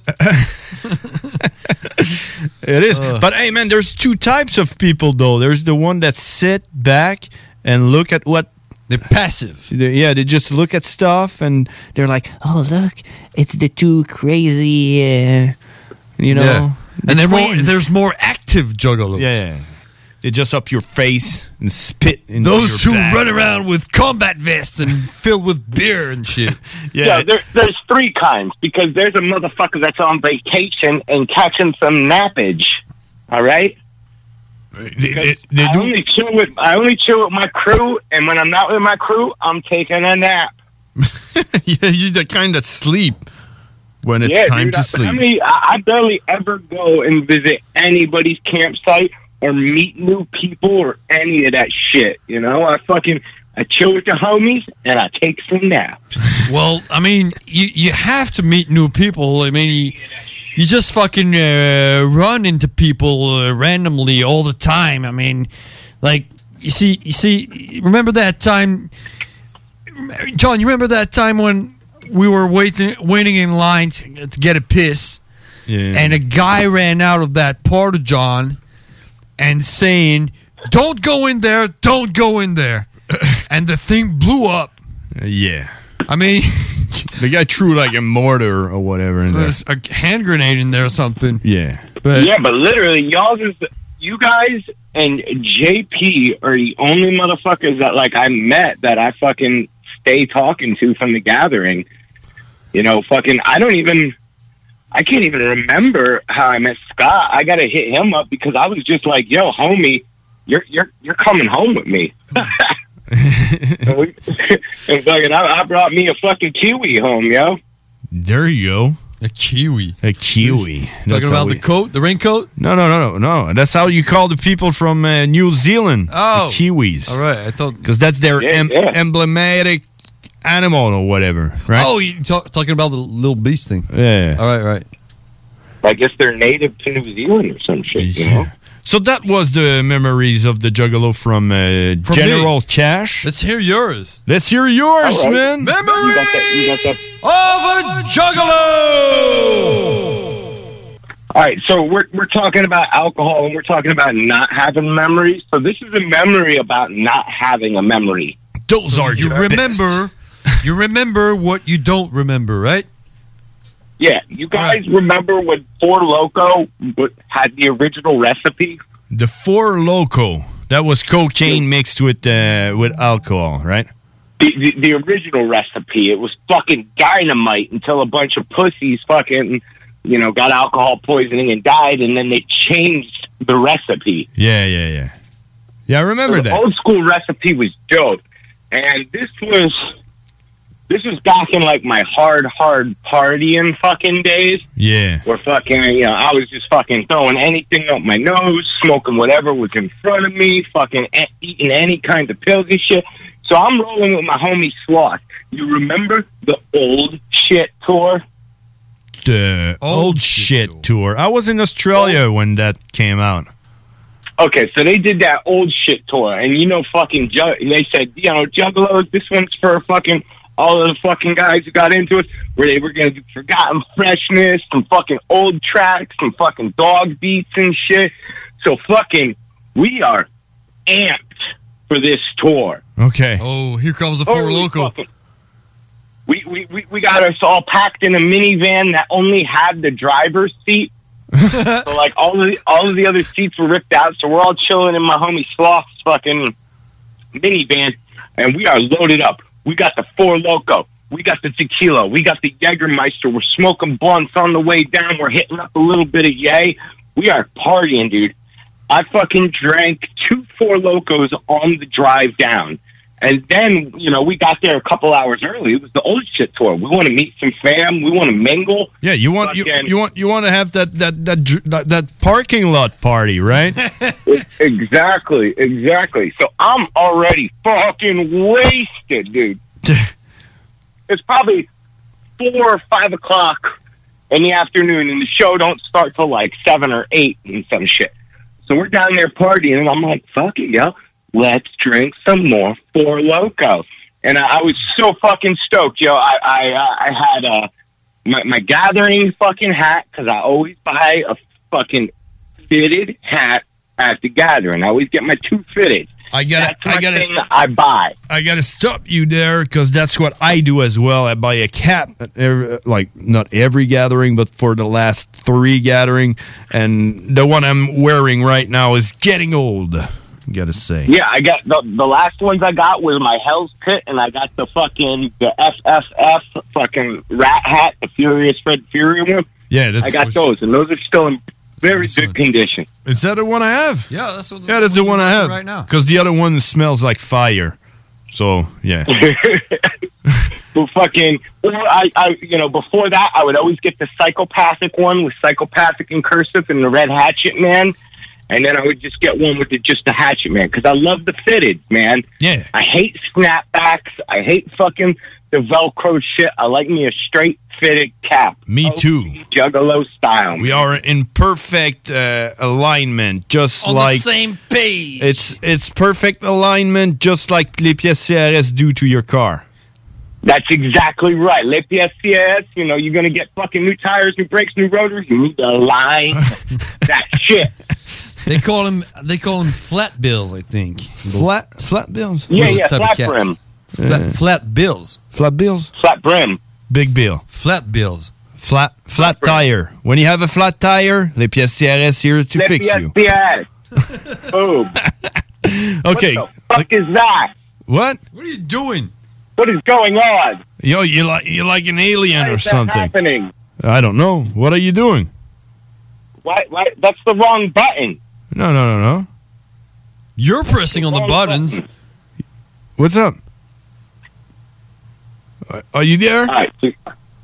Speaker 11: It is. but hey, man, there's two types of people though. There's the one that sit back and look at what
Speaker 8: they're passive.
Speaker 11: yeah, they just look at stuff and they're like, "Oh, look, it's the two crazy, uh, you know."
Speaker 8: Yeah.
Speaker 11: the
Speaker 8: And they're more-
Speaker 11: twins."
Speaker 8: there's more active juggalos.
Speaker 11: Yeah, they just up your face and spit. In
Speaker 8: Those who
Speaker 11: your back.
Speaker 8: run around with combat vests and filled with beer and shit.
Speaker 30: Yeah, there, there's three kinds because there's a motherfucker that's on vacation and catching some nappage. All right. I only chill with I only chill with my crew, and when I'm not with my crew, I'm taking a nap.
Speaker 11: yeah, you the kind that sleep when it's
Speaker 30: yeah,
Speaker 11: time
Speaker 30: dude,
Speaker 11: to
Speaker 30: I,
Speaker 11: sleep.
Speaker 30: I mean, I, I barely ever go and visit anybody's campsite or meet new people or any of that shit. You know, I fucking I chill with the homies and I take some naps.
Speaker 8: Well, I mean, you you have to meet new people. I mean, you, you just fucking uh, run into people uh, randomly all the time. I mean, like you see, you see, remember that time, John? You remember that time when we were waiting waiting in line to, to get a piss, and a guy ran out of that part of John and saying, "Don't go in there! Don't go in there!" and the thing blew up.
Speaker 11: yeah.
Speaker 8: I mean,
Speaker 11: the guy threw like a mortar or whatever in there.
Speaker 8: There's a hand grenade in there or something.
Speaker 11: Yeah.
Speaker 30: yeah, but literally, y'all is you guys and JP are the only motherfuckers that like I met that I fucking stay talking to from the gathering. You know, fucking, I don't even, I can't even remember how I met Scott. I gotta hit him up because I was just like, yo, homie, you're you're you're coming home with me. and, we, and fucking, I, I brought me a fucking kiwi home, yo.
Speaker 11: There you go.
Speaker 8: A kiwi.
Speaker 11: A kiwi. That's
Speaker 8: Talking
Speaker 11: how
Speaker 8: about
Speaker 11: we-
Speaker 8: the coat, the raincoat.
Speaker 11: No, no, no, no, no. That's how you call the people from uh, New Zealand.
Speaker 8: Oh.
Speaker 11: the Kiwis.
Speaker 8: All right, I thought
Speaker 11: Because that's their em- emblematic animal or whatever, right?
Speaker 8: Oh, you talk, talking about the little beast thing?
Speaker 11: Yeah.
Speaker 8: All right, right.
Speaker 30: I guess they're native to New Zealand or some shit, you know.
Speaker 11: So that was the memories of the Juggalo from, uh,
Speaker 30: From
Speaker 11: General
Speaker 30: me.
Speaker 11: Cash.
Speaker 8: Let's hear yours.
Speaker 11: Let's hear yours, man.
Speaker 8: Of a juggalo.
Speaker 30: All right, so we're we're talking about alcohol and we're talking about not having memories. So this is a memory about not having a memory.
Speaker 11: Those
Speaker 8: are you remember. you remember what you don't remember, right?
Speaker 30: Yeah, you guys remember when Four Loco w- had the original recipe?
Speaker 11: The Four Loco. That was cocaine mixed with uh, with alcohol, right?
Speaker 30: The, the, the original recipe. It was fucking dynamite until a bunch of pussies fucking, you know, got alcohol poisoning and died, and then they changed the recipe.
Speaker 11: Yeah, yeah, yeah. Yeah, I remember
Speaker 30: So the
Speaker 11: that.
Speaker 30: Old school recipe was dope, and this was this was back in like my hard, hard partying fucking days,
Speaker 11: Yeah.
Speaker 30: where fucking you know I was just fucking throwing anything up my nose, smoking whatever was in front of me, fucking a- eating any kind of pills and shit. So I'm rolling with my homie Sloth. You remember the old shit tour?
Speaker 11: The old shit tour. I was in Australia when that came out.
Speaker 30: Okay, so they did that old shit tour, and you know, fucking, ju- and they said, you know, Juggalos, this one's for fucking all of the fucking guys who got into it, where they were gonna do forgotten freshness, some fucking old tracks, some fucking dog beats and shit. So fucking, we are amped for this tour.
Speaker 11: Okay.
Speaker 8: Oh, here comes the four loco.
Speaker 30: We, we, we, we got us all packed in a minivan that only had the driver's seat. so like all of the all of the other seats were ripped out, so we're all chilling in my homie Sloth's fucking minivan, and we are loaded up. We got the four loco, we got the tequila, we got the Jägermeister. We're smoking blunts on the way down. We're hitting up a little bit of yay. We are partying, dude. I fucking drank two four locos on the drive down. And then, you know, we got there a couple hours early. It was the old shit tour. We want to meet some fam. We want to mingle.
Speaker 11: Yeah, you want you, you want you want to have that that that dr- that, that parking lot party, right?
Speaker 30: exactly, exactly. So I'm already fucking wasted, dude. it's probably four or five o'clock in the afternoon, and the show don't start till like seven or eight and some shit. So we're down there partying, and I'm like, fuck it, yo, let's drink some more Four Loco. And I, I was so fucking stoked, yo. I I, I I had uh, my, my gathering fucking hat because I always buy a fucking fitted hat at the gathering. I always get my two fitted.
Speaker 11: I got
Speaker 30: I got thing I buy.
Speaker 11: I gotta stop you there because that's what I do as well. I buy a cap, at every, like not every gathering, but for the last three gathering, and the one I'm wearing right now is getting old. Gotta say,
Speaker 30: Yeah, I got the the last ones I got was my Hell's Pit, and I got the fucking the FFF fucking Rat Hat, the Furious Fred Fury one.
Speaker 11: Yeah, that's-
Speaker 30: I got those, and those are still in Very good condition.
Speaker 11: Is that the one I have?
Speaker 8: Yeah, that's what
Speaker 11: Yeah, that's the one I have.
Speaker 8: right now.
Speaker 11: Because the other one smells like fire. So, yeah.
Speaker 30: But fucking, or I, I, you know, before that, I would always get the psychopathic one with psychopathic and cursive and the red hatchet man, and then I would just get one with the, just the hatchet man because I love the fitted man.
Speaker 11: Yeah,
Speaker 30: I hate snapbacks. I hate fucking the velcro shit. I like me a straight fitted cap.
Speaker 11: Me too.
Speaker 30: Juggalo style.
Speaker 11: We are in perfect uh, alignment, just
Speaker 30: On the
Speaker 11: like
Speaker 30: same
Speaker 11: page. It's it's perfect alignment, just like les pièces CRS do to your car.
Speaker 30: That's exactly right. Les pièces CRS, you know, you're gonna get fucking new tires, new brakes, new rotors. You need to align that shit.
Speaker 15: They call them they call them flat bills, I think.
Speaker 11: Flat flat bills.
Speaker 15: Those
Speaker 30: Yeah, yeah,
Speaker 15: type of
Speaker 30: flat
Speaker 15: cats.
Speaker 30: brim.
Speaker 15: Flat,
Speaker 11: Yeah.
Speaker 15: flat bills.
Speaker 11: Flat bills.
Speaker 30: Flat brim.
Speaker 11: Big bill.
Speaker 15: Flat bills.
Speaker 11: Flat flat tire. When you have a flat tire, les pièces CRS here to
Speaker 30: Les
Speaker 11: fix
Speaker 30: pièces
Speaker 11: you.
Speaker 30: CRS. Boom.
Speaker 11: Okay.
Speaker 30: What the fuck is that?
Speaker 11: What?
Speaker 30: What are you doing? What is going on?
Speaker 11: Yo, you like you like an alien
Speaker 30: Why
Speaker 11: or
Speaker 30: is that
Speaker 11: something?
Speaker 30: happening?
Speaker 11: I don't know. What are you doing?
Speaker 30: Why, why, that's the wrong button.
Speaker 11: No, no, no, no.
Speaker 8: You're pressing on the buttons.
Speaker 11: What's up? Are- Are you there?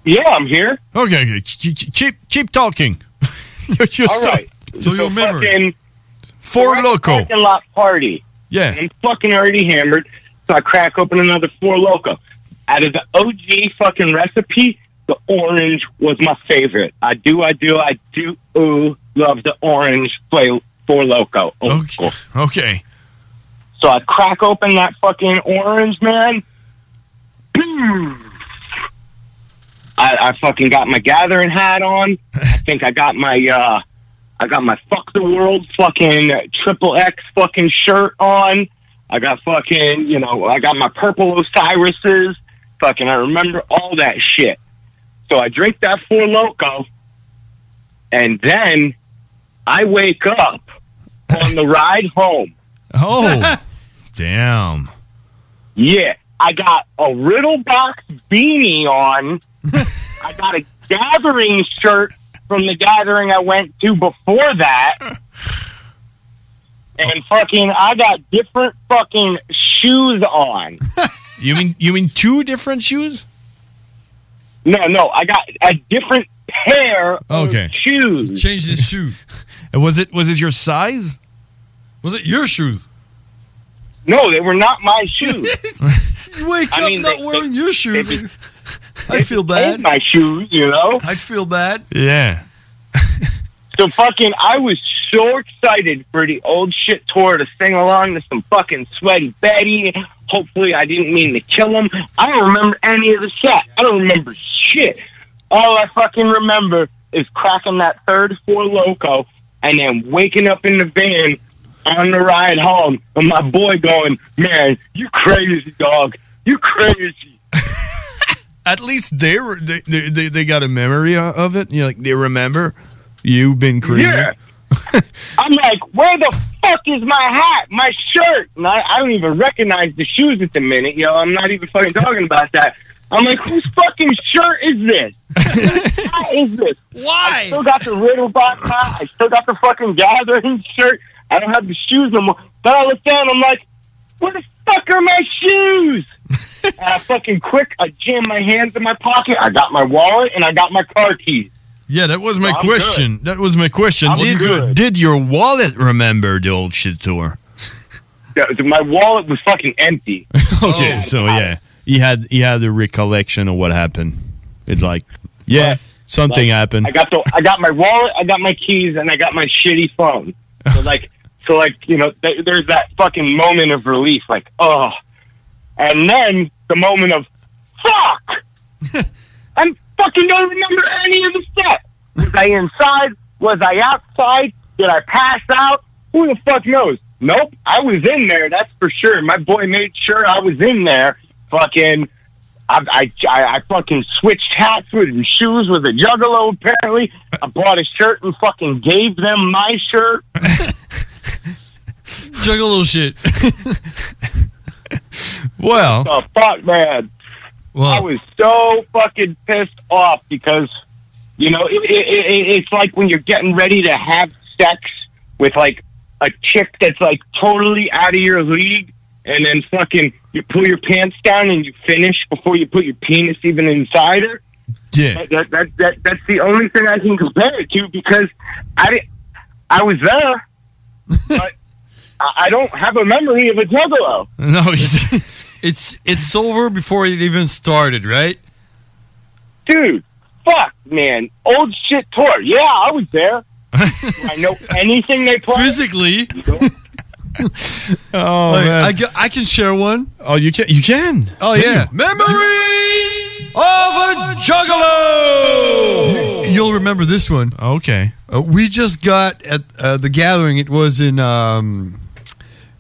Speaker 30: Yeah, I'm here.
Speaker 11: Okay, okay. K- k- Keep keep talking. You're just
Speaker 30: All right.
Speaker 11: talking.
Speaker 30: So fucking
Speaker 11: Four
Speaker 30: we're at a
Speaker 11: Loco.
Speaker 30: Parking lot party.
Speaker 11: Yeah.
Speaker 30: I'm fucking already hammered, so I crack open another four loco. Out of the OG fucking recipe, the orange was my favorite. I do, I do, I do. Ooh, love the orange fla- four loco. Okay.
Speaker 11: okay.
Speaker 30: So I crack open that fucking orange man. Boom. I, I fucking got my gathering hat on. I think I got my uh, I got my fuck the world fucking triple X fucking shirt on. I got fucking you know I got my purple Osiris's. Fucking I remember all that shit. So I drink that four loco, and then I wake up on the ride home.
Speaker 11: Oh, damn.
Speaker 30: Yeah, I got a riddle box beanie on. I got a gathering shirt from the gathering I went to before that. And fucking, I got different fucking shoes on.
Speaker 11: You mean you mean two different shoes?
Speaker 30: No, no, I got a different pair
Speaker 11: Okay.
Speaker 30: of shoes.
Speaker 8: Change his shoe.
Speaker 11: was it was it your size?
Speaker 8: Was it your shoes?
Speaker 30: No, they were not my shoes.
Speaker 8: You wake
Speaker 30: I
Speaker 8: up
Speaker 30: mean,
Speaker 8: not
Speaker 30: they-
Speaker 8: wearing your shoes.
Speaker 30: I feel bad. my shoes, you know.
Speaker 8: I feel bad.
Speaker 11: Yeah.
Speaker 30: So fucking, I was so excited for the old shit tour to sing along to some fucking sweaty Betty. Hopefully, I didn't mean to kill him. I don't remember any of the set. I don't remember shit. All I fucking remember is cracking that third four loco and then waking up in the van on the ride home and my boy going, "Man, you crazy dog, you crazy."
Speaker 11: At least they were they they, they, they got a memory o- of it. You know, like they remember you been crazy.
Speaker 30: Yeah. I'm like, where the fuck is my hat, my shirt? And I, I don't even recognize the shoes at the minute, yo. I'm not even fucking talking about that. I'm like, whose fucking shirt is this? Whose hat is this? Why? I still got the riddle box hat. I still got the fucking gathering shirt. I don't have the shoes no more. Then I look down. I'm like, where the fuck are my shoes? and I fucking quick. I jam my hands in my pocket. I got my wallet and I got my car keys.
Speaker 11: Yeah, that was my
Speaker 30: I'm
Speaker 11: question. That was my question.
Speaker 30: I'm
Speaker 11: did
Speaker 30: good.
Speaker 11: did your wallet remember the old shit tour?
Speaker 30: Yeah, My wallet was fucking empty.
Speaker 11: Okay, so yeah, he had he had a recollection of what happened. It's like, yeah, something
Speaker 30: Like,
Speaker 11: happened.
Speaker 30: I got the I got my wallet, I got my keys, and I got my shitty phone. So like so like you know th- there's that fucking moment of relief, like oh, and then the moment of fuck, I fucking don't remember any of the stuff. Was I inside? Was I outside? Did I pass out? Who the fuck knows? Nope, I was in there. That's for sure. My boy made sure I was in there. Fucking. I, I, I, I fucking switched hats with and shoes with a juggalo, apparently. I bought a shirt and fucking gave them my shirt.
Speaker 8: Juggalo shit.
Speaker 11: well.
Speaker 30: The fuck, man. I was so fucking pissed off because You know, it, it, it, it's like when you're getting ready to have sex with like a chick that's like totally out of your league, and then fucking you pull your pants down and you finish before you put your penis even inside her.
Speaker 7: Yeah.
Speaker 30: That, that, that, that, that's the only thing I can compare it to because I, di- I was there, but I I don't have a memory of a juggalo.
Speaker 8: No, it's it's over before it even started, right?
Speaker 30: Dude, fuck, man. Old shit tour. Yeah, I was there. Do I know anything they play?
Speaker 8: Physically.
Speaker 11: Oh,
Speaker 8: Like,
Speaker 11: man.
Speaker 8: I, g- I can share one.
Speaker 11: Oh, you can. You can.
Speaker 8: Oh yeah,
Speaker 11: memories of a juggalo.
Speaker 8: You'll remember this one.
Speaker 11: Okay.
Speaker 8: Uh, we just got at uh, the gathering. It was in um,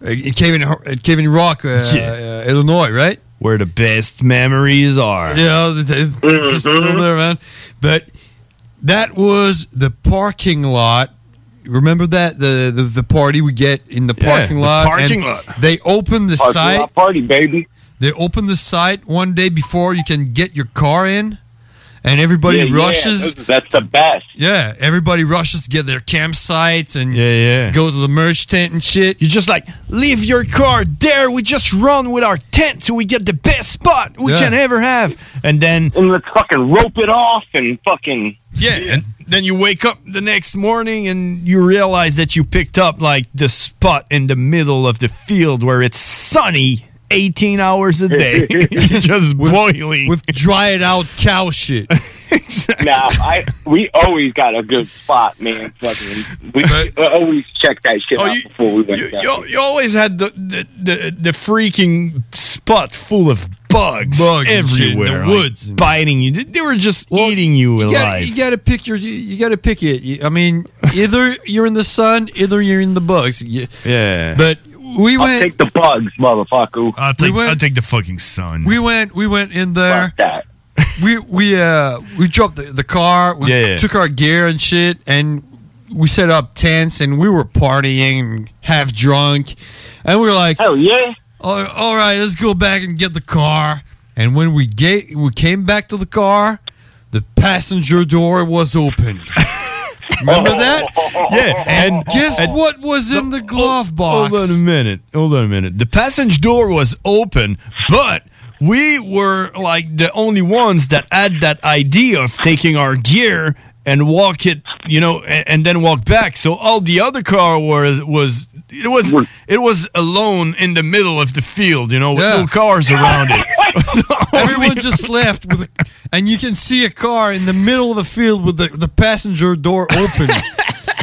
Speaker 8: it came in it came in Rock, uh, uh, Illinois, right?
Speaker 11: Where the best memories are.
Speaker 8: Yeah, th- th- it's
Speaker 30: Mm-hmm.
Speaker 8: still there, man. But that was the parking lot. Remember that the the, the party we get in the
Speaker 11: Yeah,
Speaker 8: parking
Speaker 11: the
Speaker 8: lot.
Speaker 11: parking
Speaker 8: And
Speaker 11: lot.
Speaker 8: They opened the
Speaker 11: Parking
Speaker 8: site
Speaker 11: lot
Speaker 30: party, baby.
Speaker 8: They open the site one day before you can get your car in, and everybody
Speaker 30: Yeah, yeah,
Speaker 8: rushes.
Speaker 30: those- that's the best.
Speaker 8: Yeah, everybody rushes to get their campsites and yeah,
Speaker 11: yeah.
Speaker 8: go to the merch tent and shit.
Speaker 11: You're just like, leave your car there. We just run with our tent till we get the best spot we
Speaker 30: Yeah.
Speaker 11: can ever have. And then.
Speaker 30: And let's fucking rope it off and fucking.
Speaker 11: Yeah, and then you wake up the next morning and you realize that you picked up like the spot in the middle of the field where it's sunny 18 hours a day. just boiling.
Speaker 8: With dried out cow shit.
Speaker 30: Nah, I we always got a good spot, man. Fucking, we always check that
Speaker 8: Oh,
Speaker 30: shit out before we went. down.
Speaker 11: You, you always had the, the, the, the freaking spot full of bugs,
Speaker 8: Bugs and shit in the
Speaker 11: everywhere.
Speaker 8: woods.
Speaker 11: like, biting you. They- They were just eating you,
Speaker 8: You gotta,
Speaker 11: alive.
Speaker 8: you gotta pick your. You, you gotta pick it. You- I mean, either you're in the sun, either you're in the bugs. You-
Speaker 11: yeah.
Speaker 8: But we
Speaker 30: I'll
Speaker 8: went.
Speaker 30: take the bugs, motherfucker.
Speaker 27: I'll
Speaker 8: take- We went- I'll
Speaker 27: take the fucking sun.
Speaker 8: We went. We went in there.
Speaker 30: that.
Speaker 8: We we uh we dropped the, the car. We
Speaker 11: Yeah, yeah.
Speaker 8: took our gear and shit, and we set up tents, and we were partying, half drunk, and we were like,
Speaker 30: "Hell yeah!
Speaker 8: All, all right, let's go back and get the car." And when we get we came back to the car, the passenger door was open. Remember that?
Speaker 11: Yeah,
Speaker 8: And
Speaker 11: and-
Speaker 8: guess
Speaker 11: and- Oh,
Speaker 8: what was in the glove box?
Speaker 11: Hold on a minute. Hold on a minute. The passage door was open, but we were like the only ones that had that idea of taking our gear and walk it, you know, and, and then walk back. So all the other car was was it was it was alone in the middle of the field, you know, with no cars around it.
Speaker 8: Everyone just left, with a, and you can see a car in the middle of the field with the, the passenger door open,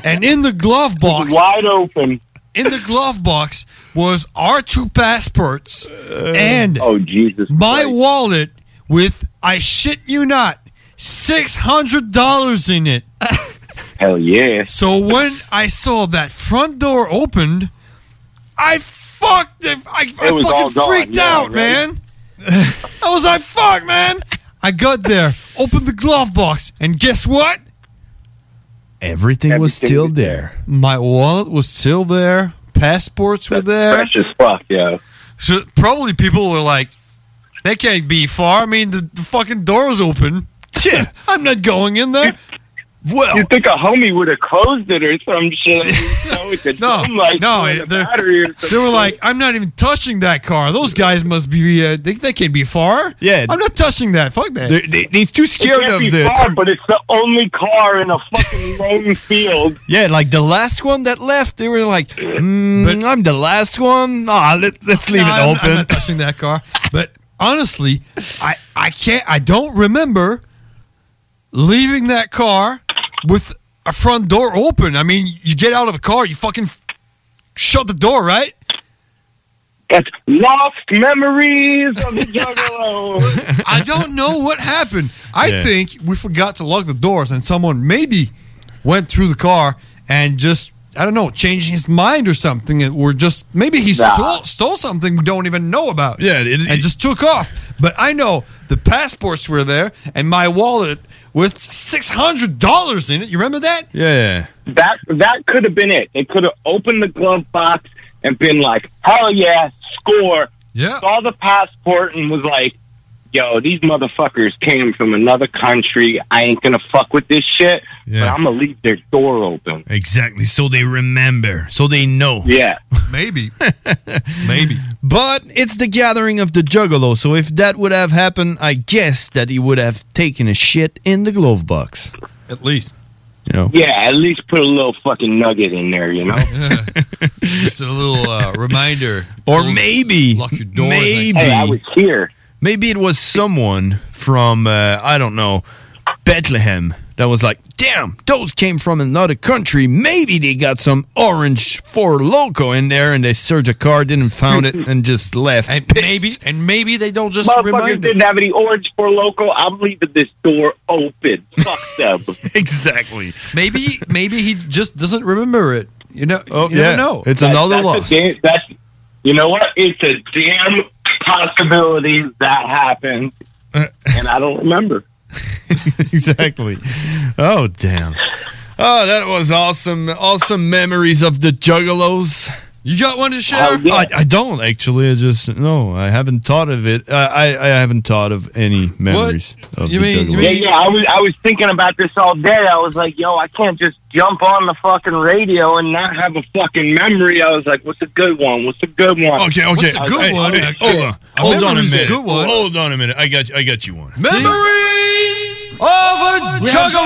Speaker 8: and in the glove box,
Speaker 30: wide open.
Speaker 8: In the glove box was our two passports and
Speaker 30: oh Jesus,
Speaker 8: my wallet with I shit you not six hundred dollars in it.
Speaker 30: Hell yeah!
Speaker 8: So when I saw that front door opened, I fucked. I, I, I
Speaker 30: It was all
Speaker 8: fucking
Speaker 30: gone,
Speaker 8: freaked
Speaker 30: yeah,
Speaker 8: out,
Speaker 30: right?
Speaker 8: man. I was like, fuck, man. I got there, opened the glove box, and guess what?
Speaker 11: Everything, was still there.
Speaker 8: My wallet was still there. Passports were there.
Speaker 30: Fresh as fuck, yo.
Speaker 8: So probably people were like, they can't be far. I mean, the, the fucking door was open.
Speaker 11: Yeah.
Speaker 8: I'm not going in there.
Speaker 11: Well,
Speaker 30: you think a homie would have closed it or some shit? You know, with the
Speaker 8: No,
Speaker 30: drum lights
Speaker 8: no,
Speaker 30: or the
Speaker 8: they're-
Speaker 30: battery or
Speaker 8: They
Speaker 30: something.
Speaker 8: were like, I'm not even touching that car. Those guys must be, uh, they, they can't be far.
Speaker 11: Yeah.
Speaker 8: I'm not touching that. Fuck that.
Speaker 11: They, they, they're too
Speaker 30: It
Speaker 11: scared
Speaker 30: can't
Speaker 11: of
Speaker 30: be
Speaker 11: the.
Speaker 30: far, but it's the only car in a fucking lone field.
Speaker 11: Yeah, like the last one that left, they were like, mm, "I'm the last one. Ah, let, let's leave
Speaker 8: No,
Speaker 11: it
Speaker 8: I'm-
Speaker 11: open."
Speaker 8: I'm not touching that car. But honestly, I, I can't, I don't remember leaving that car with a front door open. I mean, you get out of the car, you fucking f- shut the door, right?
Speaker 30: That's lost memories of the juggalo.
Speaker 8: I don't know what happened. I
Speaker 11: Yeah.
Speaker 8: think we forgot to lock the doors, and someone maybe went through the car and just I don't know, changed his mind or something, or just maybe he
Speaker 30: Nah.
Speaker 8: stole, stole something we don't even know about.
Speaker 11: Yeah, it-
Speaker 8: and just took off. But I know the passports were there, and my wallet with six hundred dollars in it. You remember that?
Speaker 11: yeah,
Speaker 30: That that could have been it. They could have opened the glove box and been like, "Hell yeah, score!"
Speaker 8: Yeah.
Speaker 30: Saw the passport and was like, yo, these motherfuckers came from another country. I ain't gonna fuck with this shit, but
Speaker 11: Yeah.
Speaker 30: I'm gonna leave their door open.
Speaker 11: Exactly. So they remember. So they know.
Speaker 30: Yeah.
Speaker 11: Maybe. Maybe. But it's the gathering of the juggalo. So if that would have happened, I guess that he would have taken a shit in the glove box.
Speaker 8: At least.
Speaker 11: You know.
Speaker 30: Yeah, at least put a little fucking nugget in there, you know?
Speaker 8: Just a little uh, reminder.
Speaker 11: Or maybe,
Speaker 8: doors, like-
Speaker 11: maybe
Speaker 8: Hey, I was
Speaker 30: here.
Speaker 11: Maybe it was someone from uh, I don't know Bethlehem that was like, "Damn, those came from another country. Maybe they got some orange for loco in there, and they searched a car, didn't found it, and just left." And
Speaker 8: maybe, and maybe they don't just
Speaker 30: Motherfuckers
Speaker 8: remind
Speaker 30: didn't have any orange for local. I'm leaving this door open. Fuck them.
Speaker 11: exactly.
Speaker 8: Maybe, maybe he just doesn't remember it. You know,
Speaker 11: Oh,
Speaker 8: you never
Speaker 30: yeah.
Speaker 8: know.
Speaker 30: That- that's a da- that's you know what? It's a damn possibility that happened, and I don't remember.
Speaker 11: exactly. Oh damn. Oh, that was awesome. Awesome memories of the Juggalos.
Speaker 8: You got one to share?
Speaker 11: I, I don't actually. I just no. I haven't thought of it. I I, I haven't thought of any memories of the Juggalos.
Speaker 30: yeah, yeah. I was I was thinking about this all day. I was like, yo, I can't just jump on the fucking radio and not have a fucking memory. I was like, what's a good one? What's a good one?
Speaker 11: Okay, okay.
Speaker 30: I was
Speaker 11: Good
Speaker 30: like,
Speaker 11: one.
Speaker 30: oh,
Speaker 11: Hold
Speaker 30: shit.
Speaker 11: on. Hold on a minute. Hold on a minute. I got you. I got you one. Memories of a
Speaker 8: We have so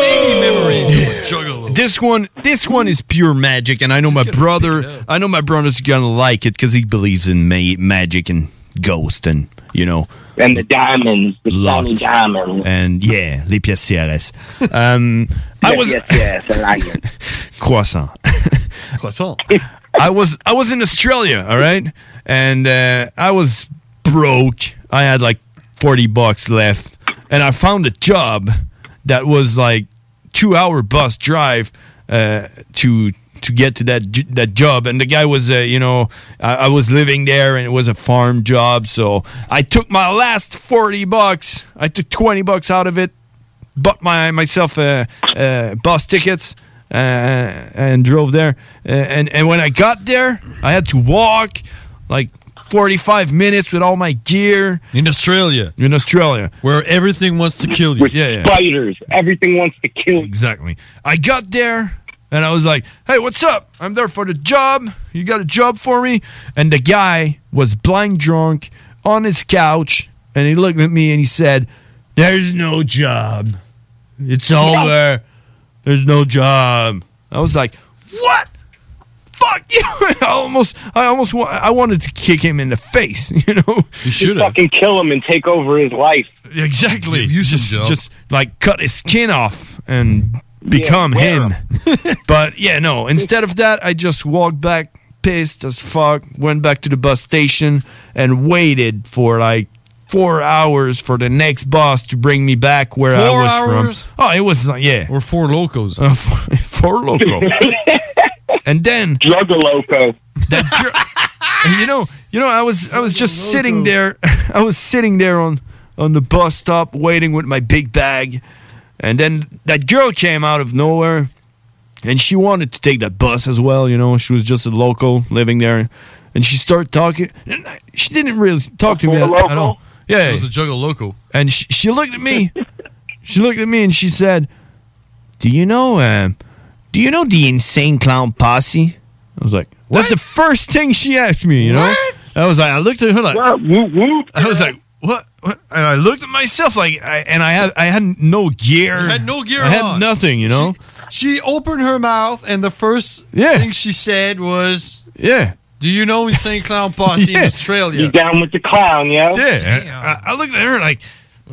Speaker 8: many memories of a juggalo.
Speaker 11: Oh. This one, this one is pure magic, and I know my brother. I know my brother's gonna like it because he believes in ma- magic and ghost and you know
Speaker 30: and the diamonds, the
Speaker 11: luck,
Speaker 30: diamonds,
Speaker 11: and yeah, les pièces CRS. Um, I
Speaker 30: Yes,
Speaker 11: was
Speaker 30: yes, yes, I like it.
Speaker 11: croissant.
Speaker 8: croissant.
Speaker 11: I was I was in Australia, all right, and uh, I was broke. I had like forty bucks left, and I found a job that was like two hour bus drive uh, to to get to that j- that job. And the guy was, uh, you know, I, I was living there, and it was a farm job, so I took my last forty bucks. I took twenty bucks out of it, bought my myself uh, uh, bus tickets uh, and drove there. Uh, and and when I got there, I had to walk like forty five minutes with all my gear
Speaker 8: in Australia.
Speaker 11: In Australia,
Speaker 8: where everything wants to kill you.
Speaker 11: With yeah,
Speaker 30: spiders, everything wants to kill. you.
Speaker 11: Exactly. I got there. And I was like, "Hey, what's up? I'm there for the job. You got a job for me?" And the guy was blind drunk on his couch, and he looked at me and he said, "There's no job. It's over. There's no job." I was like, "What? Fuck you!" I almost, I almost, wa- I wanted to kick him in the face. You know, you
Speaker 30: Just fucking kill him and take over his life.
Speaker 11: Exactly. You just, just like cut his skin off and become
Speaker 30: wear
Speaker 11: him. but yeah, no. Instead of that, I just walked back, pissed as fuck, went back to the bus station and waited for like four hours for the next bus to bring me back where
Speaker 8: Four
Speaker 11: I was
Speaker 8: hours?
Speaker 11: from. Oh, it was like yeah,
Speaker 8: or four locos,
Speaker 11: uh, four, four loco, and then
Speaker 30: drug a loco.
Speaker 11: That dr- you know, you know, I was I was just sitting there, I was sitting there on on the bus stop waiting with my big bag, and then that girl came out of nowhere, and she wanted to take that bus as well. You know, she was just a local living there, and she started talking. And I- she didn't really talk to me at, at all. Yeah,
Speaker 8: it was a juggle loco.
Speaker 11: and she, she looked at me. she looked at me and she said, "Do you know? Uh, do you know the insane clown posse?" I was like, "That's the first thing she asked me." You know, I was like, I looked at her like, I was like, "What?" what? And I looked at myself like, I, and I had I had no gear.
Speaker 8: You had no gear
Speaker 11: I had
Speaker 8: on.
Speaker 11: nothing. You know.
Speaker 8: She opened her mouth, and the first thing she said was,
Speaker 11: "Yeah,
Speaker 8: do you know Insane Clown Posse
Speaker 11: Yeah.
Speaker 8: in Australia?
Speaker 11: You
Speaker 30: down with the clown, yo?
Speaker 11: Yeah. I, I looked at her like,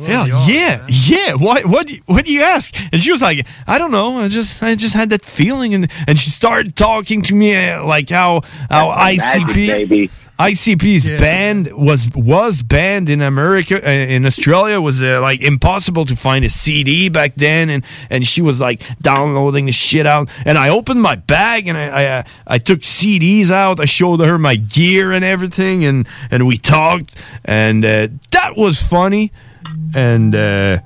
Speaker 8: Oh,
Speaker 11: yeah, yeah, yeah. What, what, do you- what do you ask? And she was like, I don't know. I just, I just had that feeling, and and she started talking to me uh, like how how
Speaker 30: That's magic, baby.
Speaker 11: ICP. ICP's band was was banned in America uh, in Australia It was uh, like impossible to find a CD back then and and she was like downloading the shit out and I opened my bag and I I, uh, I took CDs out I showed her my gear and everything and and we talked and uh, that was funny and uh,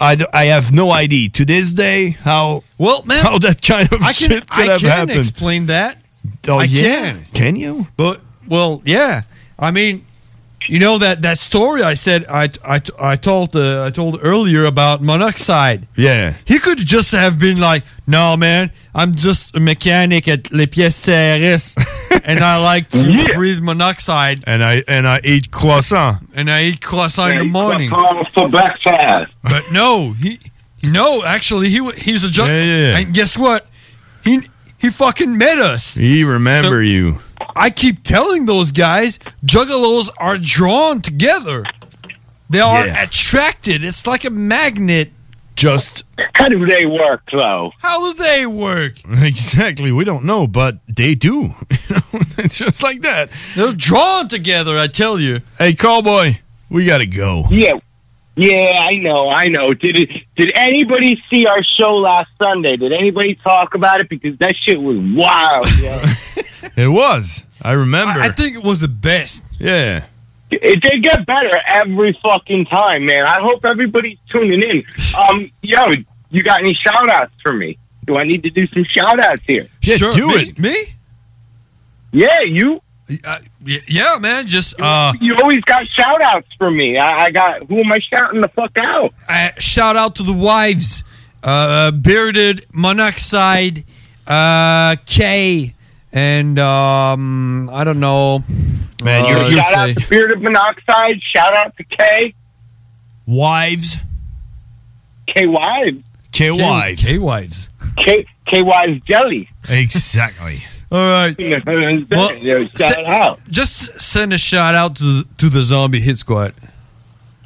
Speaker 11: I, d- I have no idea to this day how
Speaker 8: well man
Speaker 11: how that kind of
Speaker 8: I can,
Speaker 11: shit could
Speaker 8: I
Speaker 11: have
Speaker 8: can
Speaker 11: happened.
Speaker 8: explain that.
Speaker 11: Oh
Speaker 8: I
Speaker 11: yeah,
Speaker 8: can.
Speaker 11: can you?
Speaker 8: But well, yeah. I mean, You know that that story I said I I, I told uh, I told earlier about monoxide.
Speaker 7: Yeah.
Speaker 8: He could just have been like, "No, man, I'm just a mechanic at Les Pièces CRS, and I like to breathe monoxide,
Speaker 7: and I and I eat croissant,
Speaker 8: and I eat croissant in the
Speaker 7: Yeah, eat
Speaker 8: morning
Speaker 7: croissant for breakfast."
Speaker 8: But no, he no, actually, he wa- he's a judge. And guess what? He he fucking met us.
Speaker 7: He remember you.
Speaker 8: I keep telling those guys, juggalos are drawn together. They are attracted. It's like a magnet.
Speaker 7: Just
Speaker 30: how do they work though?
Speaker 8: How do they work?
Speaker 7: Exactly. We don't know, but they do. it's just like that.
Speaker 8: They're drawn together, I tell you.
Speaker 7: Hey, cowboy, we gotta go.
Speaker 30: Yeah. Yeah, I know, I know. Did it, did anybody see our show last Sunday? Did anybody talk about it? Because that shit was wild, yo.
Speaker 7: It was. I remember.
Speaker 8: I think it was the best.
Speaker 7: Yeah.
Speaker 30: It did get better every fucking time, man. I hope everybody's tuning in. Um, yo, you got any shout outs for me? Do I need to do some shout outs here?
Speaker 7: Yeah, Sure, do me-
Speaker 8: it. Me?
Speaker 30: Yeah, you.
Speaker 8: Y- Yeah, man. Just uh,
Speaker 30: You always got shout outs for me. I, I got who am I shouting the fuck out?
Speaker 8: Uh, shout out to the wives, uh, bearded monoxide, uh, Kay, and um, I don't know.
Speaker 7: Man,
Speaker 8: Uh,
Speaker 7: you're-
Speaker 8: let's
Speaker 7: you're-
Speaker 30: Shout out
Speaker 8: see.
Speaker 30: to Bearded Monoxide. Shout out to K.
Speaker 7: Wives.
Speaker 30: K Wives.
Speaker 7: K wives.
Speaker 8: K wives.
Speaker 30: K K Wives Jelly.
Speaker 7: Exactly.
Speaker 8: All right. Well,
Speaker 30: shout
Speaker 8: se-
Speaker 30: out.
Speaker 8: Just send a shout out to to the zombie hit squad.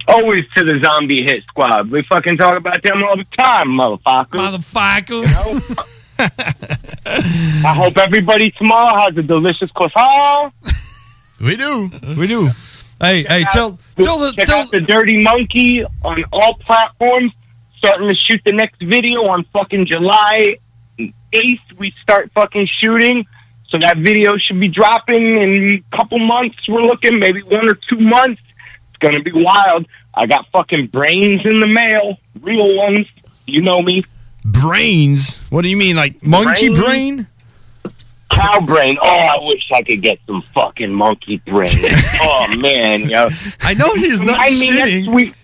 Speaker 30: Always to the zombie hit squad. We fucking talk about them all the time, motherfucker.
Speaker 8: Motherfucker.
Speaker 30: I hope everybody tomorrow has a delicious croissant.
Speaker 7: We do. We do.
Speaker 8: Hey, hey, tell tell the
Speaker 30: check out the Dirty Monkey on all platforms. Starting to shoot the next video on fucking July eighth. We start fucking shooting, so that video should be dropping in a couple months. We're looking maybe one or two months. It's gonna be wild. I got fucking brains in the mail, real ones. You know me.
Speaker 7: Brains. What do you mean, like monkey
Speaker 30: Brains.
Speaker 7: brain?
Speaker 30: Cow brain. Oh, I wish I could get some fucking monkey brain. oh man, yo.
Speaker 8: I know he's not
Speaker 30: remind me next week.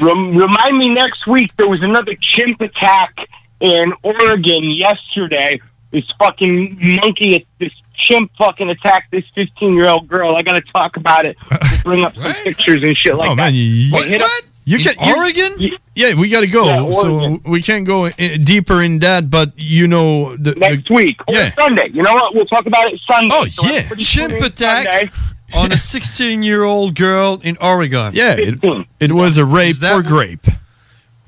Speaker 30: Rem- remind me next week. There was another chimp attack in Oregon yesterday. This fucking monkey, this chimp, fucking attacked this fifteen-year-old girl. I got to talk about it. We'll bring up some pictures and shit like
Speaker 7: oh
Speaker 30: that.
Speaker 7: man, you,
Speaker 30: Well, hit up-
Speaker 7: You can
Speaker 8: Oregon?
Speaker 7: yeah, we got to go.
Speaker 30: Yeah,
Speaker 7: so
Speaker 30: Oregon.
Speaker 7: we can't go in, deeper in that, but you know, the,
Speaker 30: next week or
Speaker 7: Yeah.
Speaker 30: Sunday. You know what? We'll talk about it Sunday.
Speaker 7: Oh, yeah.
Speaker 8: Chimp attack on a 16 year old girl in Oregon.
Speaker 7: Yeah, it, it was a rape for grape.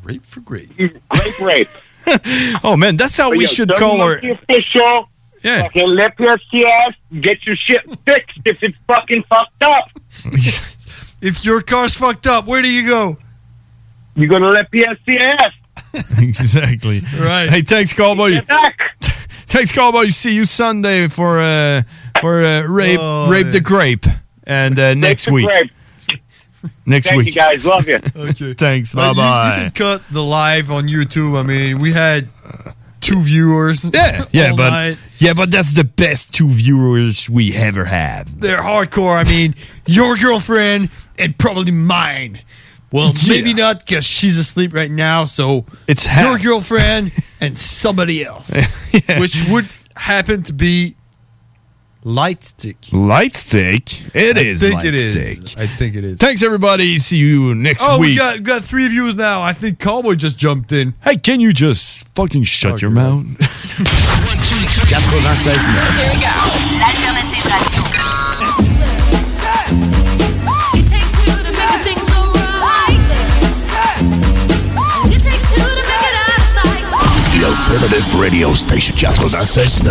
Speaker 8: Rape for grape.
Speaker 30: Rape, rape.
Speaker 7: oh man, that's how
Speaker 30: But
Speaker 7: we
Speaker 30: yo,
Speaker 7: should
Speaker 30: Dirty
Speaker 7: call our
Speaker 30: Monkey official.
Speaker 7: Yeah.
Speaker 30: Fucking let your ass get your shit fixed if it's fucking fucked up.
Speaker 8: If your car's fucked up, where do you go?
Speaker 30: You're gonna let PSCS.
Speaker 7: exactly.
Speaker 8: Right.
Speaker 7: Hey, thanks, cowboy.
Speaker 30: back.
Speaker 7: Thanks, cowboy. See you Sunday for uh for uh, rape
Speaker 8: Oh,
Speaker 7: rape
Speaker 8: yeah.
Speaker 7: the grape and uh, next
Speaker 30: the
Speaker 7: week.
Speaker 30: grape.
Speaker 7: Next
Speaker 30: Thank
Speaker 7: week.
Speaker 30: you guys. Love you.
Speaker 8: Okay.
Speaker 7: Thanks.
Speaker 8: Well,
Speaker 7: Bye
Speaker 8: you- You,
Speaker 7: bye.
Speaker 8: can cut the live on YouTube. I mean, we had two viewers.
Speaker 7: Yeah, yeah,
Speaker 8: all
Speaker 7: but
Speaker 8: night.
Speaker 7: yeah, but that's the best two viewers we ever have.
Speaker 8: they're hardcore. I mean, your girlfriend and probably mine. Well,
Speaker 7: Yeah.
Speaker 8: maybe not because she's asleep right now. So
Speaker 7: it's
Speaker 8: your girlfriend and somebody else, which would happen to be light stick.
Speaker 7: Light stick. It
Speaker 8: I
Speaker 7: is.
Speaker 8: think
Speaker 7: light
Speaker 8: it is.
Speaker 7: stick.
Speaker 8: I think it is.
Speaker 7: Thanks everybody. See you next
Speaker 8: oh, we
Speaker 7: week.
Speaker 8: got we got three views now. I think Cowboy just jumped in.
Speaker 7: hey, can you just fucking shut your mouth? 96.9.
Speaker 24: L'alternative radio.
Speaker 10: L'Alternative Radio Station 969.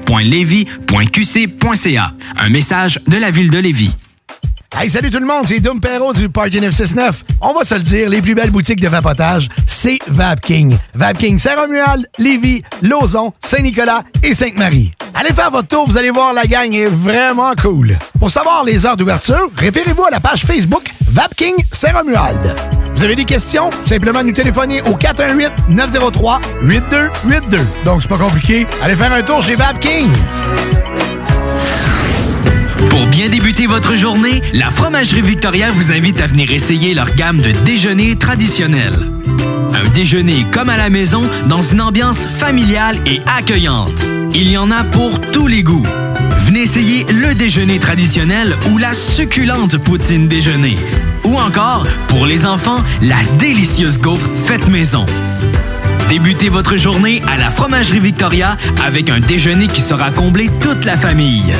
Speaker 16: ville.levy.qc.ca. Un message de la ville de Lévis.
Speaker 2: Hey, salut tout le monde, c'est Dom Perrault du Party 969. On va se le dire, les plus belles boutiques de vapotage, c'est Vapking. Vapking Saint-Romuald, Lévis, Lauson, Saint-Nicolas et Sainte-Marie. Allez faire votre tour, vous allez voir, la gang est vraiment cool. Pour savoir les heures d'ouverture, référez-vous à la page Facebook Vapking Saint-Romuald. Vous avez des questions? Simplement nous téléphoner au 418-903-8282. Donc, c'est pas compliqué. Allez faire un tour chez Vapking.
Speaker 16: Pour bien débuter votre journée, la Fromagerie Victoria vous invite à venir essayer leur gamme de déjeuners traditionnels. Un déjeuner comme à la maison dans une ambiance familiale et accueillante. Il y en a pour tous les goûts. Venez essayer le déjeuner traditionnel ou la succulente poutine déjeuner. Ou encore, pour les enfants, la délicieuse gaufre faite maison. Débutez votre journée à la Fromagerie Victoria avec un déjeuner qui sera comblé toute la famille.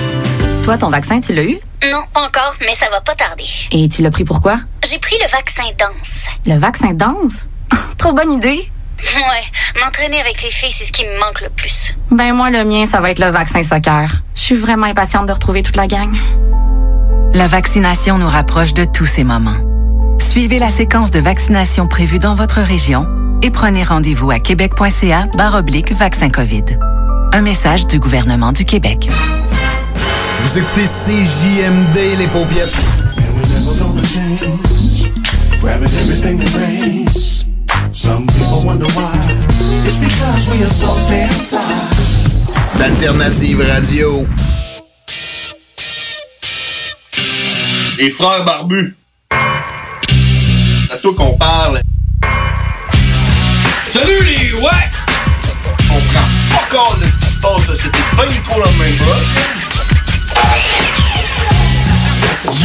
Speaker 12: Toi, ton vaccin, tu l'as eu?
Speaker 6: Non, encore, mais ça va pas tarder.
Speaker 12: Et tu l'as pris pourquoi?
Speaker 6: J'ai pris le vaccin danse.
Speaker 12: Le vaccin danse? Trop bonne idée!
Speaker 6: Ouais, m'entraîner avec les filles, c'est ce qui me manque le plus.
Speaker 12: Ben moi, le mien, ça va être le vaccin soccer. Je suis vraiment impatiente de retrouver toute la gang.
Speaker 22: La vaccination nous rapproche de tous ces moments. Suivez la séquence de vaccination prévue dans votre région et prenez rendez-vous à québec.ca barre oblique vaccin COVID. Un message du gouvernement du Québec.
Speaker 31: Vous écoutez CJMD, les paupiètes.
Speaker 21: Grabbing everything that rains. Some people wonder why. It's because we are so damn fly.
Speaker 31: D'Alternative Radio.
Speaker 32: Les frères barbus. C'est à toi qu'on parle.
Speaker 11: Salut les ouais! On prend pas compte de ce qui se passe, là. c'était pas du tout la même chose.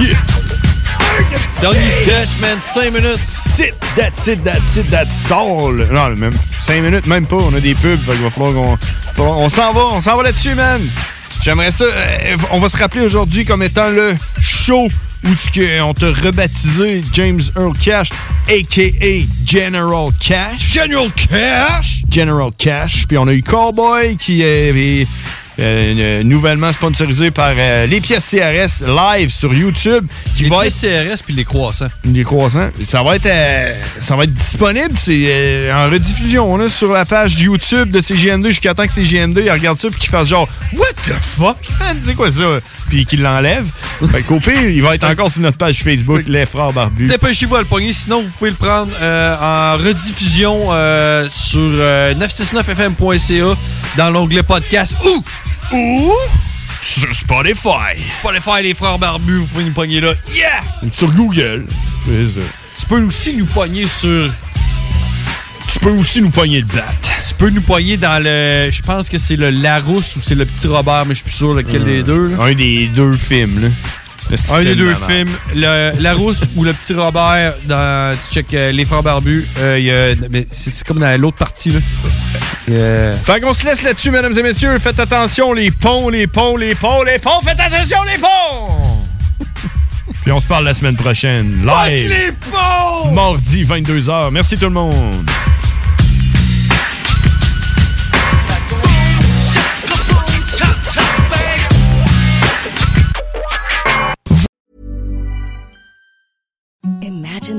Speaker 7: Yeah! Don't you touch, man. 5 minutes. Sit, that's it, that's it, that's all. Non, même 5 minutes, même pas. On a des pubs, donc il va falloir qu'on. falloir- On s'en va, on s'en va là-dessus, man. J'aimerais ça. euh, on va se rappeler aujourd'hui comme étant le show où ce que on t'a rebaptisé James Earl Cash, a.k.a. General Cash. General Cash! General Cash. Puis on a eu Cowboy qui est euh, nouvellement sponsorisé par euh, les pièces CRS live sur YouTube. Qui va être
Speaker 8: CRS puis les croissants.
Speaker 7: les croissants. Ça va être, euh, ça va être disponible. C'est euh, en rediffusion. On est sur la page YouTube de CGMD jusqu'à temps que CGMD il regarde ça et qu'il fasse genre What the fuck? Man, C'est quoi ça? Puis qu'il l'enlève. Fait qu'au pire, il va être encore sur notre page Facebook, Les Frères Barbus.
Speaker 8: Dépêchez-vous à le pogner, sinon vous pouvez le prendre euh, en rediffusion euh, sur euh, 969fm.ca dans l'onglet podcast ou ou
Speaker 7: sur Spotify.
Speaker 8: Spotify les frères barbus, vous pouvez nous pogner là. Yeah!
Speaker 7: Sur Google. Oui, ça.
Speaker 8: Tu peux aussi nous pogner sur
Speaker 7: Tu peux aussi nous pogner le bat.
Speaker 8: Tu peux nous pogner dans le je pense que c'est le Larousse ou c'est le petit Robert, mais je suis plus sûr lequel des deux. là.
Speaker 7: Euh, Un des deux films, là.
Speaker 8: Un des
Speaker 7: tellement
Speaker 8: deux
Speaker 7: marrant.
Speaker 8: films, le, La Rousse ou Le Petit Robert, dans, tu check euh, Les Frères Barbus, euh, il y a- mais c'est c'est comme dans l'autre partie. Là.
Speaker 7: Fait qu'on se laisse là-dessus, mesdames et messieurs. Faites attention, les ponts, les ponts, les ponts, les ponts. Faites attention, les ponts! Puis on se parle la semaine prochaine. Live!
Speaker 11: les
Speaker 7: ponts! Mardi, 22h. Merci tout le monde.
Speaker 13: Imagine